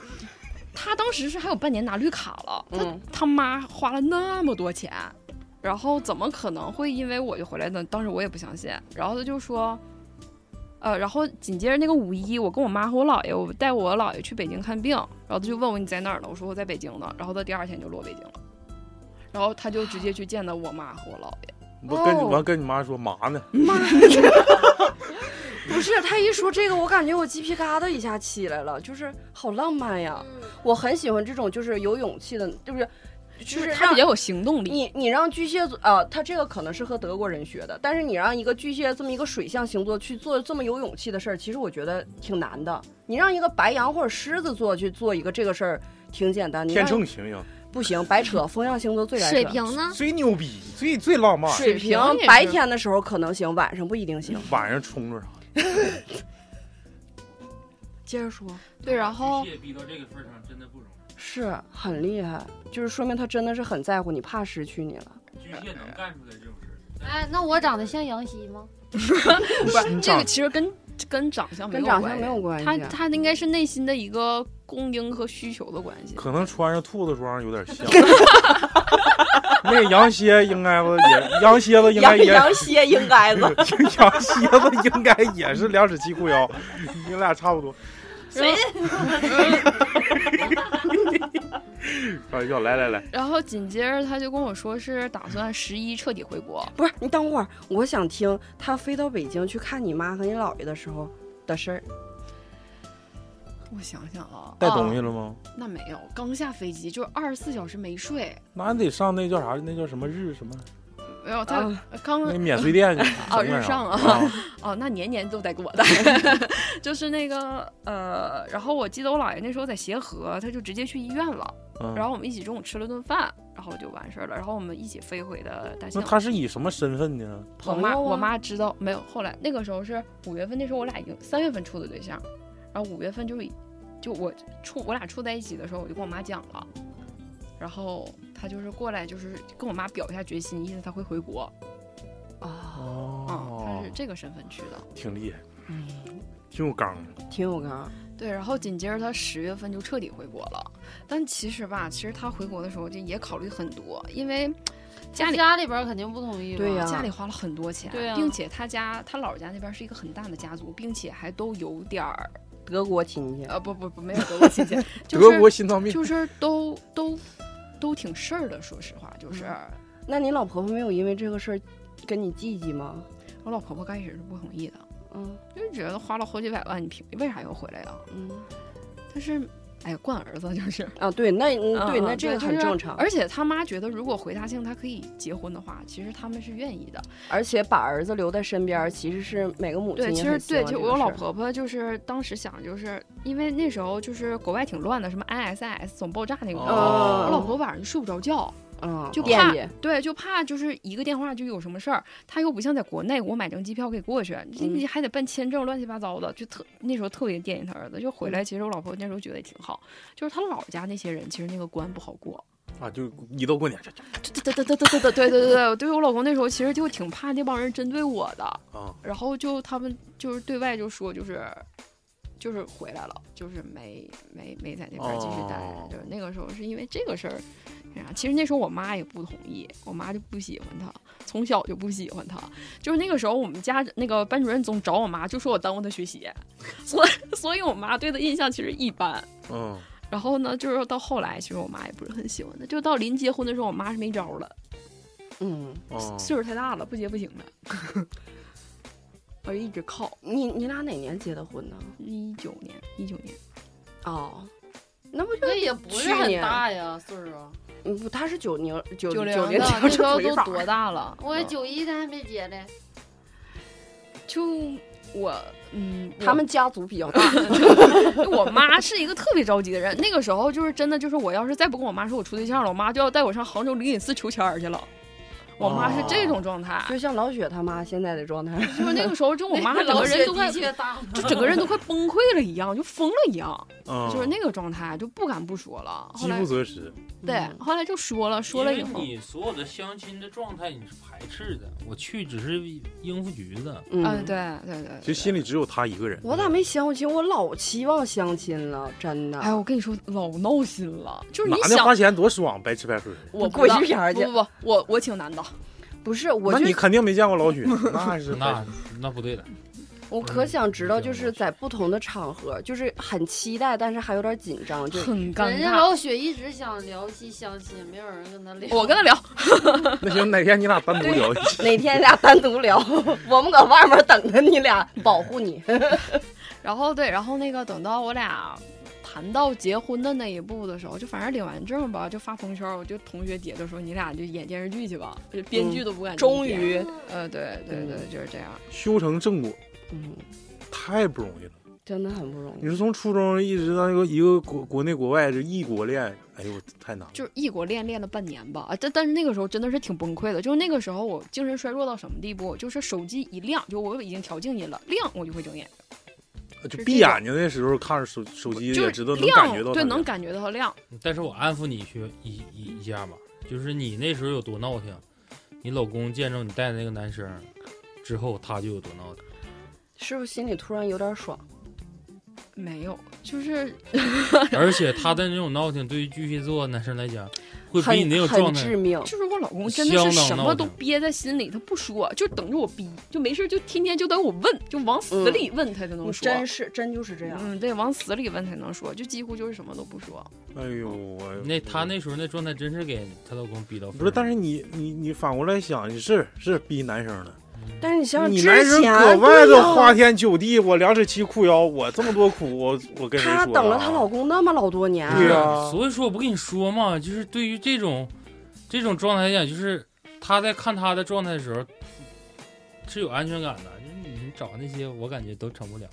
Speaker 5: 他当时是还有半年拿绿卡了，他、
Speaker 6: 嗯
Speaker 5: 他妈花了那么多钱，然后怎么可能会因为我就回来呢？当时我也不相信，然后他就说。呃，然后紧接着那个五一，我跟我妈和我姥爷，我带我姥爷去北京看病，然后他就问我你在哪儿呢？我说我在北京呢。然后他第二天就落北京了，然后他就直接去见的我妈和我姥爷。
Speaker 2: 我跟
Speaker 6: 哦
Speaker 2: 完跟你妈说麻呢，
Speaker 6: 不是，他一说这个，我感觉我鸡皮疙瘩一下起来了，就是好浪漫呀！我很喜欢这种就是有勇气的，就是就是
Speaker 5: 他
Speaker 6: 让
Speaker 5: 比较有行动力，
Speaker 6: 你你让巨蟹座啊、他这个可能是和德国人学的，但是你让一个巨蟹这么一个水象星座去做这么有勇气的事儿，其实我觉得挺难的。你让一个白羊或者狮子座去做一个这个事儿，挺简单。你
Speaker 2: 天
Speaker 6: 让
Speaker 2: 秤行不行？
Speaker 6: 不行，白扯，风象星座最难扯
Speaker 4: 水。瓶呢？
Speaker 2: 最牛逼，最最浪漫，
Speaker 6: 水瓶
Speaker 5: 水瓶也是嗯
Speaker 6: 白天的时候可能行，晚上不一定行。
Speaker 2: 晚上冲着啥？
Speaker 6: 接着说，
Speaker 5: 对，然后
Speaker 8: 巨蟹逼到这个份儿上真的不容易，
Speaker 6: 是很厉害，就是说明他真的是很在乎你，怕失去你了。
Speaker 8: 巨蟹能干出来这种事儿。
Speaker 3: 哎，那我长得像杨希吗？
Speaker 2: 不
Speaker 5: [LAUGHS] 不，这个其实跟跟长相没
Speaker 6: 跟
Speaker 5: 有
Speaker 6: 长
Speaker 5: 关
Speaker 6: 相没
Speaker 5: 系
Speaker 6: 有关系。啊
Speaker 5: 他他应该是内心的一个供应和需求的关系。
Speaker 2: 可能穿上兔子装有点像。 [LAUGHS] 那个羊蝎应该不也，羊蝎子应该
Speaker 6: 羊
Speaker 5: [LAUGHS]
Speaker 2: 也，
Speaker 6: 羊蝎应该子，
Speaker 2: [LAUGHS] 羊蝎子应该也是两尺七裤腰， [LAUGHS] 你俩差不多。谁？开玩笑，哎来来来，
Speaker 5: 然后紧接着他就跟我说是打算十一彻底回国，
Speaker 6: 不是你等会儿，我想听他飞到北京去看你妈和你姥爷的时候的事儿。
Speaker 5: 我想想啊，
Speaker 2: 带东西
Speaker 5: 啊
Speaker 2: 了吗？
Speaker 5: 那没有，刚下飞机就是二十四小时没睡，
Speaker 2: 那你得上那叫啥？那叫什么日什么？
Speaker 5: 没有他
Speaker 6: 啊
Speaker 5: 刚
Speaker 2: 那免税店去
Speaker 5: 哦
Speaker 2: 整点
Speaker 5: 日
Speaker 2: 啥
Speaker 5: 上啊
Speaker 2: 啊，
Speaker 5: 哦，那年年都在给我带， [LAUGHS] 就是那个呃，然后我记得我姥爷那时候在协和，他就直接去医院了，
Speaker 2: 嗯
Speaker 5: 然后我们一起中午吃了顿饭，然后就完事儿了，然后我们一起飞回的大兴
Speaker 2: 那。他是以什么身份呢？
Speaker 5: 我
Speaker 6: 朋友
Speaker 5: 妈
Speaker 6: 啊
Speaker 5: 我妈知道没有？后来那个时候是五月份，那时候我俩已经三月份处的对象，然后五月份就已就我处我俩处在一起的时候，我就跟我妈讲了，然后她就是过来就是跟我妈表一下决心，意思她会回国，
Speaker 6: 啊，
Speaker 5: 嗯，她
Speaker 2: 哦
Speaker 5: 是，这个身份去的。
Speaker 2: 挺厉害，挺有刚的。
Speaker 6: 嗯挺有刚。
Speaker 5: 对，然后紧接着她十月份就彻底回国了，但其实吧，其实她回国的时候就也考虑很多，因为家里
Speaker 3: 家里边儿肯定不同意吧。
Speaker 6: 对呀
Speaker 5: 家里花了很多钱，
Speaker 3: 对啊
Speaker 5: 并且她家她姥姥家那边是一个很大的家族，并且还都有点儿
Speaker 6: 德国亲戚，
Speaker 5: 呃，不不不，没有德
Speaker 6: [LAUGHS]
Speaker 5: 国亲戚，就是
Speaker 2: 德国心脏病，
Speaker 5: 就是都都都挺事儿的。说实话，就是、
Speaker 6: 那你老婆婆没有因为这个事儿跟你记记吗？
Speaker 5: 我老婆婆刚开始是不同意的，
Speaker 6: 嗯
Speaker 5: 就是觉得花了好几百万，你凭为啥要回来啊？
Speaker 6: 嗯
Speaker 5: 但是，哎呀，惯儿子就是，
Speaker 6: 啊，对，那嗯
Speaker 5: 嗯
Speaker 6: 对，
Speaker 5: 嗯
Speaker 6: 那这个
Speaker 5: 就
Speaker 6: 很
Speaker 5: 是
Speaker 6: 正常。
Speaker 5: 而且他妈觉得，如果回大庆，他可以结婚的话，其实他们是愿意的。
Speaker 6: 而且把儿子留在身边儿，其实是每个母亲
Speaker 5: 对，其
Speaker 6: 也
Speaker 5: 实
Speaker 6: 很希
Speaker 5: 对，
Speaker 6: 望
Speaker 5: 就
Speaker 6: 这
Speaker 5: 我
Speaker 6: 个
Speaker 5: 老
Speaker 6: 事儿
Speaker 5: 婆婆就是当时想，就是因为那时候就是国外挺乱的，什么 ISIS 总爆炸那个时候，
Speaker 6: 哦
Speaker 5: 我老婆晚上睡不着觉。
Speaker 6: 嗯
Speaker 5: 就
Speaker 6: 惦
Speaker 5: 怕
Speaker 6: 记，
Speaker 5: 对，就怕就是一个电话就有什么事儿，他又不像在国内，我买张机票可以过去，你你还得办签证，乱七八糟的，就特那时候特别惦记他儿子。就回来，其实我老婆那时候觉得也挺好，就是他姥姥家那些人，其实那个关不好过。
Speaker 2: 啊，就一到过年这这
Speaker 5: 对对对对对对 [LAUGHS] 对对对，对于我老公那时候其实就挺怕那帮人针对我的，
Speaker 2: 啊，
Speaker 5: 然后就他们就是对外就说就是。就是回来了，就是没没没在那边继续待着。
Speaker 2: 哦
Speaker 5: 就是那个时候是因为这个事儿，那啥，其实那时候我妈也不同意，我妈就不喜欢他，从小就不喜欢他。就是那个时候我们家那个班主任总找我妈，就说我耽误他学习，所以 [LAUGHS] 所以我妈对他印象其实一般。
Speaker 2: 嗯，
Speaker 5: 然后呢，就是到后来，其实我妈也不是很喜欢他，就到临结婚的时候，我妈是没招了，
Speaker 6: 嗯，
Speaker 2: 哦
Speaker 5: 岁数太大了，不结不行的。
Speaker 8: [LAUGHS]
Speaker 5: 我就一直靠，
Speaker 6: 你你俩哪年结的婚呢？
Speaker 5: 一九年，一九年，
Speaker 6: 哦，那不就
Speaker 3: 那也不是很大呀，岁数啊。
Speaker 6: 嗯不，他是九零九
Speaker 5: 九零
Speaker 6: 九零
Speaker 5: 的，
Speaker 6: [LAUGHS] 九
Speaker 5: 那
Speaker 6: 这
Speaker 5: 时候
Speaker 6: 没
Speaker 5: 都
Speaker 6: 法儿
Speaker 5: 多大了？
Speaker 3: 我九一的还没结嘞，
Speaker 5: 就我嗯，我
Speaker 6: 他们家族比较大，
Speaker 5: 我妈是一个特别着急的人，那个时候就是真的，就是我要是再不跟我妈说我处对象了，我妈就要带我上杭州灵隐寺求签儿去了。我妈
Speaker 8: 哦
Speaker 5: 是这种状态，
Speaker 6: 就像老雪他妈现在的状
Speaker 5: [LAUGHS]
Speaker 6: 态。
Speaker 5: 就是那个时候，就我妈整个人都快，就
Speaker 3: 大，
Speaker 5: [LAUGHS] 整个人都快崩溃了一样，就疯了一样，
Speaker 2: 嗯，
Speaker 8: 哦
Speaker 5: 就是那个状态，就不敢不说了。后
Speaker 2: 饥
Speaker 5: 来
Speaker 2: 不择食，
Speaker 5: 对，后来就说了， [LAUGHS] 说了以
Speaker 8: 因
Speaker 5: 后
Speaker 8: 为你所有的相亲的状态你是排斥的，我去只是应付局子。
Speaker 5: 啊，
Speaker 6: 嗯，
Speaker 5: 对对对，
Speaker 2: 其实心里只有他一个人。
Speaker 6: 我咋没相亲？我老期望相亲了，真的。
Speaker 3: 啊
Speaker 5: 哎，我跟你说，老闹心了，就是你
Speaker 2: 男的
Speaker 5: 想
Speaker 2: 花，钱多爽，白吃白喝。
Speaker 5: 我
Speaker 6: 滚
Speaker 5: 不
Speaker 6: 一边儿去
Speaker 5: 不不不，我我挺难的，
Speaker 6: 不是，我
Speaker 2: 那
Speaker 6: 就
Speaker 2: 你肯定没见过老
Speaker 5: [LAUGHS]
Speaker 2: 许，那是白
Speaker 8: 那那不对了，
Speaker 6: 我
Speaker 8: 嗯
Speaker 6: 可想知道，就是在不同的场合，就是很期待，但是还有点紧张，
Speaker 5: [LAUGHS]
Speaker 6: 就
Speaker 5: 很尴
Speaker 3: 人家
Speaker 5: 尬。
Speaker 3: 老雪一直想聊起相亲，没有人跟他聊。
Speaker 5: 我跟他聊，
Speaker 2: 那行，哪天你俩单独聊一期。
Speaker 6: 哪天俩单独聊， [LAUGHS] 我们搁外面等着你俩，保护
Speaker 5: [LAUGHS]
Speaker 6: 你。
Speaker 5: 然后对，然后那个等到我俩谈到结婚的那一步的时候，就反正领完证吧，就发朋友圈，我就同学底下就说你俩就演电视剧去吧，就
Speaker 2: 嗯
Speaker 5: 编剧都不敢、
Speaker 6: 终，于，
Speaker 5: 呃，对对对，就是这样。
Speaker 2: 修成正果
Speaker 6: 嗯，
Speaker 2: 太不容易了。
Speaker 6: 真的很不容
Speaker 2: 你
Speaker 8: 嗯
Speaker 6: 易。
Speaker 2: 是从初中一直到一个一个国国内国外这异国恋，哎呦，太难了。
Speaker 5: 就是异国恋练了半年吧，啊但但是那个时候真的是挺崩溃的。就是那个时候我精神衰弱到什么地步，就是手机一亮，就我已经调静音了，亮我就会睁眼，
Speaker 2: 就是闭
Speaker 5: 这种
Speaker 2: 眼睛的时候看着手手机，
Speaker 5: 就
Speaker 2: 也知
Speaker 5: 是
Speaker 2: 道能感觉
Speaker 5: 亮，
Speaker 2: 到
Speaker 5: 对，
Speaker 2: 它
Speaker 5: 能感觉到它亮。
Speaker 8: 但是我安抚你去一一一下吧，就是你那时候有多闹挺，你老公见着你带的那个男生之后，他就有多
Speaker 5: [LAUGHS]
Speaker 8: 闹挺。
Speaker 6: 是不是心里突然有点爽？
Speaker 5: 没有，就是
Speaker 8: 而且他的那种闹挺，对于巨蟹座男生来讲，会
Speaker 6: 很
Speaker 8: 比你那种
Speaker 6: 很
Speaker 8: 状态
Speaker 6: 致命。
Speaker 5: 就是我老公真的是
Speaker 8: 相当
Speaker 5: 什
Speaker 8: 闹
Speaker 5: 么都
Speaker 8: 腾
Speaker 5: 憋在心里，他不说，就等着我逼，就没事就天天就得我问，就往死里问他才能
Speaker 8: 嗯
Speaker 6: 你嗯
Speaker 5: 说。
Speaker 6: 真是真就是这样。
Speaker 5: 嗯，对，往死里问才能说，就几乎就是什么都不说。
Speaker 2: 哎呦，我
Speaker 8: 那她那时候那状态真是给她老公逼到疯了。
Speaker 2: 不是，但是你你你反过来想，你是是逼男生的，
Speaker 6: 但是你想想
Speaker 2: 你
Speaker 6: 之
Speaker 2: 男生
Speaker 6: 前，
Speaker 2: 搁外头
Speaker 6: 对呀
Speaker 2: 花天酒地，我两尺七裤腰，我这么多苦，我我跟谁说、啊？
Speaker 6: 她等了她老公那么老多年，
Speaker 5: 嗯
Speaker 2: 对呀、
Speaker 8: 所以说我不跟你说嘛，就是对于这种这种状态来讲，就是他在看他的状态的时候是有安全感的。就是你找那些，我感觉都成不了。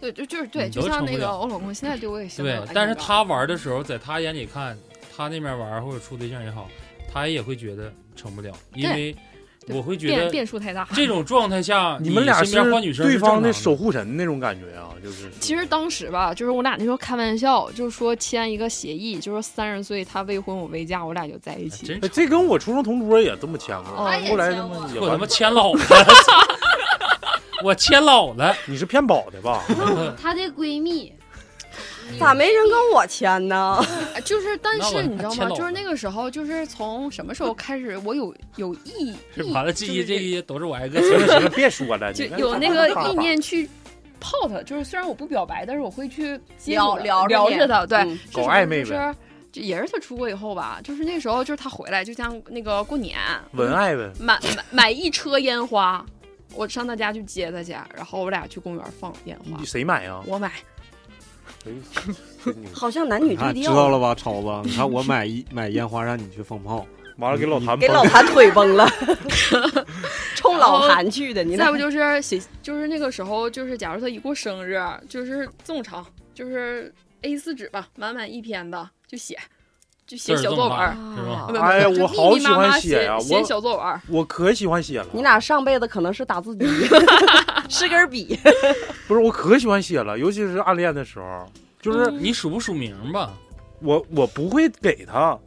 Speaker 5: 对，就就是对，
Speaker 8: 你
Speaker 5: 就
Speaker 8: 嗯都
Speaker 5: 像
Speaker 8: 成
Speaker 5: 那
Speaker 8: 不
Speaker 5: 个
Speaker 8: 了
Speaker 5: 我老公现在对我也相当有
Speaker 8: 对
Speaker 5: 安，全
Speaker 8: 但是
Speaker 5: 感嗯
Speaker 8: 他玩的时候，在他眼里看，他那边玩或者处对象也好，他也会觉得成不了，因为
Speaker 5: 对
Speaker 8: 我会觉
Speaker 5: 变
Speaker 8: 得
Speaker 5: 变数太大。
Speaker 8: 这种状态下，
Speaker 2: 你们俩
Speaker 8: 身边换女生是
Speaker 2: 对
Speaker 8: 正常
Speaker 2: 方
Speaker 8: 的
Speaker 2: 守护神那种感觉啊，就是
Speaker 5: 其实当时吧，就是我俩那时候开玩笑，就是说签一个协议，就是说三十岁他未婚我未嫁，我俩就在一
Speaker 8: 哎
Speaker 5: 起。
Speaker 8: 真
Speaker 2: 哎这跟我初中同桌也这么签过，
Speaker 5: 哦
Speaker 2: 后来他妈也
Speaker 8: 我他妈
Speaker 2: 完
Speaker 8: 签老了， [LAUGHS] 我签老了。
Speaker 2: 你是骗保的吧？
Speaker 3: 她的闺蜜，
Speaker 6: 咋没人跟我签呢？
Speaker 5: 啊就是，但
Speaker 8: 那我
Speaker 5: 是你知道
Speaker 8: 牵
Speaker 5: 吗？
Speaker 8: 老
Speaker 5: 就是
Speaker 8: 了
Speaker 5: 那个时候，就是从什么时候开始，我有有意意
Speaker 8: 完了，这
Speaker 5: 就是
Speaker 8: 些这些都是我挨个
Speaker 2: 行了
Speaker 8: 签。
Speaker 2: 行了，别说了，
Speaker 5: [LAUGHS] 就
Speaker 2: 你看
Speaker 5: 有那个意念去泡他，就是虽然我不表白，但是我会去接触
Speaker 6: 聊
Speaker 5: 他
Speaker 6: 聊着
Speaker 5: 聊
Speaker 6: 你
Speaker 5: 着他，对，
Speaker 6: 嗯
Speaker 5: 是
Speaker 2: 搞
Speaker 5: 什么
Speaker 2: 暧昧
Speaker 5: 就是就也是他出国以后吧，就是那时候就是他回来，就像那个过年
Speaker 2: 文爱呗，
Speaker 5: 买买买一车烟花，我上他家去接他去，然后我俩去公园放烟花
Speaker 2: 你，谁买
Speaker 5: [LAUGHS]
Speaker 2: 呀、
Speaker 5: 我买
Speaker 2: 哎真牛
Speaker 6: 好像男女
Speaker 9: 你
Speaker 6: 对
Speaker 9: 看，知
Speaker 6: 调。
Speaker 9: 道了吧，超子？
Speaker 6: [LAUGHS]
Speaker 9: 你看我买一买烟花，让你去放炮，
Speaker 2: 完了给老谭
Speaker 6: 给老谭腿崩
Speaker 5: [LAUGHS]
Speaker 6: 了，冲老韩去的。你
Speaker 5: 再
Speaker 6: 那
Speaker 5: 不就是写，就是那个时候，就是假如他一过生日，就是这么长，就是 A 4纸吧，满满一篇的就写，就写
Speaker 8: 字儿
Speaker 5: 小
Speaker 8: 这
Speaker 5: 作
Speaker 8: 么
Speaker 5: 文
Speaker 8: 大
Speaker 5: 儿，
Speaker 6: 啊
Speaker 8: 是吧
Speaker 5: 不不不
Speaker 2: 哎呀
Speaker 5: 就
Speaker 2: 我
Speaker 5: 密
Speaker 2: 好
Speaker 5: 密
Speaker 2: 喜
Speaker 5: 麻
Speaker 2: 欢
Speaker 5: 麻
Speaker 2: 写
Speaker 5: 写
Speaker 2: 呀我
Speaker 5: 写小作文儿。
Speaker 2: 我可喜欢写了，
Speaker 6: 你俩上辈子可能是打字
Speaker 5: [LAUGHS]
Speaker 6: 机，是根笔。
Speaker 2: 不是我可喜欢写了，尤其是暗恋的时候，就是
Speaker 8: 你署不署名吧？
Speaker 2: 我我不会给他，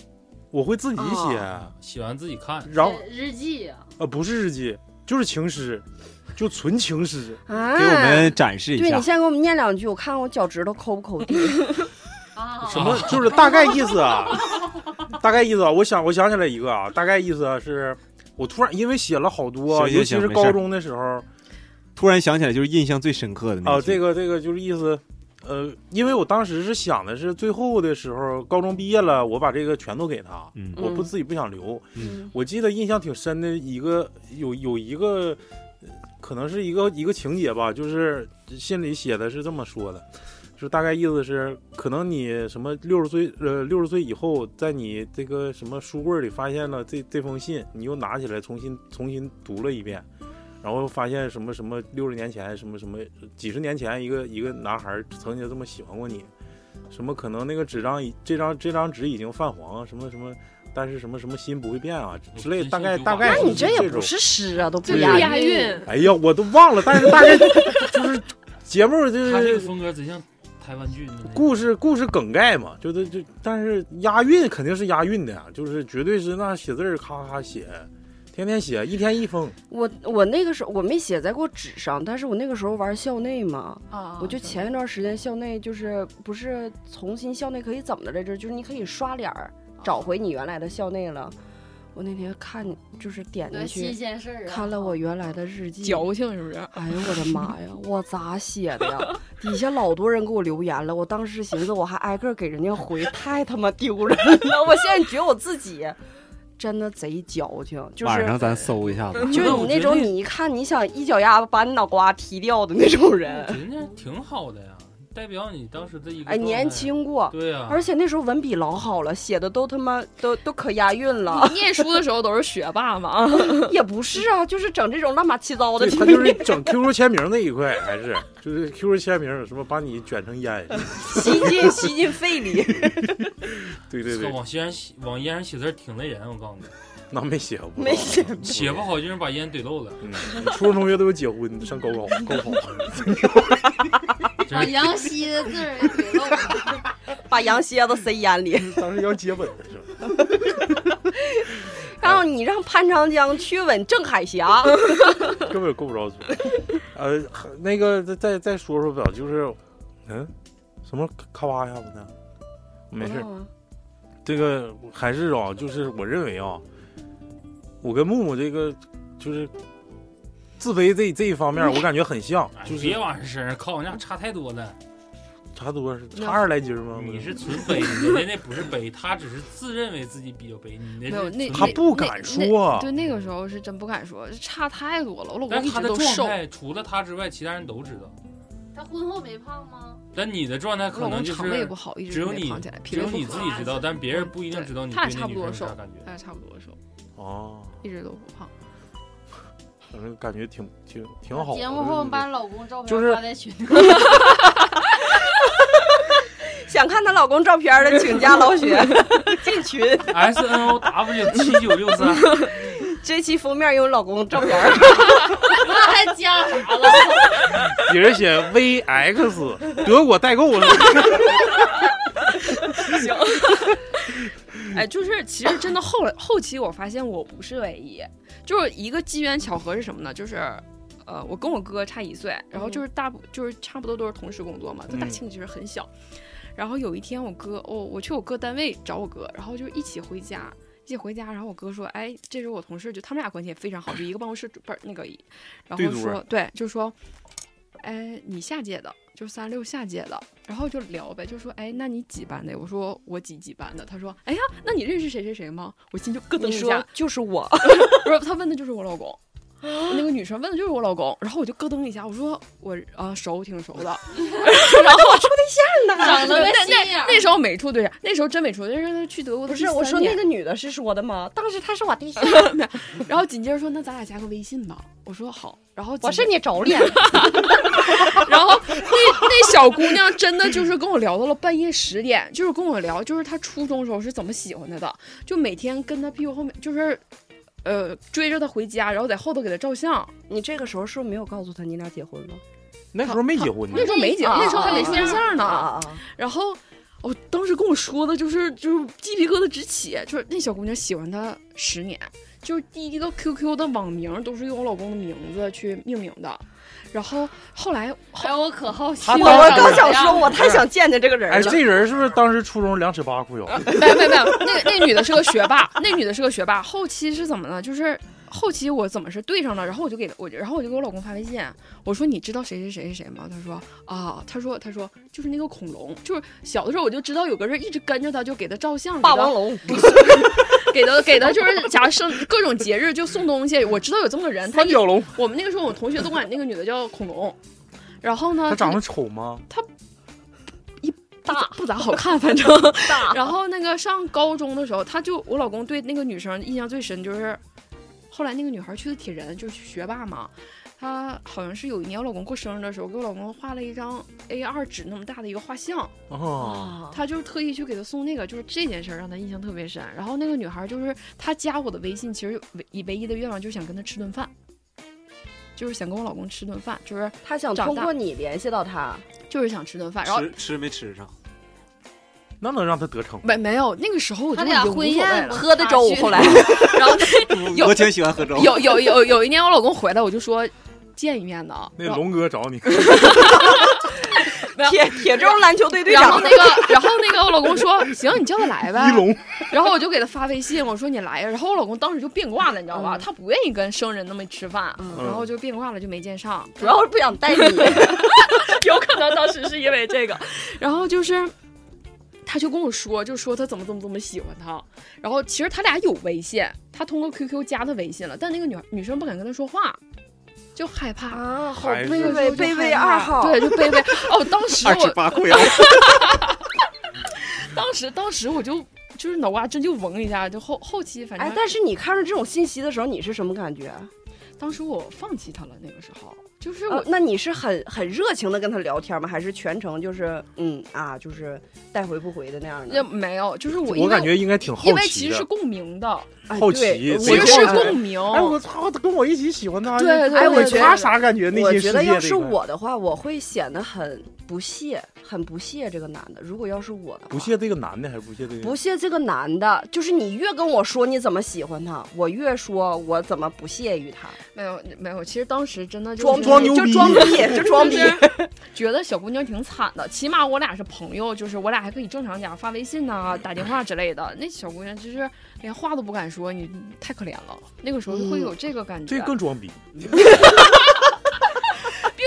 Speaker 2: 我会自己写，
Speaker 8: 写完自己看。
Speaker 2: 然后
Speaker 3: 日记啊，
Speaker 2: 呃不是日记，就是情诗，就纯情诗。
Speaker 6: 啊
Speaker 9: 给我们展示一
Speaker 6: 对
Speaker 9: 下
Speaker 6: 你。先给我们念两句，我看看我脚趾头抠不抠地。
Speaker 3: 啊
Speaker 2: 什么？就是大概意思啊，大概意思啊。我想，我想起来一个啊，大概意思啊是，我突然因为写了好多，
Speaker 9: 行行
Speaker 2: 尤其
Speaker 9: 行
Speaker 2: 是
Speaker 9: 没事
Speaker 2: 高
Speaker 9: 儿
Speaker 2: 中的时候
Speaker 9: 突然想起来，就是印象最深刻的那
Speaker 2: 啊，
Speaker 9: 一句
Speaker 2: 这个这个就是意思，呃，因为我当时是想的是最后的时候，高中毕业了，我把这个全都给他，
Speaker 9: 嗯
Speaker 2: 我不
Speaker 6: 嗯
Speaker 2: 自己不想留。
Speaker 9: 嗯
Speaker 2: 我记得印象挺深的一个有有一个，呃可能是一个一个情节吧，就是信里写的是这么说的，就大概意思是，可能你什么六十岁呃六十岁以后，在你这个什么书柜里发现了这这封信，你又拿起来重新重新读了一遍，然后发现什么什么六十年前什么什么几十年前一个一个男孩曾经这么喜欢过你，什么可能那个纸张已这张这张纸已经泛黄，什么什么，但是什么什么心不会变啊，之类大概大概
Speaker 6: 那
Speaker 2: 是
Speaker 6: 你这也
Speaker 2: 种
Speaker 6: 不是诗啊，都不
Speaker 5: 这不
Speaker 6: 押
Speaker 5: 押韵，
Speaker 2: 哎呀，我都忘了，但是大概就是节目就
Speaker 6: 呃
Speaker 8: 他这个
Speaker 2: 是
Speaker 8: 风格贼像台湾剧呢。
Speaker 2: 故事故事梗概嘛，就是就但是押韵肯定是押韵的呀，就是绝对是那写字儿咔咔写，天天写，一天一封。
Speaker 6: 我我那个时候我没写在过纸上，但是我那个时候玩校内嘛，
Speaker 5: 啊
Speaker 6: 我就前一段时间校内就是不是重新校内可以怎么的来着？就是你可以刷脸儿找回你原来的校内了。我那天看就是点
Speaker 3: 多
Speaker 6: 进
Speaker 3: 新
Speaker 6: 去
Speaker 3: 鲜事儿啊！
Speaker 6: 看了我原来的日记，
Speaker 5: 矫情是不是？
Speaker 6: 哎呀我的妈呀，我咋写的呀？底下老多人给我留言了，我当时寻思我还挨个给人家回，太他妈丢人了。我现在觉得我自己真的贼矫情，就是
Speaker 9: 晚上咱搜一
Speaker 6: [LAUGHS]
Speaker 9: 下子。
Speaker 6: 就是你那种，你一看你想一脚丫子把你脑瓜踢掉的那种
Speaker 8: 我
Speaker 9: 嗯
Speaker 6: 人。
Speaker 8: 觉得那挺好的呀，代表你当时的一个
Speaker 6: 哎，年。轻过，
Speaker 8: 对啊呀，
Speaker 6: 而且那时候文笔老好了，写的都他妈都都可押韵了。
Speaker 5: 你念书的时候都是学霸
Speaker 2: [LAUGHS]
Speaker 5: 嘛，啊
Speaker 6: [LAUGHS] 也不是啊，就是整这种乱八七糟的
Speaker 2: 对，。他就是整 QQ 签名那一块，还是就是 QQ 签名什么把你卷成烟，
Speaker 6: 吸进吸进肺 [LAUGHS] 里。
Speaker 2: 对对对，
Speaker 8: 往烟上写往烟上写字儿挺累人，我告
Speaker 6: [LAUGHS]
Speaker 8: 诉你，
Speaker 2: 那没写过，
Speaker 6: 没写
Speaker 8: 写不。好就让把烟怼漏了。
Speaker 6: 哎
Speaker 2: 嗯，你初中同学都有结婚的，上高考高考， [LAUGHS]
Speaker 3: 把啊杨希的字儿给怼漏了。
Speaker 6: 把羊蝎子塞烟里，
Speaker 2: 当时要接吻是吧？
Speaker 6: [LAUGHS] 然后你让潘长江去吻郑海 [LAUGHS] 霞，
Speaker 2: 根本够不着嘴。呃，那个再再再说说吧，就是，嗯，什么咔哇一下子呢？没事，这个还是啊，就是我认为啊，我跟木木这个就是自卑这这一方面，我感觉很像，
Speaker 8: 哎
Speaker 2: 就
Speaker 8: 别
Speaker 2: 是
Speaker 8: 往上身上靠，我俩差太多了。
Speaker 2: 差多少差二十来斤吗？
Speaker 8: 嗯你是纯悲，人家那不是悲，他只是自认为自己比较悲。你
Speaker 5: 没有
Speaker 8: 那
Speaker 5: 那
Speaker 8: 是
Speaker 2: 他
Speaker 8: 纯悲
Speaker 2: 不敢说，
Speaker 5: 对，那个时候是真不敢说，差太多了。我老
Speaker 8: 但
Speaker 5: 公一
Speaker 8: 是他
Speaker 5: 直
Speaker 8: 的
Speaker 5: 都
Speaker 8: 状
Speaker 5: 瘦，
Speaker 8: 态除了他之外，其他人都知道。
Speaker 3: 他婚后没胖吗？
Speaker 8: 但你的状态
Speaker 5: 我
Speaker 8: 可
Speaker 5: 老公
Speaker 8: 能就
Speaker 5: 肠胃
Speaker 8: 是
Speaker 5: 不好，一
Speaker 8: 只
Speaker 5: 直
Speaker 8: 有
Speaker 5: 没
Speaker 8: 你
Speaker 5: 胖起来，皮
Speaker 8: 只
Speaker 5: 儿
Speaker 8: 有
Speaker 5: 不
Speaker 8: 你
Speaker 5: 好啊
Speaker 8: 自己知道，但别人不一定知道你
Speaker 5: 他
Speaker 8: 对
Speaker 5: 也差
Speaker 8: 那
Speaker 5: 不
Speaker 8: 女
Speaker 5: 多
Speaker 8: 生是啥
Speaker 5: 瘦
Speaker 8: 感
Speaker 5: [LAUGHS]
Speaker 8: 觉。
Speaker 5: 但是差不多瘦，
Speaker 2: 哦，
Speaker 5: 一直都不胖。
Speaker 2: 反正感觉挺挺挺好的。
Speaker 3: 节目后把老公照
Speaker 2: 就
Speaker 3: 片
Speaker 2: 是
Speaker 3: 发在群里。
Speaker 6: 想看她老公照片的，请加老 [LAUGHS] 雪进群。
Speaker 8: S N O W 七九六三，
Speaker 6: 这期封面有老公照片。 [LAUGHS]
Speaker 3: 那还加啥了？
Speaker 2: 底下写 VX 德国代购的，
Speaker 5: 哎，就是其实真的后来后期我发现我不是唯一，就是一个机缘巧合是什么呢？就是。呃，我跟我哥差一岁，然后就是大部、就是差不多都是同时工作嘛，就大
Speaker 2: 嗯
Speaker 5: 庆其实很小。然后有一天我哥，哦，我去我哥单位找我哥，然后就一起回家，一起回家。然后我哥说，哎，这是我同事，就他们俩关系也非常好，就一个办公室不是那个，然
Speaker 2: 对
Speaker 5: 后
Speaker 2: 桌
Speaker 5: 说对，就说，哎，你下届的，就三六下届的，然后就聊呗，就说，哎，那你几班的？我说我几几班的。他说，哎呀，那你认识谁谁谁吗？我心就咯噔
Speaker 6: 你
Speaker 5: 一下
Speaker 6: 说，就是 [LAUGHS] 我，
Speaker 5: 不是，他问的就是我
Speaker 6: [LAUGHS]
Speaker 5: 老公。那个女生问的就是我老公，然后我就咯噔一下，我说我啊、熟挺熟的，
Speaker 3: 长得个心眼儿。
Speaker 5: [LAUGHS] 那时候没处对象，那时候真没处对象，但是他去德
Speaker 6: [LAUGHS]
Speaker 5: 国
Speaker 6: 不
Speaker 5: 的
Speaker 6: 是
Speaker 5: 第
Speaker 6: 我
Speaker 5: 三
Speaker 6: 说那
Speaker 5: 年
Speaker 6: 个女的是说的吗？当时她是我对象，
Speaker 5: 然后紧接着说那咱俩加个微信吧，我说好，然后紧
Speaker 6: 我
Speaker 5: 接
Speaker 6: 是你着脸。
Speaker 5: [LAUGHS]
Speaker 6: [LAUGHS]
Speaker 5: 然后那那小姑娘真的就是跟我聊到了半夜十点，就是跟我聊，就是她初中时候是怎么喜欢他的，就每天跟他屁股后面，就是呃追着他回家，然后在后头给他照相。
Speaker 6: 你这个时候是不是没有告诉她你俩结婚了？
Speaker 2: 那时候没结婚呢
Speaker 5: 那，时候没结，那时候还没处对象呢。
Speaker 6: 啊啊！
Speaker 5: 然后我、当时跟我说的就是就是鸡皮疙瘩直起，就是那小姑娘喜欢他十年，就是第一个 QQ 的网名都是用我老公的名字去命名的。然后后来后
Speaker 3: 哎，我可好奇
Speaker 2: 他
Speaker 3: 了。
Speaker 2: 当
Speaker 6: 我
Speaker 2: 时
Speaker 6: 刚想说，我太想见见啊这个人
Speaker 2: 哎，
Speaker 6: 了。
Speaker 2: 这人是不是当时初中两尺八裤啊腰？
Speaker 5: 没有没有没有，那那女的是个学霸，那女的是个学霸。后期是怎么了？就是后期我怎么是对上了，然后我就给我，然后我就给我老公发微信，我说你知道谁谁谁谁谁吗？他说啊，他说他说就是那个恐龙，就是小的时候我就知道有个人一直跟着他，就给他照相，
Speaker 6: 霸王龙， [LAUGHS]
Speaker 5: 给他给他就是假如生各种节日就送东西，我知道有这么个人，他
Speaker 2: 三角龙，
Speaker 5: 我们那个时候我们同学都管那个女的叫恐龙。然后呢，
Speaker 2: 他长得丑吗？
Speaker 5: 大不咋好看，反正。然后那个上高中的时候，他就我老公对那个女生印象最深就是，后来那个女孩去的铁人，就是学霸嘛。她好像是有一年我老公过生日的时候，给我老公画了一张 A 2纸那么大的一个画像，
Speaker 2: 哦，
Speaker 6: 啊
Speaker 5: 他就是特意去给他送那个，就是这件事儿让他印象特别深。然后那个女孩就是她加我的微信，其实唯以唯一的愿望就是想跟他吃顿饭，就是想跟我老公吃顿饭，就是
Speaker 6: 他想
Speaker 5: 长
Speaker 6: 通
Speaker 5: 大
Speaker 6: 过你联系到他，
Speaker 5: 就是想吃顿饭。然后
Speaker 9: 吃吃没吃上？
Speaker 2: 那能让他得逞吗？
Speaker 5: 没没有那个时候我
Speaker 3: 他
Speaker 5: 就已经
Speaker 3: 俩
Speaker 5: 无所
Speaker 3: 婚
Speaker 5: 谓
Speaker 3: 宴
Speaker 5: 了。
Speaker 6: 喝的粥后来
Speaker 5: 然后有
Speaker 9: [LAUGHS] 我挺喜欢喝
Speaker 6: [LAUGHS]
Speaker 9: 粥。
Speaker 5: 有有有有一年我老公回来，我就说见一面呢。
Speaker 2: 那
Speaker 5: 然后
Speaker 2: 龙哥找你，
Speaker 6: [LAUGHS] 铁铁铳篮球队队
Speaker 5: 然后
Speaker 6: 长
Speaker 5: 那。个，然后那个，我老公说：“行，你叫他来
Speaker 2: [LAUGHS]
Speaker 5: 呗
Speaker 2: 一。龙，”
Speaker 5: 然后我就给他发微信，我说：“你来呀。”然后我老公当时就变卦了，你知道吧？
Speaker 6: 嗯
Speaker 5: 他不愿意跟生人那么吃饭，
Speaker 6: 嗯
Speaker 5: 然后就变卦了，就没见上。
Speaker 6: 主要是不想
Speaker 5: [LAUGHS]
Speaker 6: 带你，
Speaker 5: 有可能当时是因为这个，然后就是。他就跟我说，就说他怎么怎么怎么喜欢他，然后其实他俩有微信，他通过 QQ 加他微信了，但那个女女生不敢跟他说话，就害怕
Speaker 6: 啊，
Speaker 2: 好还是
Speaker 5: 那
Speaker 2: 卑
Speaker 5: 个时候就
Speaker 6: 卑微
Speaker 5: 害怕
Speaker 6: 二号
Speaker 5: 对，就卑
Speaker 6: [LAUGHS]
Speaker 5: 微。哦，当时
Speaker 9: 二尺
Speaker 5: 我
Speaker 9: 八裤腰，
Speaker 5: 当时当时我就就是脑瓜真就嗡一下，就后后期反正、
Speaker 6: 哎，但是你看到这种信息的时候，你是什么感觉？啊
Speaker 5: 当时我放弃他了，那个时候就是我、
Speaker 6: 呃那你是很很热情的跟他聊天吗？还是全程就是嗯啊，就是带回不回的那样
Speaker 5: 也
Speaker 6: 的？
Speaker 5: 没有，就是我因
Speaker 2: 我
Speaker 5: 为
Speaker 2: 感觉应该挺好
Speaker 5: 因为
Speaker 2: 奇啊
Speaker 5: 其实是
Speaker 2: 的。
Speaker 5: 共鸣的，
Speaker 6: 哎
Speaker 2: 好
Speaker 6: 对
Speaker 2: 奇
Speaker 6: 我
Speaker 5: 其
Speaker 2: 谁
Speaker 5: 实
Speaker 2: 会
Speaker 5: 是
Speaker 2: 看
Speaker 5: 共鸣。
Speaker 2: 哎，我操，他跟我一起喜欢他，
Speaker 5: 对对
Speaker 2: 哎，我
Speaker 6: 对
Speaker 2: 觉
Speaker 6: 对
Speaker 2: 得他啥感觉？内
Speaker 6: 我
Speaker 2: 心
Speaker 6: 觉
Speaker 2: 世
Speaker 6: 得
Speaker 2: 界
Speaker 6: 要
Speaker 2: 这
Speaker 6: 是
Speaker 2: 一块
Speaker 6: 我的话，我会显得很不屑，很不屑这个男的。如果要是我的话，
Speaker 2: 不屑这个男的，还是不屑这个？
Speaker 6: 不屑这个男的，就是你越跟我说你怎么喜欢他，我越说我怎么不屑于他，
Speaker 5: 没有没有，其实当时真的就是
Speaker 6: 装
Speaker 2: 装牛
Speaker 6: 就
Speaker 2: 逼
Speaker 6: 装逼， [LAUGHS] 就装逼。
Speaker 5: 就是 [LAUGHS] 觉得小姑娘挺惨的，起码我俩是朋友，就是我俩还可以正常讲发微信呐、打电话之类的。那小姑娘就是连话都不敢说，你太可怜了。那个时候就会有这个感觉，
Speaker 2: 这更装逼。
Speaker 5: 并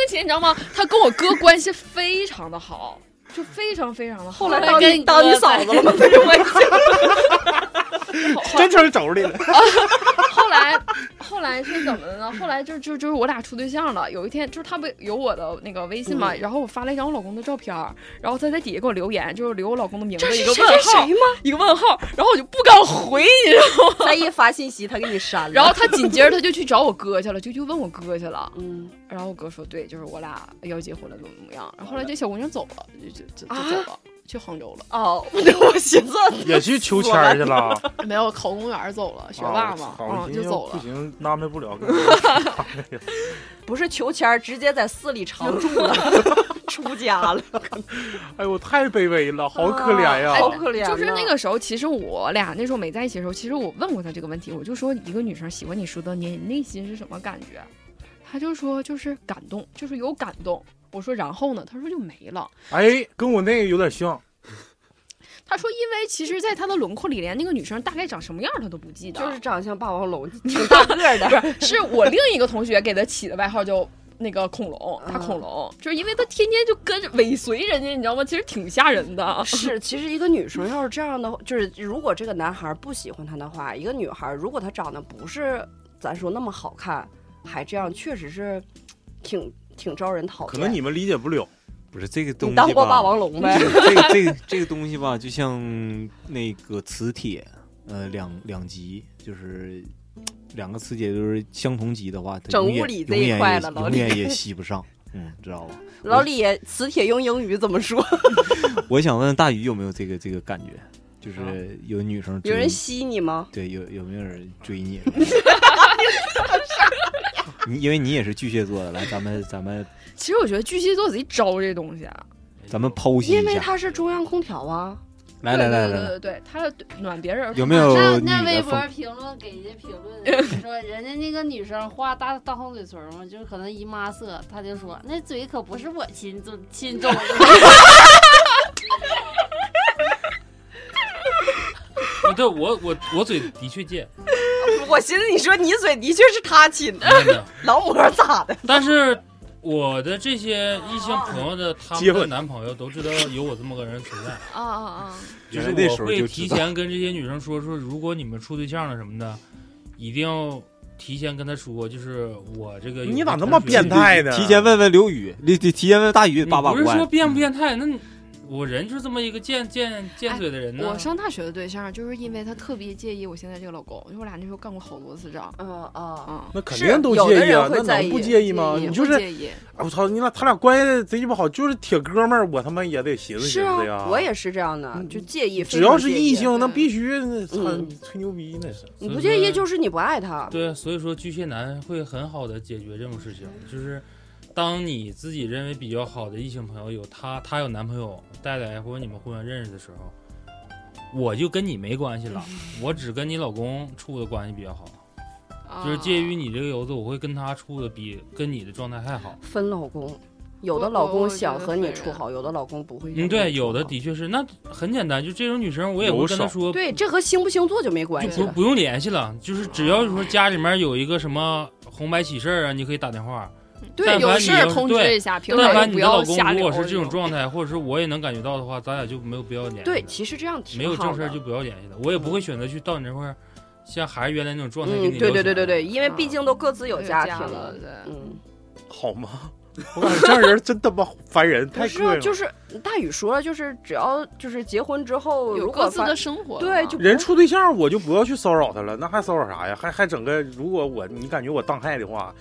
Speaker 5: 且你知道吗？她跟我哥关系非常的好，就非常非常的好。
Speaker 6: 后来当你当你嫂子了 [LAUGHS] 吗？
Speaker 5: 后后
Speaker 2: 真成妯娌了。
Speaker 5: 后来，后来是怎么的呢？后来就就就是我俩处对象了。有一天，就是他不有我的那个微信嘛，然后我发了一张我老公的照片儿，然后他在底下给我留言，就是留我老公的名字一个问号，
Speaker 6: 吗？
Speaker 5: 一个问号，然后我就不敢回，你知道吗？
Speaker 6: 咱一发信息，他给你删了。
Speaker 5: 然后他紧接着他就去找我哥去了，就去问我哥去了。
Speaker 6: 嗯，
Speaker 5: 然后我哥说，对，就是我俩要结婚了，怎么怎么样。然后后来这小姑娘走了，就就就就走了。去杭州了，
Speaker 6: 哦，我寻思
Speaker 2: 也去求签儿去了，
Speaker 5: 没有考公务员走了，学
Speaker 2: 啊
Speaker 5: 霸嘛，
Speaker 2: 好我
Speaker 5: 嗯，
Speaker 2: 寻
Speaker 5: 就
Speaker 2: 思
Speaker 5: 走了
Speaker 2: 不。行，安排不了。
Speaker 6: [LAUGHS] 不是求签儿，直接在寺里常住 [LAUGHS] 了，出家了，
Speaker 2: 哎呦，太卑微了，好可怜呀！
Speaker 6: 好可怜啊呐。
Speaker 5: 就是那个时候，其实我俩那时候没在一起的时候，其实我问过他这个问题，我就说一个女生喜欢你十多年，你内心是什么感觉？他就说就是感动，就是有感动。我说然后呢？他说就没了。
Speaker 2: 哎，跟我那个有点像，
Speaker 5: 他说因为其实，在他的轮廓里，连那个女生大概长什么样他都不记得。
Speaker 6: 就是长相霸王龙，挺大个儿的。
Speaker 5: 是我另一个同学给他起的外号叫那个恐龙，他
Speaker 6: 嗯
Speaker 5: 恐龙，就是因为他天天就跟着尾随人家，你知道吗？其实挺吓人
Speaker 6: [LAUGHS]
Speaker 5: 的。啊
Speaker 6: 是，其实一个女生要是这样的，就是如果这个男孩不喜欢她的话，一个女孩如果她长得不是咱说那么好看，还这样，确实是挺挺招人讨厌。
Speaker 2: 可能你们理解不了。
Speaker 9: 不是这个东
Speaker 6: 你
Speaker 9: 西
Speaker 6: 当过
Speaker 9: 吧
Speaker 6: 霸王龙 [LAUGHS] 呗？
Speaker 9: 这个这个这个东西吧，就像那个磁铁，呃，两两极，就是两个磁铁都是相同极的话，它
Speaker 6: 整
Speaker 9: 永远
Speaker 6: 物理这
Speaker 9: 永
Speaker 6: 一
Speaker 9: 远
Speaker 6: 块
Speaker 9: 也
Speaker 6: 了老
Speaker 9: 永
Speaker 6: 李
Speaker 9: 远也吸不上，嗯，知道吧？
Speaker 6: 老李，磁铁用英语怎么说？
Speaker 9: 我想问大鱼有没有这个这个感觉，就是有女生追
Speaker 6: 有人吸你吗？
Speaker 9: 对有有没有人追你？你因为你也是巨蟹座的，来，咱们咱们
Speaker 5: 其实我觉得巨蟹座贼招这东西啊。
Speaker 9: [LAUGHS] 咱们剖析
Speaker 6: 因
Speaker 9: 一
Speaker 6: 为
Speaker 9: 下，
Speaker 6: 他是中央空调啊。
Speaker 9: 来来来
Speaker 5: 对对
Speaker 9: 来来，
Speaker 5: 对对，他暖别人
Speaker 9: 有没有
Speaker 3: 那
Speaker 9: 女
Speaker 3: 那微
Speaker 9: 的
Speaker 3: 博
Speaker 9: 风？
Speaker 3: 评论给人家评论说，人家那个女生画大大红嘴唇嘛，就是可能姨妈色，她就说那嘴可不是我亲种 [LAUGHS] 亲种的。
Speaker 8: 啊对我我我嘴的确贱，
Speaker 6: [LAUGHS] 我寻思你说你嘴的确是他亲的，
Speaker 8: 真的
Speaker 6: 劳模咋的？
Speaker 8: 但是我的这些异性朋友的他
Speaker 2: 接
Speaker 8: 们的
Speaker 2: 吻
Speaker 8: 男朋友都知道有我这么个人存
Speaker 9: [LAUGHS]
Speaker 8: 在，
Speaker 5: 啊啊啊！
Speaker 8: 就是
Speaker 9: 那
Speaker 8: 我
Speaker 9: 时候就
Speaker 8: 会
Speaker 9: 知
Speaker 8: 提
Speaker 9: 道
Speaker 8: 前跟这些女生说说，如果你们处对象了什么的，一定要提前跟她说，就是我这个有
Speaker 2: 你咋
Speaker 8: 个
Speaker 2: 那么
Speaker 8: 同学
Speaker 2: 变态呢？
Speaker 9: 提前问问刘宇，你你提前问大宇
Speaker 8: 你
Speaker 9: 八八
Speaker 8: 不是
Speaker 9: 关
Speaker 8: 说变不变态？那你我人就这么一个贱贱贱嘴的人呢
Speaker 5: 我。上大学的对象就是因为他特别介意我现在这个老公，因为我俩那时候干过好多次仗。
Speaker 6: 嗯啊，
Speaker 5: 嗯，
Speaker 2: 那肯
Speaker 6: 是
Speaker 2: 定都
Speaker 6: 有的
Speaker 2: 介意
Speaker 6: 人
Speaker 2: 啊，
Speaker 6: 会
Speaker 2: 那
Speaker 6: 在
Speaker 2: 能
Speaker 6: 意
Speaker 2: 不介意吗？
Speaker 5: 介意
Speaker 2: 你就
Speaker 5: 会
Speaker 2: 是，
Speaker 5: 介意，
Speaker 2: 哎我操，你俩他俩关系贼鸡巴好，就是铁哥们儿，我他妈也得寻思
Speaker 6: 是
Speaker 2: 寻
Speaker 6: 啊嗯
Speaker 2: 思呀。，
Speaker 6: 我也是这样的，就介意。
Speaker 2: 只要是
Speaker 6: 非常介意
Speaker 2: 异性，那
Speaker 5: 嗯
Speaker 2: 必须那操
Speaker 6: 嗯
Speaker 2: 吹牛逼那是。
Speaker 6: 你不介意就是你不爱他。
Speaker 8: 对，所以说巨蟹男会很好的解决这种事情，就是当你自己认为比较好的异性朋友有他，他有男朋友带来或者你们互相认识的时候，我就跟你没关系了，我只跟你老公处的关系比较好，
Speaker 5: 嗯哦
Speaker 8: 就是介于你这个游子，我会跟他处的比跟你的状态还好。
Speaker 6: 分老公，有的
Speaker 5: 我
Speaker 6: 老
Speaker 5: 我
Speaker 6: 公
Speaker 5: 我觉
Speaker 6: 想
Speaker 5: 得
Speaker 6: 和你
Speaker 5: 会
Speaker 6: 处
Speaker 5: 的
Speaker 6: 好，有的老公不会想
Speaker 8: 嗯，
Speaker 6: 跟
Speaker 8: 对，
Speaker 6: 你处
Speaker 8: 有的
Speaker 6: 好
Speaker 8: 的确是，那很简单，就这种女生我也会
Speaker 2: 有
Speaker 8: 跟她
Speaker 2: 少
Speaker 8: 说，
Speaker 6: 对，这和星不星座就没关
Speaker 8: 就
Speaker 6: 系
Speaker 8: 不
Speaker 6: 了。
Speaker 8: 不用联系了，就是只要说家里面有一个什么红白喜事儿啊，你可以打电话。但
Speaker 5: 对，有
Speaker 8: 凡
Speaker 5: 事
Speaker 8: 你
Speaker 5: 儿
Speaker 8: 要
Speaker 5: 通知
Speaker 8: 对
Speaker 5: 一下，平
Speaker 8: 但
Speaker 5: 常
Speaker 8: 凡
Speaker 5: 就
Speaker 8: 你
Speaker 5: 不
Speaker 8: 的
Speaker 5: 要
Speaker 8: 老公
Speaker 5: 瞎
Speaker 8: 如
Speaker 5: 聊。
Speaker 8: 果是这种状态，或者是我也能感觉到的话，咱俩就没有必要联系了。
Speaker 6: 对，其实这样挺
Speaker 8: 没有
Speaker 6: 好
Speaker 8: 正事儿
Speaker 6: 的
Speaker 8: 就不要联系了，我也不会选择去到你这块儿，像还是原来那种状态给
Speaker 6: 嗯，
Speaker 8: 你
Speaker 6: 对
Speaker 8: 留
Speaker 6: 对对对
Speaker 8: 下来
Speaker 6: 对，因为毕竟都各自有
Speaker 5: 有
Speaker 6: 家
Speaker 5: 家
Speaker 6: 庭
Speaker 5: 了嗯对
Speaker 6: 嗯，
Speaker 2: 好吗？ [LAUGHS] 我感觉这样人真他妈烦人，
Speaker 6: 不
Speaker 2: 太
Speaker 6: 是
Speaker 2: 膈应
Speaker 6: 啊，
Speaker 2: 了。
Speaker 6: 就是大宇说，就是只要就是结婚之后，
Speaker 5: 有
Speaker 6: 如
Speaker 5: 各
Speaker 6: 果
Speaker 5: 自
Speaker 6: 发
Speaker 5: 的生活了嘛，
Speaker 6: 对就
Speaker 2: 人处对象，我就不要去骚扰他了，那还骚扰啥呀？还还整个，如果我你感觉我当害的话，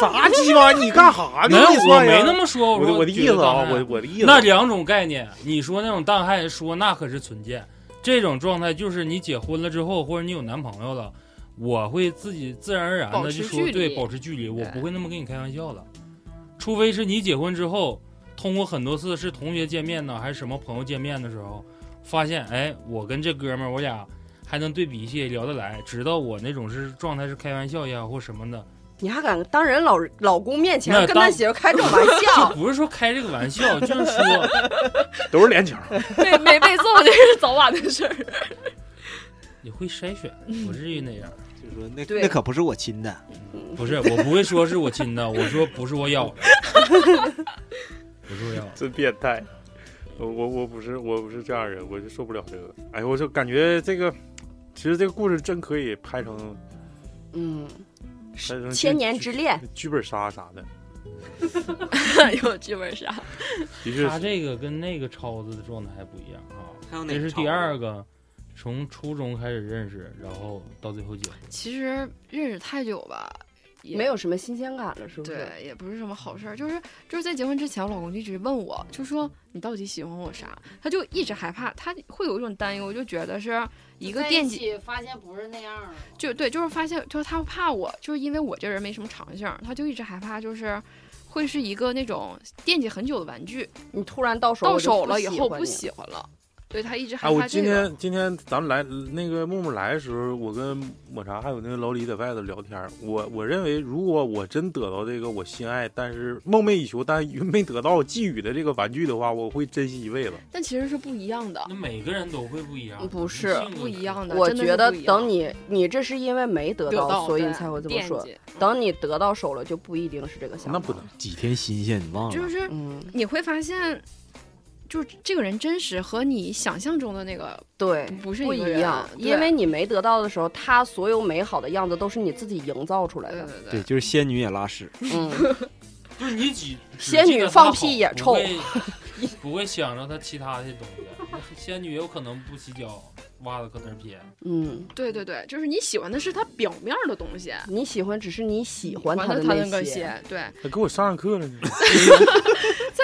Speaker 2: 啥鸡巴你干啥
Speaker 8: 没
Speaker 2: 呢？
Speaker 8: 有，
Speaker 2: 你
Speaker 8: 我
Speaker 2: 算呀
Speaker 8: 没那么说，
Speaker 2: 我的
Speaker 8: 说
Speaker 2: 我的意思啊，
Speaker 8: 觉得
Speaker 2: 我
Speaker 8: 当害
Speaker 2: 我的意思。
Speaker 8: 那两种概念，你说那种当害说那可是纯贱，这种状态就是你结婚了之后，或者你有男朋友了，我会自己自然而然
Speaker 5: 保
Speaker 8: 的
Speaker 5: 持
Speaker 8: 就
Speaker 5: 距
Speaker 8: 说
Speaker 5: 离
Speaker 8: 对，保持距离，我
Speaker 5: 对
Speaker 8: 不会那么跟你开玩笑了，除非是你结婚之后，通过很多次是同学见面呢，还是什么朋友见面的时候，发现哎，我跟这哥们儿我俩。还能对比一些聊得来，知道我那种是状态是开玩笑呀或什么的，
Speaker 6: 你还敢当人老老公面前
Speaker 8: 那
Speaker 6: 跟
Speaker 8: 当
Speaker 6: 他媳妇开这
Speaker 5: [LAUGHS]
Speaker 6: 种玩
Speaker 8: 就
Speaker 6: 笑？
Speaker 8: 不是说开这个玩笑，就是说
Speaker 2: 都是脸球，
Speaker 5: 没没被揍这是早晚的事儿。
Speaker 8: 你会筛选，不至于那样。
Speaker 9: 就说那
Speaker 6: 对
Speaker 9: 那可不是我亲的，
Speaker 8: 不是，我不会说是我亲的，我说不是我咬的，不是我咬的。
Speaker 2: 真变态。我我我不是我不是这样人，我就受不了这个。哎呦，我就感觉这个，其实这个故事真可以拍成
Speaker 6: 嗯，
Speaker 2: 拍成剧
Speaker 6: 千年之恋，
Speaker 2: 剧剧本杀啥的。
Speaker 5: 有剧本杀，
Speaker 2: 的确
Speaker 8: 他
Speaker 2: 是，
Speaker 8: 这个跟那个超子的状态还不一样啊，
Speaker 7: 还有
Speaker 8: 这是第二个，从初中开始认识，然后到最后结婚。
Speaker 5: [LAUGHS] 其实认识太久吧，也
Speaker 6: 没有什么新鲜感了，是不是？
Speaker 5: 对，也不是什么好事儿。就是就是在结婚之前，我老公就一直问我，就说你到底喜欢我啥？他就一直害怕，他会有一种担忧，就觉得是一个惦记，，
Speaker 3: 发现不是那样了。
Speaker 5: 就对，就是发现就是他怕我，就是因为我这人没什么长性儿，他就一直害怕就是。会是一个那种惦记很久的玩具，
Speaker 6: 你突然到手
Speaker 5: 到
Speaker 6: 哦我就
Speaker 5: 手了以
Speaker 6: 喜
Speaker 5: 后
Speaker 6: 欢
Speaker 5: 不
Speaker 6: 你了
Speaker 5: 喜欢了，对他一直害
Speaker 2: 哎，
Speaker 5: [LAUGHS]
Speaker 2: 我
Speaker 5: 怕这
Speaker 2: 今
Speaker 5: 个。
Speaker 2: 天今天咱们来那个木木来的时候，我跟抹茶还有那个老李在外头聊天儿。我我认为，如果我真得到这个我心爱，但是梦寐以求但没得到寄予的这个玩具的话，我会珍惜一辈子。
Speaker 5: 但其实是不一样的，
Speaker 8: 那每个人都会不一样，
Speaker 6: 不是
Speaker 2: 嗯
Speaker 8: 性格
Speaker 5: 不一样的。
Speaker 6: 我
Speaker 5: 真的
Speaker 6: 觉
Speaker 5: 是
Speaker 6: 得
Speaker 5: 不一样
Speaker 6: 等你，你这是因为没得
Speaker 5: 得到，
Speaker 6: 所以你
Speaker 5: 对
Speaker 6: 才会这么说。
Speaker 5: 惦记
Speaker 6: 等你得到手了，就不一定是这个想法。
Speaker 2: 那不能，
Speaker 9: 几天新鲜你忘了？
Speaker 5: 就是
Speaker 6: 嗯，
Speaker 5: 你会发现，就是这个人真实和你想象中的那个
Speaker 6: 对，
Speaker 5: 不是
Speaker 6: 不
Speaker 5: 一个
Speaker 6: 一
Speaker 5: 人
Speaker 6: 样，
Speaker 5: 对
Speaker 6: 因为你没得到的时候，他所有美好的样子都是你自己营造出来
Speaker 5: 对
Speaker 6: 的。
Speaker 5: 对
Speaker 9: 对，，就是仙女也拉屎，
Speaker 5: [LAUGHS]
Speaker 6: 嗯，
Speaker 8: 就是你只
Speaker 6: 仙女放屁也臭，
Speaker 8: 只
Speaker 6: [LAUGHS]
Speaker 8: 记得他好不会不会想着他其他的东西。仙女有可能不洗脚，袜子搁那儿撇。
Speaker 6: 嗯，
Speaker 5: 对对对，就是你喜欢的是他表面的东西，
Speaker 6: 你喜欢只是你喜欢
Speaker 5: 他
Speaker 6: 他的
Speaker 5: 那
Speaker 6: 那
Speaker 5: 个
Speaker 6: 些。
Speaker 5: 些，对，
Speaker 2: 还给我上上课了呢。
Speaker 5: [LAUGHS]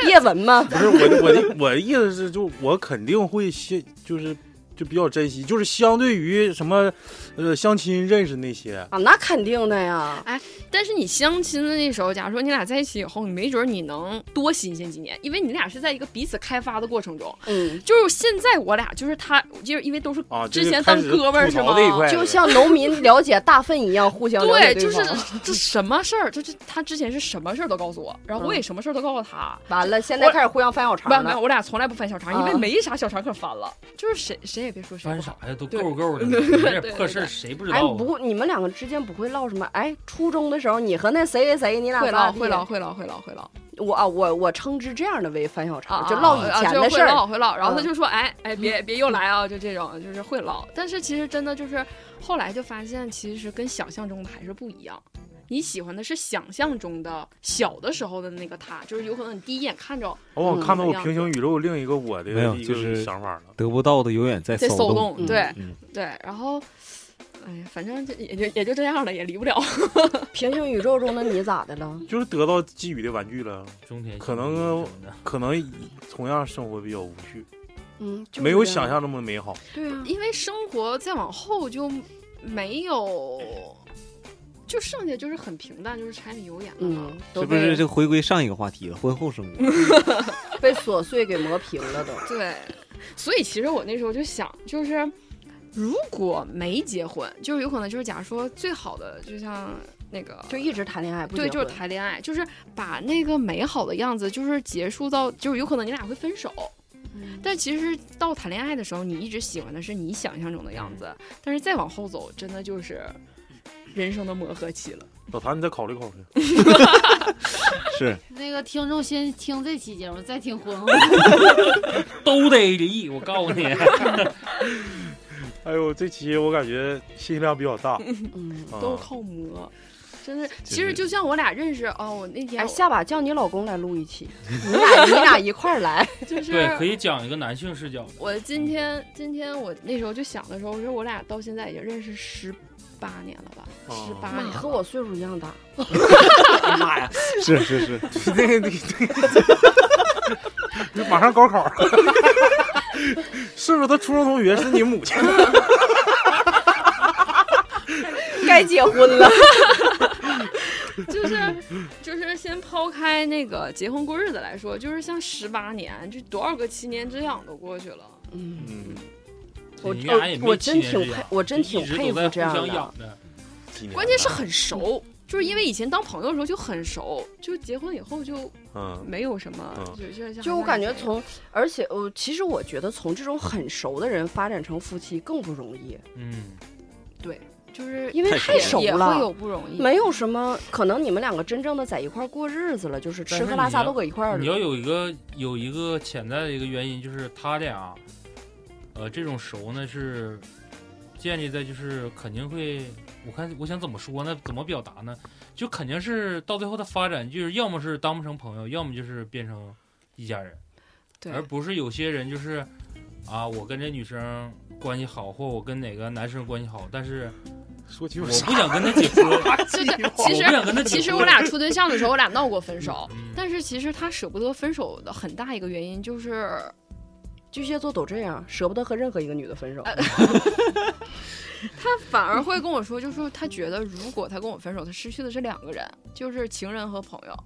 Speaker 6: 叶文吗？
Speaker 2: 不是我的我的我的意思是，就我肯定会先就是就比较珍惜，就是相对于什么呃相亲认识那些，
Speaker 6: 啊，那肯定的呀。
Speaker 5: 但是你相亲的那时候，假如说你俩在一起以后，你没准你能多新鲜几年，因为你俩是在一个彼此开发的过程中。
Speaker 6: 嗯，
Speaker 5: 就是现在我俩就是他，就是因为都是
Speaker 2: 啊
Speaker 5: 之前当哥们儿是吗？
Speaker 2: 这一块
Speaker 6: 就像农民了解大粪一样，互相了解
Speaker 5: 对，就是
Speaker 6: 方
Speaker 5: 这什么事儿，就是他之前是什么事儿都告诉我，然后我也什么事儿都告诉他，
Speaker 6: 完了，现在开始互相翻小
Speaker 5: 没有
Speaker 6: 肠
Speaker 5: 没有，
Speaker 6: 了。
Speaker 5: 我俩从来不翻小肠，因为
Speaker 6: 啊
Speaker 5: 没啥小肠可翻了，就是谁谁也别说谁
Speaker 8: 翻
Speaker 5: 不
Speaker 8: 啥
Speaker 5: 好。
Speaker 8: 呀？都
Speaker 5: 对
Speaker 8: 够够
Speaker 6: [LAUGHS]
Speaker 8: 的，
Speaker 5: 对
Speaker 8: 有
Speaker 5: 对
Speaker 8: 点
Speaker 5: 对
Speaker 8: 破事儿
Speaker 5: 对
Speaker 8: 谁不知
Speaker 6: 哎，
Speaker 8: 道啊？
Speaker 6: 不，你们两个之间不会唠什么？哎，初中的时候，你和那谁谁谁，你俩
Speaker 5: 会
Speaker 6: 咋地
Speaker 5: 唠会唠会唠会唠会唠
Speaker 6: 我啊，我我称之这样的为翻小肠，
Speaker 5: 啊，
Speaker 6: 就唠以
Speaker 5: 啊
Speaker 6: 前
Speaker 5: 就
Speaker 6: 的事
Speaker 5: 会
Speaker 6: 儿。
Speaker 5: 唠会唠，然后他
Speaker 6: 嗯
Speaker 5: 就说哎哎别别又来啊，就这种就是会唠，但是其实真的就是后来就发现其实跟想象中的还是不一样，你喜欢的是想象中的小的时候的那个他，就是有可能你第一眼看着
Speaker 2: 往往
Speaker 5: 嗯
Speaker 2: 哦看到我
Speaker 5: 一样
Speaker 2: 平行宇宙另一个我的
Speaker 9: 没有
Speaker 2: 一
Speaker 9: 就
Speaker 2: 个
Speaker 9: 是
Speaker 2: 想法了。
Speaker 9: 得不到的永远在
Speaker 5: 在
Speaker 9: 骚
Speaker 5: 骚动，对、
Speaker 9: 嗯
Speaker 5: 对，然后。哎呀，反正这也就也就这样了，也离不了。
Speaker 6: 平行宇宙中的你咋的了？
Speaker 2: 就是得到寄予的玩具了，
Speaker 8: 中天
Speaker 2: 可能啊
Speaker 8: 什么的
Speaker 2: 可能同样生活比较无趣，
Speaker 6: 嗯，就是
Speaker 2: 没有
Speaker 6: 这样
Speaker 2: 想。象那么美好。
Speaker 6: 对啊，
Speaker 5: [LAUGHS] 因为生活再往后就没有，就剩下就是很平淡，就是柴米油盐了嘛。
Speaker 6: 嗯，都
Speaker 9: 这不
Speaker 6: 被
Speaker 9: 是就回归上一个话题了，婚后生活。
Speaker 6: 被琐碎给磨平了都。
Speaker 5: 对，所以其实我那时候就想，就是如果没结婚，就是有可能就是假如说最好的，就像那个
Speaker 6: 就一直谈恋爱，不
Speaker 5: 对，
Speaker 6: 结
Speaker 5: 就
Speaker 6: 婚
Speaker 5: 是谈恋爱，就是把那个美好的样子，就是结束到，就是有可能你俩会分手。
Speaker 6: 嗯
Speaker 5: 但其实到谈恋爱的时候，你一直喜欢的是你想象中的样子，
Speaker 6: 嗯
Speaker 5: 但是再往后走，真的就是人生的磨合期了。
Speaker 2: 老谭，你再考虑考虑。
Speaker 9: 是，
Speaker 3: 那个听众先听这期节目，再听婚 [LAUGHS] 后。
Speaker 8: 都得离，我告诉
Speaker 6: [LAUGHS]
Speaker 8: 你，
Speaker 2: [LAUGHS] 哎呦，这期我感觉信息量比较大，
Speaker 6: 嗯，
Speaker 2: 啊
Speaker 5: 都靠磨。真的，哦其
Speaker 9: 是
Speaker 5: 实就像我俩认识啊、我那天
Speaker 6: 哎，下把叫你老公来录一 [LAUGHS] 期，你俩你俩一块儿来。
Speaker 5: 就是
Speaker 8: 对，可以讲一个男性视角的。
Speaker 5: 我今天今天我那时候就想的时候，我说我俩到现在已经认识十八年了吧，
Speaker 2: 哦
Speaker 5: 十八
Speaker 6: 妈，
Speaker 5: 年
Speaker 6: 你
Speaker 5: 了
Speaker 6: 和我岁数一样大，
Speaker 2: 哎
Speaker 9: 妈呀，是是
Speaker 2: [LAUGHS]
Speaker 9: 是，
Speaker 2: 那个那个，那个马上高考了，是不是他初中同学是你母 [LAUGHS] 亲？
Speaker 6: [LAUGHS] 该结婚了。
Speaker 5: 就是 [LAUGHS] 就是先抛开那个结婚过日子来说，就是像十八年，这多少个七年之痒都过去了。
Speaker 6: 嗯，
Speaker 2: 嗯，
Speaker 6: 我
Speaker 8: 你俩也
Speaker 6: 我
Speaker 8: 没
Speaker 6: 我
Speaker 8: 七
Speaker 6: 真
Speaker 8: 年
Speaker 6: 挺
Speaker 8: 之痒
Speaker 6: 佩，我真挺
Speaker 8: 一直
Speaker 6: 佩服
Speaker 8: 都在
Speaker 6: 这样
Speaker 8: 互相
Speaker 6: 的。
Speaker 8: 养着。
Speaker 2: 几年
Speaker 5: 关键是
Speaker 2: 了
Speaker 5: 很熟，就是因为以前当朋友的时候就很熟，就是结婚以后就
Speaker 2: 嗯，
Speaker 5: 没有什么，
Speaker 2: 嗯
Speaker 5: 就就
Speaker 6: [LAUGHS]
Speaker 5: 像
Speaker 6: 就我感觉从，而且我其实我觉得从这种很熟的人发展成夫妻更不容易，
Speaker 8: 嗯，
Speaker 5: 就是
Speaker 6: 因为
Speaker 9: 太
Speaker 6: 太
Speaker 5: 也
Speaker 6: 熟
Speaker 5: 也会
Speaker 6: 了
Speaker 5: 有，不容易，
Speaker 6: 没有什么可能你们两个真正的在一块儿过日子了，就是吃
Speaker 8: 但是
Speaker 6: 喝拉
Speaker 8: 你
Speaker 6: 撒
Speaker 8: 要
Speaker 6: 都搁一块儿
Speaker 8: 你要
Speaker 6: 了。
Speaker 8: 有一个有一个潜在的一个原因，就是他俩，呃，这种熟呢是建立在就是肯定会，我看我想怎么说呢，怎么表达呢？就肯定是到最后的发展，就是要么是当不成朋友，要么就是变成一家人，
Speaker 5: 对
Speaker 8: 而不是有些人就是啊，我跟这女生关系好，或我跟哪个男生关系好，但是
Speaker 2: 说起
Speaker 8: 我
Speaker 2: 我
Speaker 8: 不想跟他结婚，
Speaker 5: 就是
Speaker 8: 我
Speaker 5: [LAUGHS] 其
Speaker 8: 不
Speaker 5: 实
Speaker 8: 想跟他
Speaker 5: [LAUGHS]
Speaker 8: 结
Speaker 5: 其
Speaker 8: 婚。
Speaker 5: 实我俩处对象的时候，我俩闹过分手，
Speaker 8: 嗯，
Speaker 5: 但是其实他舍不得分手的很大一个原因就是，
Speaker 6: 巨蟹座都这样，舍不得和任何一个女的分手。
Speaker 5: 呃他反而会跟我说，就是说他觉得如果他跟我分手，他失去的是两个人，就是情人和朋友。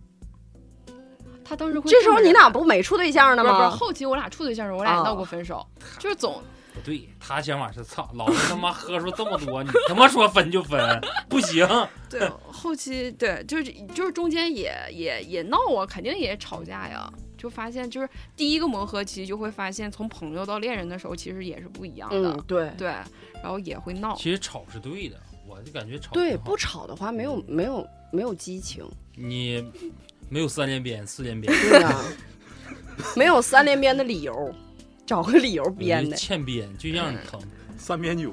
Speaker 5: 他当时会
Speaker 6: 这时候
Speaker 5: 么
Speaker 6: 你
Speaker 5: 认
Speaker 6: 俩
Speaker 5: 为
Speaker 6: 不没处对象呢
Speaker 5: 不是不是，
Speaker 6: 吗？
Speaker 5: 后期我俩处对象的时候，我俩也
Speaker 6: 啊
Speaker 5: 闹过分手，就是总
Speaker 8: 不对，他想法是操，老子他妈喝出这么多，你他妈说分就分，不行。
Speaker 5: 对后期对，就是就是中间也也也闹啊，肯定也吵架呀。就发现就是第一个磨合期，就会发现从朋友到恋人的时候，其实也是不一样的，
Speaker 6: 嗯，对
Speaker 5: 对，然后也会闹。
Speaker 8: 其实吵是对的，我就感觉吵
Speaker 6: 对，
Speaker 8: 挺好
Speaker 6: 不吵的话没有没有没有激情。
Speaker 8: 你没有三连鞭、四连鞭，
Speaker 6: 对呀、
Speaker 5: [LAUGHS]
Speaker 6: 没有三连鞭的理由，找个理由编
Speaker 8: 你
Speaker 6: 的。
Speaker 8: 欠鞭就让你疼。
Speaker 2: 三边酒，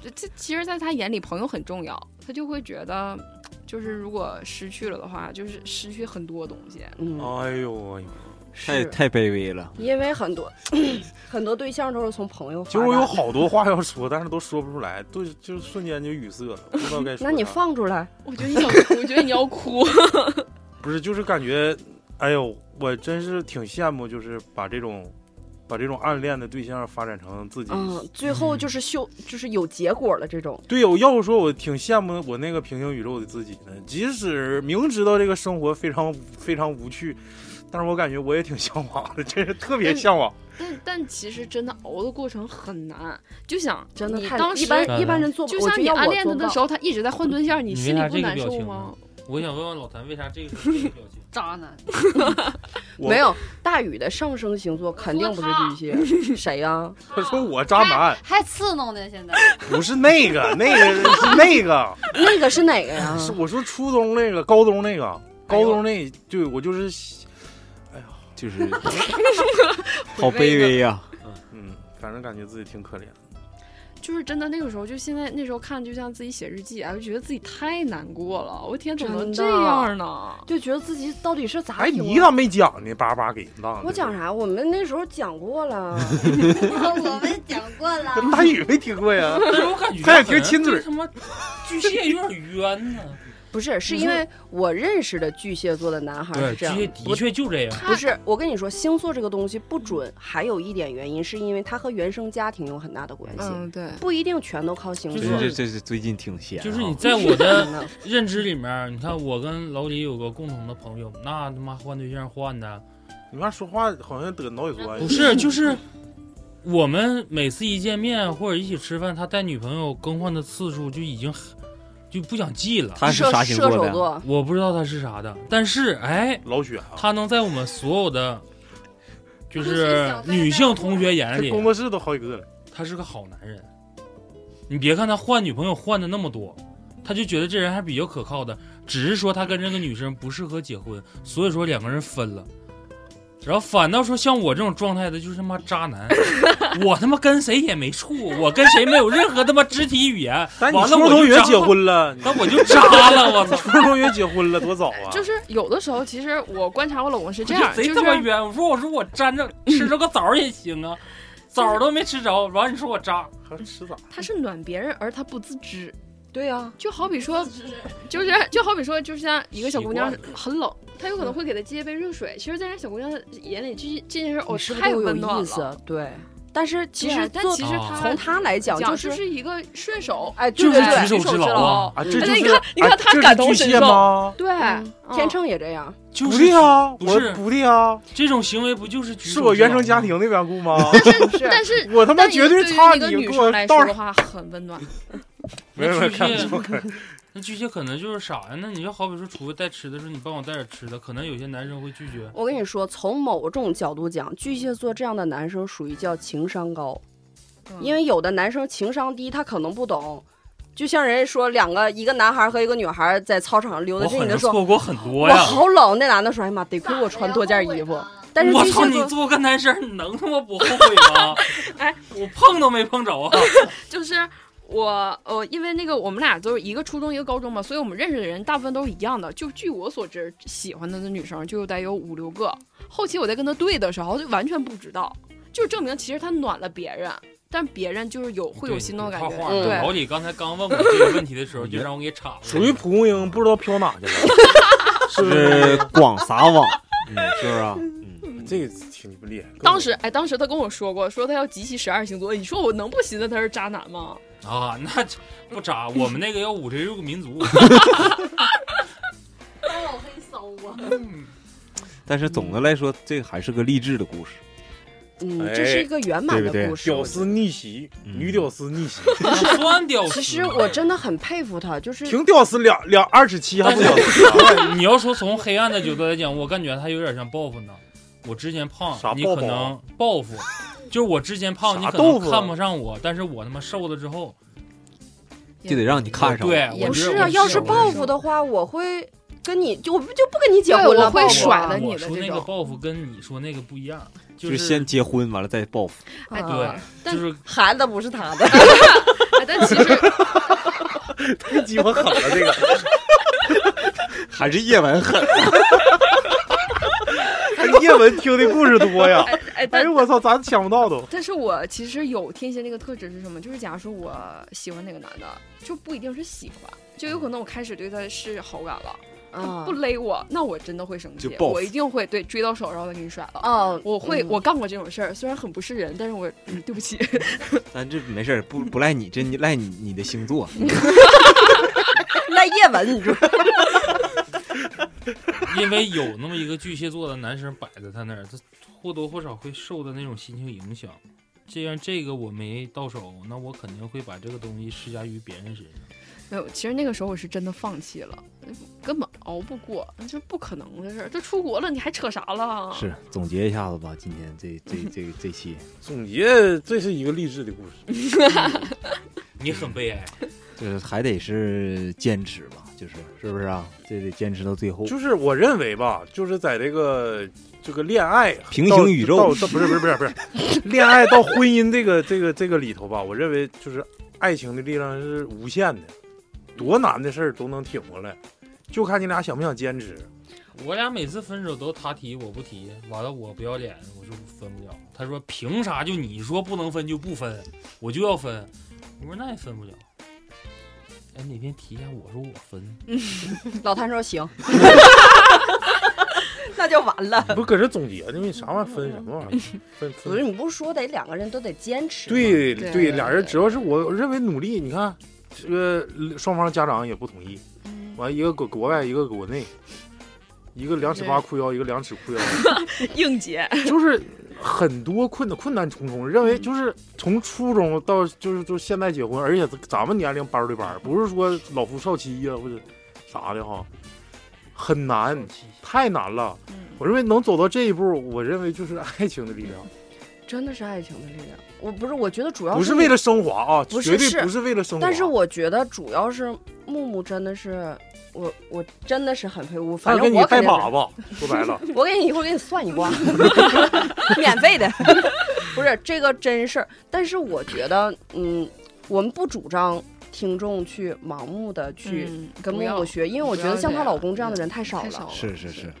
Speaker 5: 这这其实，在他眼里，朋友很重要，他就会觉得，就是如果失去了的话，就是失去很多东西。
Speaker 6: 嗯，
Speaker 2: 哎呦我，
Speaker 9: 太
Speaker 6: 是
Speaker 9: 太卑微了。
Speaker 6: 因为很多很多对象都是从朋友发
Speaker 2: 其实我有
Speaker 6: 展。
Speaker 2: 好多话要说，但是都说不出来，都就瞬间就语塞了，不知道该说啥。
Speaker 6: 那你放出来，
Speaker 5: 我觉得你想哭，我觉得你要哭。
Speaker 2: 不是，就是感觉，哎呦，我真是挺羡慕，就是把这种，把这种暗恋的对象发展成自己。
Speaker 6: 嗯，最后就是修，就是有结果了。这种
Speaker 2: 对，我要不说我挺羡慕我那个平行宇宙的自己呢，即使明知道这个生活非常非常无趣，但是我感觉我也挺向往的， [LAUGHS] 真是特别向往。
Speaker 5: [LAUGHS]
Speaker 6: 嗯
Speaker 5: 但但其实真的熬的过程很难，就想
Speaker 6: 真的
Speaker 5: 你
Speaker 6: 太
Speaker 5: 当
Speaker 6: 一
Speaker 5: 时
Speaker 8: 时
Speaker 6: 般一般人做不，
Speaker 5: 就
Speaker 6: 我
Speaker 5: 像你
Speaker 6: 要
Speaker 5: 暗
Speaker 6: 我
Speaker 5: 恋
Speaker 6: 做
Speaker 5: 他
Speaker 6: 不
Speaker 5: 的
Speaker 6: 到
Speaker 5: 时候，他一直在换对象，你
Speaker 8: 你
Speaker 5: 心
Speaker 8: 为啥
Speaker 5: 里不
Speaker 8: 这个
Speaker 5: 难
Speaker 8: 表
Speaker 5: 受
Speaker 8: 情
Speaker 5: 吗
Speaker 8: 呢？我想问问老谭，为啥这个这个表情？ [LAUGHS]
Speaker 3: 渣男，
Speaker 2: 我
Speaker 6: 没有大宇的上升星座肯定不是巨蟹，谁呀、
Speaker 5: [LAUGHS]
Speaker 2: 他说我渣男，
Speaker 3: 还刺挠呢，现在
Speaker 2: 不是那个， [LAUGHS] 那个是那个，
Speaker 6: 那个是哪个呀？
Speaker 2: 是我说初中那个，高中那个，高中那，对我就是，
Speaker 9: 就是 [LAUGHS] 好卑微呀、
Speaker 2: 嗯，反正感觉自己挺可怜。
Speaker 5: 就是真的那个时候，就现在那时候看，就像自己写日记啊，就觉得自己太难过了。我天，怎么能
Speaker 6: 真
Speaker 5: 这
Speaker 6: 的
Speaker 5: 样呢？
Speaker 6: [LAUGHS] 就觉得自己到底是咋
Speaker 2: 哎，
Speaker 6: 有
Speaker 2: 你
Speaker 6: 啊
Speaker 2: 咋没讲呢？叭叭给人当。
Speaker 6: 我讲？啥？我们那时候讲过了，
Speaker 4: 我们讲过了，
Speaker 2: [LAUGHS] 跟大宇没听过呀？
Speaker 5: [LAUGHS]
Speaker 8: 但是我感觉
Speaker 2: 他也挺亲嘴儿
Speaker 8: 这他妈巨蟹有点冤呢。
Speaker 6: 不是，是因为我认识的巨蟹座的男孩
Speaker 8: 对，
Speaker 6: 啊是这
Speaker 8: 巨
Speaker 6: 样
Speaker 8: 蟹
Speaker 6: 的，
Speaker 8: 的
Speaker 6: 不
Speaker 8: 确就这样。
Speaker 6: 不是。我跟你说，星座这个东西不准，还有一点原因是因为它和原生家庭有很大的关系，
Speaker 5: 嗯，对，
Speaker 6: 不一定全都靠星座。
Speaker 8: 就
Speaker 9: 这
Speaker 8: 是
Speaker 9: 这这是最近挺闲啊，
Speaker 8: 就是你在我的
Speaker 6: 嗯
Speaker 8: 认知里面，你看我跟老李有个共同的朋友，那他妈换对象换的
Speaker 2: 你妈说话好像得脑血栓。
Speaker 8: 不是，呃嗯就是我们每次一见面或者一起吃饭，他带女朋友更换的次数就已经很就不想记了。
Speaker 9: 他是
Speaker 6: 射
Speaker 9: 啥星
Speaker 6: 射
Speaker 9: 座的
Speaker 6: 手
Speaker 9: 呀？
Speaker 6: 座，
Speaker 8: 我不知道他是啥的，但是哎，
Speaker 2: 老雪啊，
Speaker 8: 他能在我们所有的就
Speaker 4: 不是
Speaker 8: 是
Speaker 4: 小白
Speaker 8: 女性同学眼
Speaker 2: 这
Speaker 8: 里，
Speaker 2: 工作室都好几个了。
Speaker 8: 他是个好男人。你别看他换女朋友换的那么多，他就觉得这人还比较可靠的，只是说他跟这个女生不适合结婚，所以说两个人分了。然后反倒说像我这种状态的，就是他妈渣男，我他妈跟谁也没处，我跟谁没有任何他妈肢体语言，
Speaker 2: 但你
Speaker 8: 完
Speaker 2: 初
Speaker 8: 了我
Speaker 2: 中同
Speaker 8: 就
Speaker 2: 学
Speaker 8: 渣
Speaker 2: 结
Speaker 8: 了，
Speaker 2: 婚了，你
Speaker 8: 那我就渣了，我
Speaker 2: [LAUGHS]
Speaker 8: 操！
Speaker 2: 初中同学结婚了多早啊！
Speaker 5: 就是有的时候，其实我观察我老公是这
Speaker 8: 我
Speaker 5: 样，
Speaker 8: 就
Speaker 5: 就
Speaker 8: 贼他妈
Speaker 5: 是
Speaker 8: 冤！我说我说我沾着吃着个枣儿也行啊，枣儿都没吃着，完了你说我渣，
Speaker 2: 还是吃咋？
Speaker 5: 他是暖别人，而他不自知。
Speaker 6: 对呀、
Speaker 5: [LAUGHS] 就好比说，就是就好比说，就像一个小姑娘
Speaker 8: 习惯
Speaker 5: 很冷，她有可能会给她接一杯热水。其实，在人小姑娘眼里，这这件事
Speaker 6: 你
Speaker 5: 哦
Speaker 6: 是不是
Speaker 5: 太
Speaker 6: 都有
Speaker 5: 温暖
Speaker 6: 意
Speaker 5: 了。
Speaker 6: 思？对，但是其
Speaker 5: 对啊
Speaker 6: 实
Speaker 5: 但
Speaker 6: 做
Speaker 5: 其实
Speaker 8: 她
Speaker 6: 从他来讲
Speaker 5: 讲
Speaker 6: 就
Speaker 5: 就是
Speaker 6: 是
Speaker 5: 一个顺手，
Speaker 6: 哎，
Speaker 8: 就
Speaker 6: 对对
Speaker 8: 是举
Speaker 6: 对，
Speaker 8: 手
Speaker 5: 举
Speaker 8: 之劳啊！
Speaker 2: 啊，这
Speaker 5: 哎
Speaker 2: 就
Speaker 5: 你
Speaker 2: 是
Speaker 5: 看你看
Speaker 2: 啊
Speaker 5: 他
Speaker 2: 这是
Speaker 5: 感同
Speaker 2: 巨
Speaker 5: 身
Speaker 2: 蟹
Speaker 5: 受
Speaker 2: 吗？
Speaker 5: 对，
Speaker 6: 天
Speaker 5: 嗯
Speaker 6: 秤也这样，
Speaker 8: 就
Speaker 2: 不
Speaker 8: 是
Speaker 2: 对啊，
Speaker 8: 不
Speaker 2: 我
Speaker 8: 是
Speaker 2: 不对啊，
Speaker 8: 这种行为不就是
Speaker 2: 是
Speaker 8: 举手
Speaker 2: 我
Speaker 8: 之劳
Speaker 2: 原生家
Speaker 8: 吗
Speaker 2: 庭的缘故吗？
Speaker 6: 不是
Speaker 5: 但是
Speaker 2: [LAUGHS] 我他妈
Speaker 5: 但
Speaker 2: 绝
Speaker 5: 对
Speaker 2: 对
Speaker 5: 于
Speaker 2: 差
Speaker 5: 一个
Speaker 2: 你，
Speaker 5: 女
Speaker 2: 给
Speaker 5: 生
Speaker 2: 我
Speaker 5: 来
Speaker 2: 道
Speaker 5: 说
Speaker 2: 儿
Speaker 5: 的话，很温暖。
Speaker 2: 没有没
Speaker 8: 那
Speaker 2: 有，开玩
Speaker 8: 巨蟹
Speaker 2: 笑，开玩笑
Speaker 8: 那巨蟹可能就是啥呀？那你就好比说，厨子带吃的时候，你帮我带点吃的，可能有些男生会拒绝。
Speaker 6: 我跟你说，从某种角度讲，巨蟹座这样的男生属于叫情商高，
Speaker 5: 嗯
Speaker 6: 因为有的男生情商低，他可能不懂。就像人家说，两个一个男孩和一个女孩在操场上溜达，这
Speaker 8: 好
Speaker 6: 女的
Speaker 8: 像
Speaker 6: 说
Speaker 8: 错过很多
Speaker 6: 我
Speaker 8: 呀。
Speaker 6: 好冷，那男的说哎呀妈，得亏我穿多件衣服。但是
Speaker 8: 我
Speaker 6: 巨
Speaker 8: 操！
Speaker 6: 蟹
Speaker 8: 你
Speaker 6: 座
Speaker 8: 做个男生，你能他妈不后悔
Speaker 6: [LAUGHS]
Speaker 8: 吗？
Speaker 5: 哎，
Speaker 8: 我碰都没碰着啊！
Speaker 5: 就是我呃，因为那个我们俩都是一个初中一个高中嘛，所以我们认识的人大部分都是一样的。就据我所知，喜欢他的女生就得有五六个。后期我在跟他对的时候，就完全不知道，就证明其实他暖了别人，但别人就是有会有心动的感
Speaker 8: 对你
Speaker 5: 觉。
Speaker 8: 套
Speaker 6: 嗯
Speaker 8: 话了老李刚才刚问我这个问题的时
Speaker 2: [LAUGHS]
Speaker 8: 候，就让我给岔了。
Speaker 2: 属于蒲公英，不知道飘哪去了。是
Speaker 9: 就
Speaker 2: 不 [LAUGHS] 是
Speaker 9: 是广撒网，嗯，是不是啊？嗯，
Speaker 2: 这个挺厉害。
Speaker 5: 当时哎，当时他跟我说过，说他要集齐十二星座，你说我能不寻思他是渣男吗？
Speaker 8: 啊，那就不渣，我们那个要五十六个
Speaker 6: [LAUGHS]
Speaker 8: 民族，
Speaker 4: 当我黑搜啊，
Speaker 8: 嗯
Speaker 9: 但是总的来说，这还是个励志的故事。
Speaker 6: 嗯，
Speaker 2: 哎
Speaker 6: 这是一个圆满
Speaker 9: 对不
Speaker 6: 的
Speaker 9: 对
Speaker 6: 故事。
Speaker 2: 屌丝逆袭，
Speaker 9: 嗯
Speaker 2: 女屌丝逆袭，
Speaker 8: 酸屌丝。啊
Speaker 6: 其实我真的很佩服他，
Speaker 5: 嗯
Speaker 6: 就是
Speaker 2: 挺屌丝两两二十七还不屌丝，
Speaker 5: [LAUGHS]
Speaker 8: [LAUGHS] 你要说从黑暗的角度来讲，我感觉他有点像报复呢。我之前胖
Speaker 2: 啥，
Speaker 8: 你
Speaker 2: 报
Speaker 8: 可
Speaker 2: 复
Speaker 8: 能
Speaker 9: 啊
Speaker 8: 报复，就是我之前胖，你
Speaker 2: 啥
Speaker 8: 可
Speaker 2: 豆
Speaker 8: 能
Speaker 2: 腐
Speaker 8: 看不上我，但是我他妈瘦了之后，
Speaker 9: 就得让你看上，
Speaker 8: 对，
Speaker 5: 也
Speaker 8: 我
Speaker 6: 不
Speaker 8: 觉
Speaker 6: 是
Speaker 8: 得
Speaker 6: 啊，
Speaker 8: 我
Speaker 6: 要是
Speaker 8: 瘦了
Speaker 6: 报复的话，我会跟你就我不就不跟你结
Speaker 5: 对
Speaker 6: 婚
Speaker 5: 我
Speaker 6: 了，
Speaker 5: 会
Speaker 6: 报复
Speaker 5: 甩
Speaker 6: 啊
Speaker 5: 了你
Speaker 8: 我
Speaker 5: 的
Speaker 8: 说
Speaker 5: 这
Speaker 8: 那个
Speaker 5: 种
Speaker 8: 报复跟你说那个不一样，
Speaker 9: 就是先结婚，完了再报复。
Speaker 5: 哎
Speaker 6: 啊
Speaker 8: 对，
Speaker 5: 但
Speaker 8: 就是
Speaker 6: 孩子不是他
Speaker 5: [LAUGHS]
Speaker 6: 的，
Speaker 5: 哎，但其实
Speaker 2: 太鸡巴狠了这 [LAUGHS] 个。
Speaker 9: 还是叶文狠，
Speaker 2: 哎叶文听的故事多呀。
Speaker 5: [LAUGHS] 哎哎，但
Speaker 2: 哎呦我操，咱想不到都。
Speaker 5: 但是我其实有天蝎那个特质是什么？就是假如说我喜欢哪个男的，就不一定是喜欢，就有可能我开始对他是好感了，他
Speaker 6: 啊
Speaker 5: 不勒我，那我真的会生
Speaker 9: 嗯就
Speaker 5: 气，
Speaker 9: 报复
Speaker 5: 我一定会对追到手，然后再给你甩了。
Speaker 6: 啊，
Speaker 5: 我会，
Speaker 6: 嗯
Speaker 5: 我干过这种事儿，虽然很不是人，但是我嗯对不起， [LAUGHS]
Speaker 9: 咱这没事儿，不不赖你，这你赖你你的星座。
Speaker 6: 赖叶文，
Speaker 5: [LAUGHS]
Speaker 6: 你知道吗？
Speaker 8: 因为有那么一个巨蟹座的男生摆在他那儿，他或多或少会受的那种心情影响。既然这个我没到手，那我肯定会把这个东西施加于别人身上。
Speaker 5: 没有。其实那个时候我是真的放弃了，根本熬不过，这不可能的事儿。这出国了，你还扯啥了？
Speaker 9: [LAUGHS] 是总结一下子吧，今天这这这这期
Speaker 2: 总结，这是一个励志的故事。
Speaker 8: 你很悲哀，
Speaker 9: 就是还得是坚持吧，就是是不是啊？这得坚持到最后。
Speaker 2: 就是我认为吧，就是在这个这个恋爱
Speaker 9: 平行
Speaker 2: 到
Speaker 9: 宇宙
Speaker 2: 到到不是不是不是不是恋爱到婚姻这个这个这个里头吧，我认为就是爱情的力量是无限的，多难的事儿都能挺过来，就看你俩想不想坚持。
Speaker 8: 我俩每次分手都他提我不提，完了我不要脸，我说分不了。他说凭啥就你说不能分就不分，我就要分。我说那也分不了。哎，哪天提一下我说我分，
Speaker 6: 老谭说行， [LAUGHS] 那就完了。
Speaker 2: 你不搁这总结呢？你啥玩意儿分什么玩意儿？分
Speaker 6: 不是
Speaker 2: 分
Speaker 6: 你不是说得两个人都得坚持吗？
Speaker 2: 对
Speaker 5: 对
Speaker 2: 对，
Speaker 5: 对
Speaker 2: 俩人只要是我认为努力，你看这个双方家长也不同意，完一个搁国外，一个搁国内，一个两尺八裤腰，一个两尺 [LAUGHS] 裤腰。
Speaker 5: 应节，
Speaker 2: 就是很多困难困难重重，认为就是从初中到就是就现在结婚，而且咱们年龄班儿对班儿，不是说老夫少妻呀、或者啥的哈，很难，太难了。我认为能走到这一步，我认为就是爱情的力量，
Speaker 6: 真的是爱情的力量。我不是，我觉得主要
Speaker 2: 不
Speaker 6: 是
Speaker 2: 是为了升华啊，
Speaker 6: 不
Speaker 2: 绝
Speaker 6: 是
Speaker 2: 对
Speaker 6: 是
Speaker 2: 不是为了啊升华。
Speaker 6: 但是我觉得主要是木木真的是，我我真的是很佩服。
Speaker 2: 他
Speaker 6: 反
Speaker 2: 给
Speaker 6: 正
Speaker 2: 你
Speaker 6: 我
Speaker 2: 拜
Speaker 6: 肯定
Speaker 2: 把
Speaker 6: 是
Speaker 2: 子，说白了，
Speaker 6: [LAUGHS] 我给你一会儿给你算一卦， [LAUGHS] 免费的， [LAUGHS] 不是这个真事儿。但是我觉得，嗯，我们不主张听众去盲目的去
Speaker 5: 嗯，
Speaker 6: 跟
Speaker 5: 不
Speaker 6: 木
Speaker 5: 要嗯
Speaker 6: 木学，因为我觉得像她老公这样的人太少
Speaker 5: 太
Speaker 6: 了，
Speaker 5: 少了，
Speaker 9: 是是是，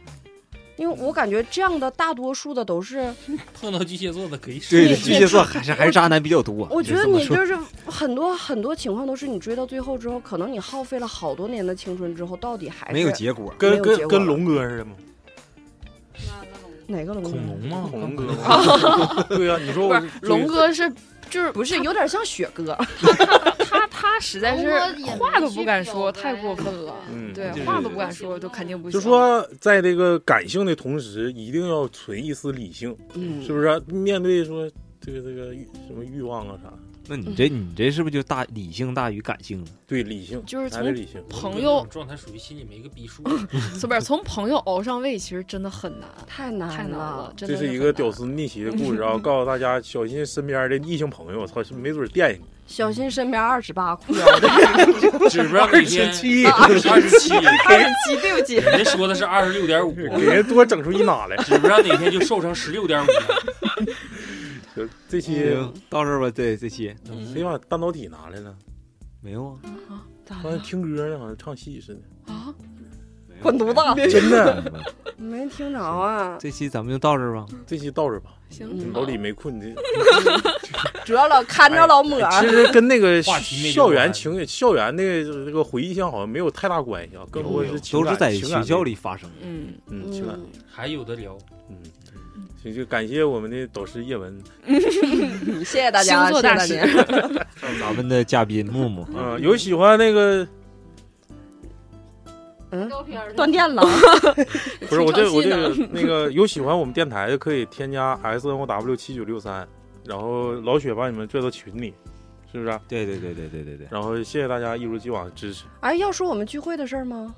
Speaker 6: 因为我感觉这样的大多数的都
Speaker 9: 嗯
Speaker 6: 是，
Speaker 8: 碰到巨蟹座的可以
Speaker 9: 对
Speaker 6: 你
Speaker 8: 试。
Speaker 9: 巨蟹座还是还是渣男比较多。
Speaker 6: 我觉得
Speaker 9: 你
Speaker 6: 你
Speaker 9: 就这么说
Speaker 6: 就是很多很多情况都是你追到最后之后，可能你耗费了好多年的青春之后，到底还是
Speaker 9: 没有结果，
Speaker 6: 没
Speaker 2: 跟
Speaker 6: 有结
Speaker 2: 跟
Speaker 6: 果
Speaker 2: 跟龙哥似的吗？
Speaker 6: 哪个龙
Speaker 8: 恐龙
Speaker 2: [LAUGHS]
Speaker 8: 吗？
Speaker 2: 恐龙
Speaker 8: 哥
Speaker 2: 哥，对呀、你说
Speaker 5: 不
Speaker 2: 我
Speaker 5: 是龙哥是就是
Speaker 6: 不是有点像雪哥，
Speaker 5: 他他实在是
Speaker 3: 龙哥也
Speaker 5: 话都
Speaker 3: 没
Speaker 5: 不
Speaker 3: 去
Speaker 5: 敢
Speaker 3: 表
Speaker 5: 说，
Speaker 3: 白
Speaker 5: 太过分了。
Speaker 2: 嗯
Speaker 5: 对
Speaker 9: 就，
Speaker 5: 话
Speaker 9: 是
Speaker 5: 都不敢说，就肯定不行。
Speaker 2: 就说在这个感性的同时，一定要存一丝理性，
Speaker 6: 嗯
Speaker 2: 是不是啊、面对说这个这个欲什么欲望啊啥，
Speaker 9: 那
Speaker 6: 嗯
Speaker 9: 你这你这是不是就大理性大于感性了？
Speaker 2: 对理性
Speaker 5: 就是
Speaker 2: 还得
Speaker 5: 从
Speaker 2: 理性。
Speaker 5: 朋友，
Speaker 8: 状态属于心里没个逼数，
Speaker 5: 是不是从朋友熬上位，其实真的很难，
Speaker 6: 太难
Speaker 5: 太难了，真
Speaker 2: 这
Speaker 5: 的
Speaker 2: 是一
Speaker 5: 很
Speaker 2: 个
Speaker 5: 难
Speaker 2: 屌丝逆袭的故事啊！告诉大家，小心身边的异性朋友，操，是没准惦
Speaker 6: [LAUGHS]
Speaker 2: 记
Speaker 6: 小心身边二十八裤腰的。
Speaker 8: 指不上每天
Speaker 2: 七啊
Speaker 9: [LAUGHS]
Speaker 8: 二十七，
Speaker 6: 二十七，对不起，
Speaker 8: 人家说的是二十六点五，
Speaker 2: 给人多整出一哪
Speaker 8: [LAUGHS]
Speaker 2: 来。
Speaker 8: 指不上哪天就瘦成十六点五。
Speaker 2: 就这期
Speaker 7: 哎
Speaker 9: 行，到这儿吧，对这期
Speaker 2: 谁把半导体拿来了？
Speaker 9: 没有啊，
Speaker 5: 咋
Speaker 2: 刚才
Speaker 5: 了
Speaker 2: 听歌呢，好像唱戏似的。
Speaker 5: 啊？
Speaker 6: [LAUGHS] 滚犊子！
Speaker 2: 真的，
Speaker 6: 没听着啊，嗯
Speaker 9: 这期咱们就到这儿吧。
Speaker 2: 这期到这吧。
Speaker 5: 行，
Speaker 2: 老李没困的，
Speaker 6: 主要老看着老抹。
Speaker 2: 其实跟那个
Speaker 8: 话题没
Speaker 2: 校园
Speaker 8: 聊
Speaker 2: 情、校园的这个回忆像好像没有太大关系啊，更多
Speaker 9: 有有
Speaker 2: 是
Speaker 9: 都是在
Speaker 2: 情感
Speaker 9: 学校，里发生的。
Speaker 5: 嗯，
Speaker 2: 情感嗯，情感，
Speaker 8: 还有的聊，
Speaker 2: 嗯。行，就感谢我们的导师叶文，
Speaker 6: 嗯谢谢大家，
Speaker 5: 星座大
Speaker 6: 谢谢
Speaker 5: 师
Speaker 6: 大 [LAUGHS] 家。
Speaker 9: 咱们的嘉宾木木啊，
Speaker 2: 嗯，有喜欢那个
Speaker 3: 嗯
Speaker 6: 断电了，
Speaker 2: 不是我这我
Speaker 5: 挺
Speaker 2: 这个
Speaker 5: 诚
Speaker 2: 那个有喜欢我们电台的可以添加 S N O W 七九六三，然后老雪把你们拽到群里，是不是啊、
Speaker 9: 对对对对对对对，
Speaker 2: 然后谢谢大家一如既往的支持。
Speaker 6: 哎，要说我们聚会的事儿吗？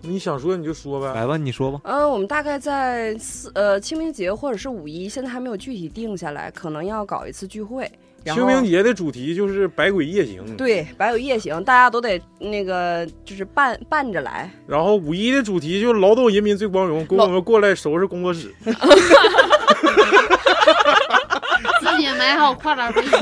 Speaker 2: 你想说你就说呗，
Speaker 9: 来吧，你说吧。
Speaker 6: 嗯，我们大概在四呃清明节或者是五一，现在还没有具体定下来，可能要搞一次聚会。然后
Speaker 2: 清明节的主题就是百鬼夜行，。
Speaker 6: 对，白有夜行，大家都得那个就是伴伴着 [LAUGHS] 来。
Speaker 2: 然后五一的主题就是劳动人民最光荣，跟我们过来收拾工作室。
Speaker 3: 自己买好跨栏背心，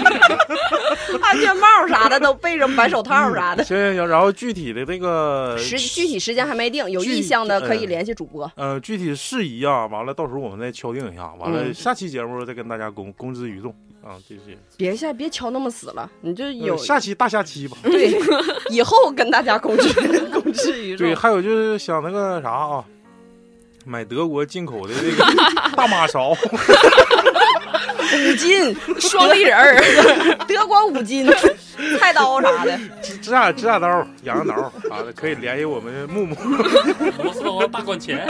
Speaker 6: 安全帽啥的都备上，白手套啥的。
Speaker 2: 嗯行行行，然后具体的这个
Speaker 6: [LAUGHS] 时具体时间还没定，有
Speaker 2: 具
Speaker 6: 意向的可
Speaker 2: 呃
Speaker 6: 以联系主播。
Speaker 2: 呃具体事宜啊，完了到时候我们再敲定一下，完了
Speaker 6: 嗯
Speaker 2: 下期节目再跟大家公公之于众啊，这些
Speaker 6: 别下别敲那么死了，你就
Speaker 2: 呃
Speaker 6: 有
Speaker 2: 下期大下期吧。
Speaker 6: 对，以后跟大家公之公之于众
Speaker 2: 对，。还有就是想那个啥啊，买德国进口的那
Speaker 6: [LAUGHS]
Speaker 2: 个大马勺，
Speaker 6: 五金、双立人儿、德国五金、菜刀啥的。
Speaker 2: 指指甲指甲刀、痒痒挠啥的，可以联系我们的木木。
Speaker 8: 螺丝刀大管钱，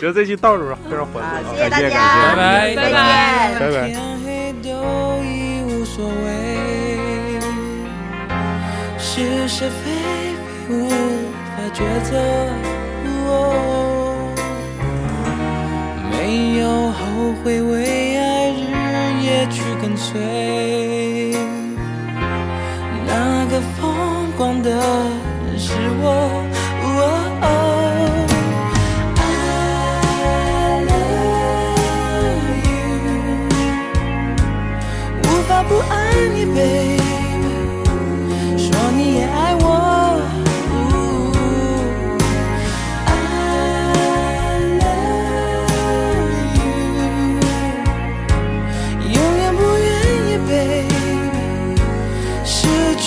Speaker 2: 行，这期到这儿吧，非常欢乐啊，
Speaker 6: 谢谢大
Speaker 9: 感谢
Speaker 6: 家，
Speaker 8: 拜拜。
Speaker 6: 再见。
Speaker 2: 拜拜。
Speaker 1: 天黑都已无所谓，是是非非无法抉择。哦没有后悔，为爱日夜去跟随。那个疯狂是我。哦哦 I love you，无法不爱你，baby，说你也爱我。I love you，永远不愿意，baby，失去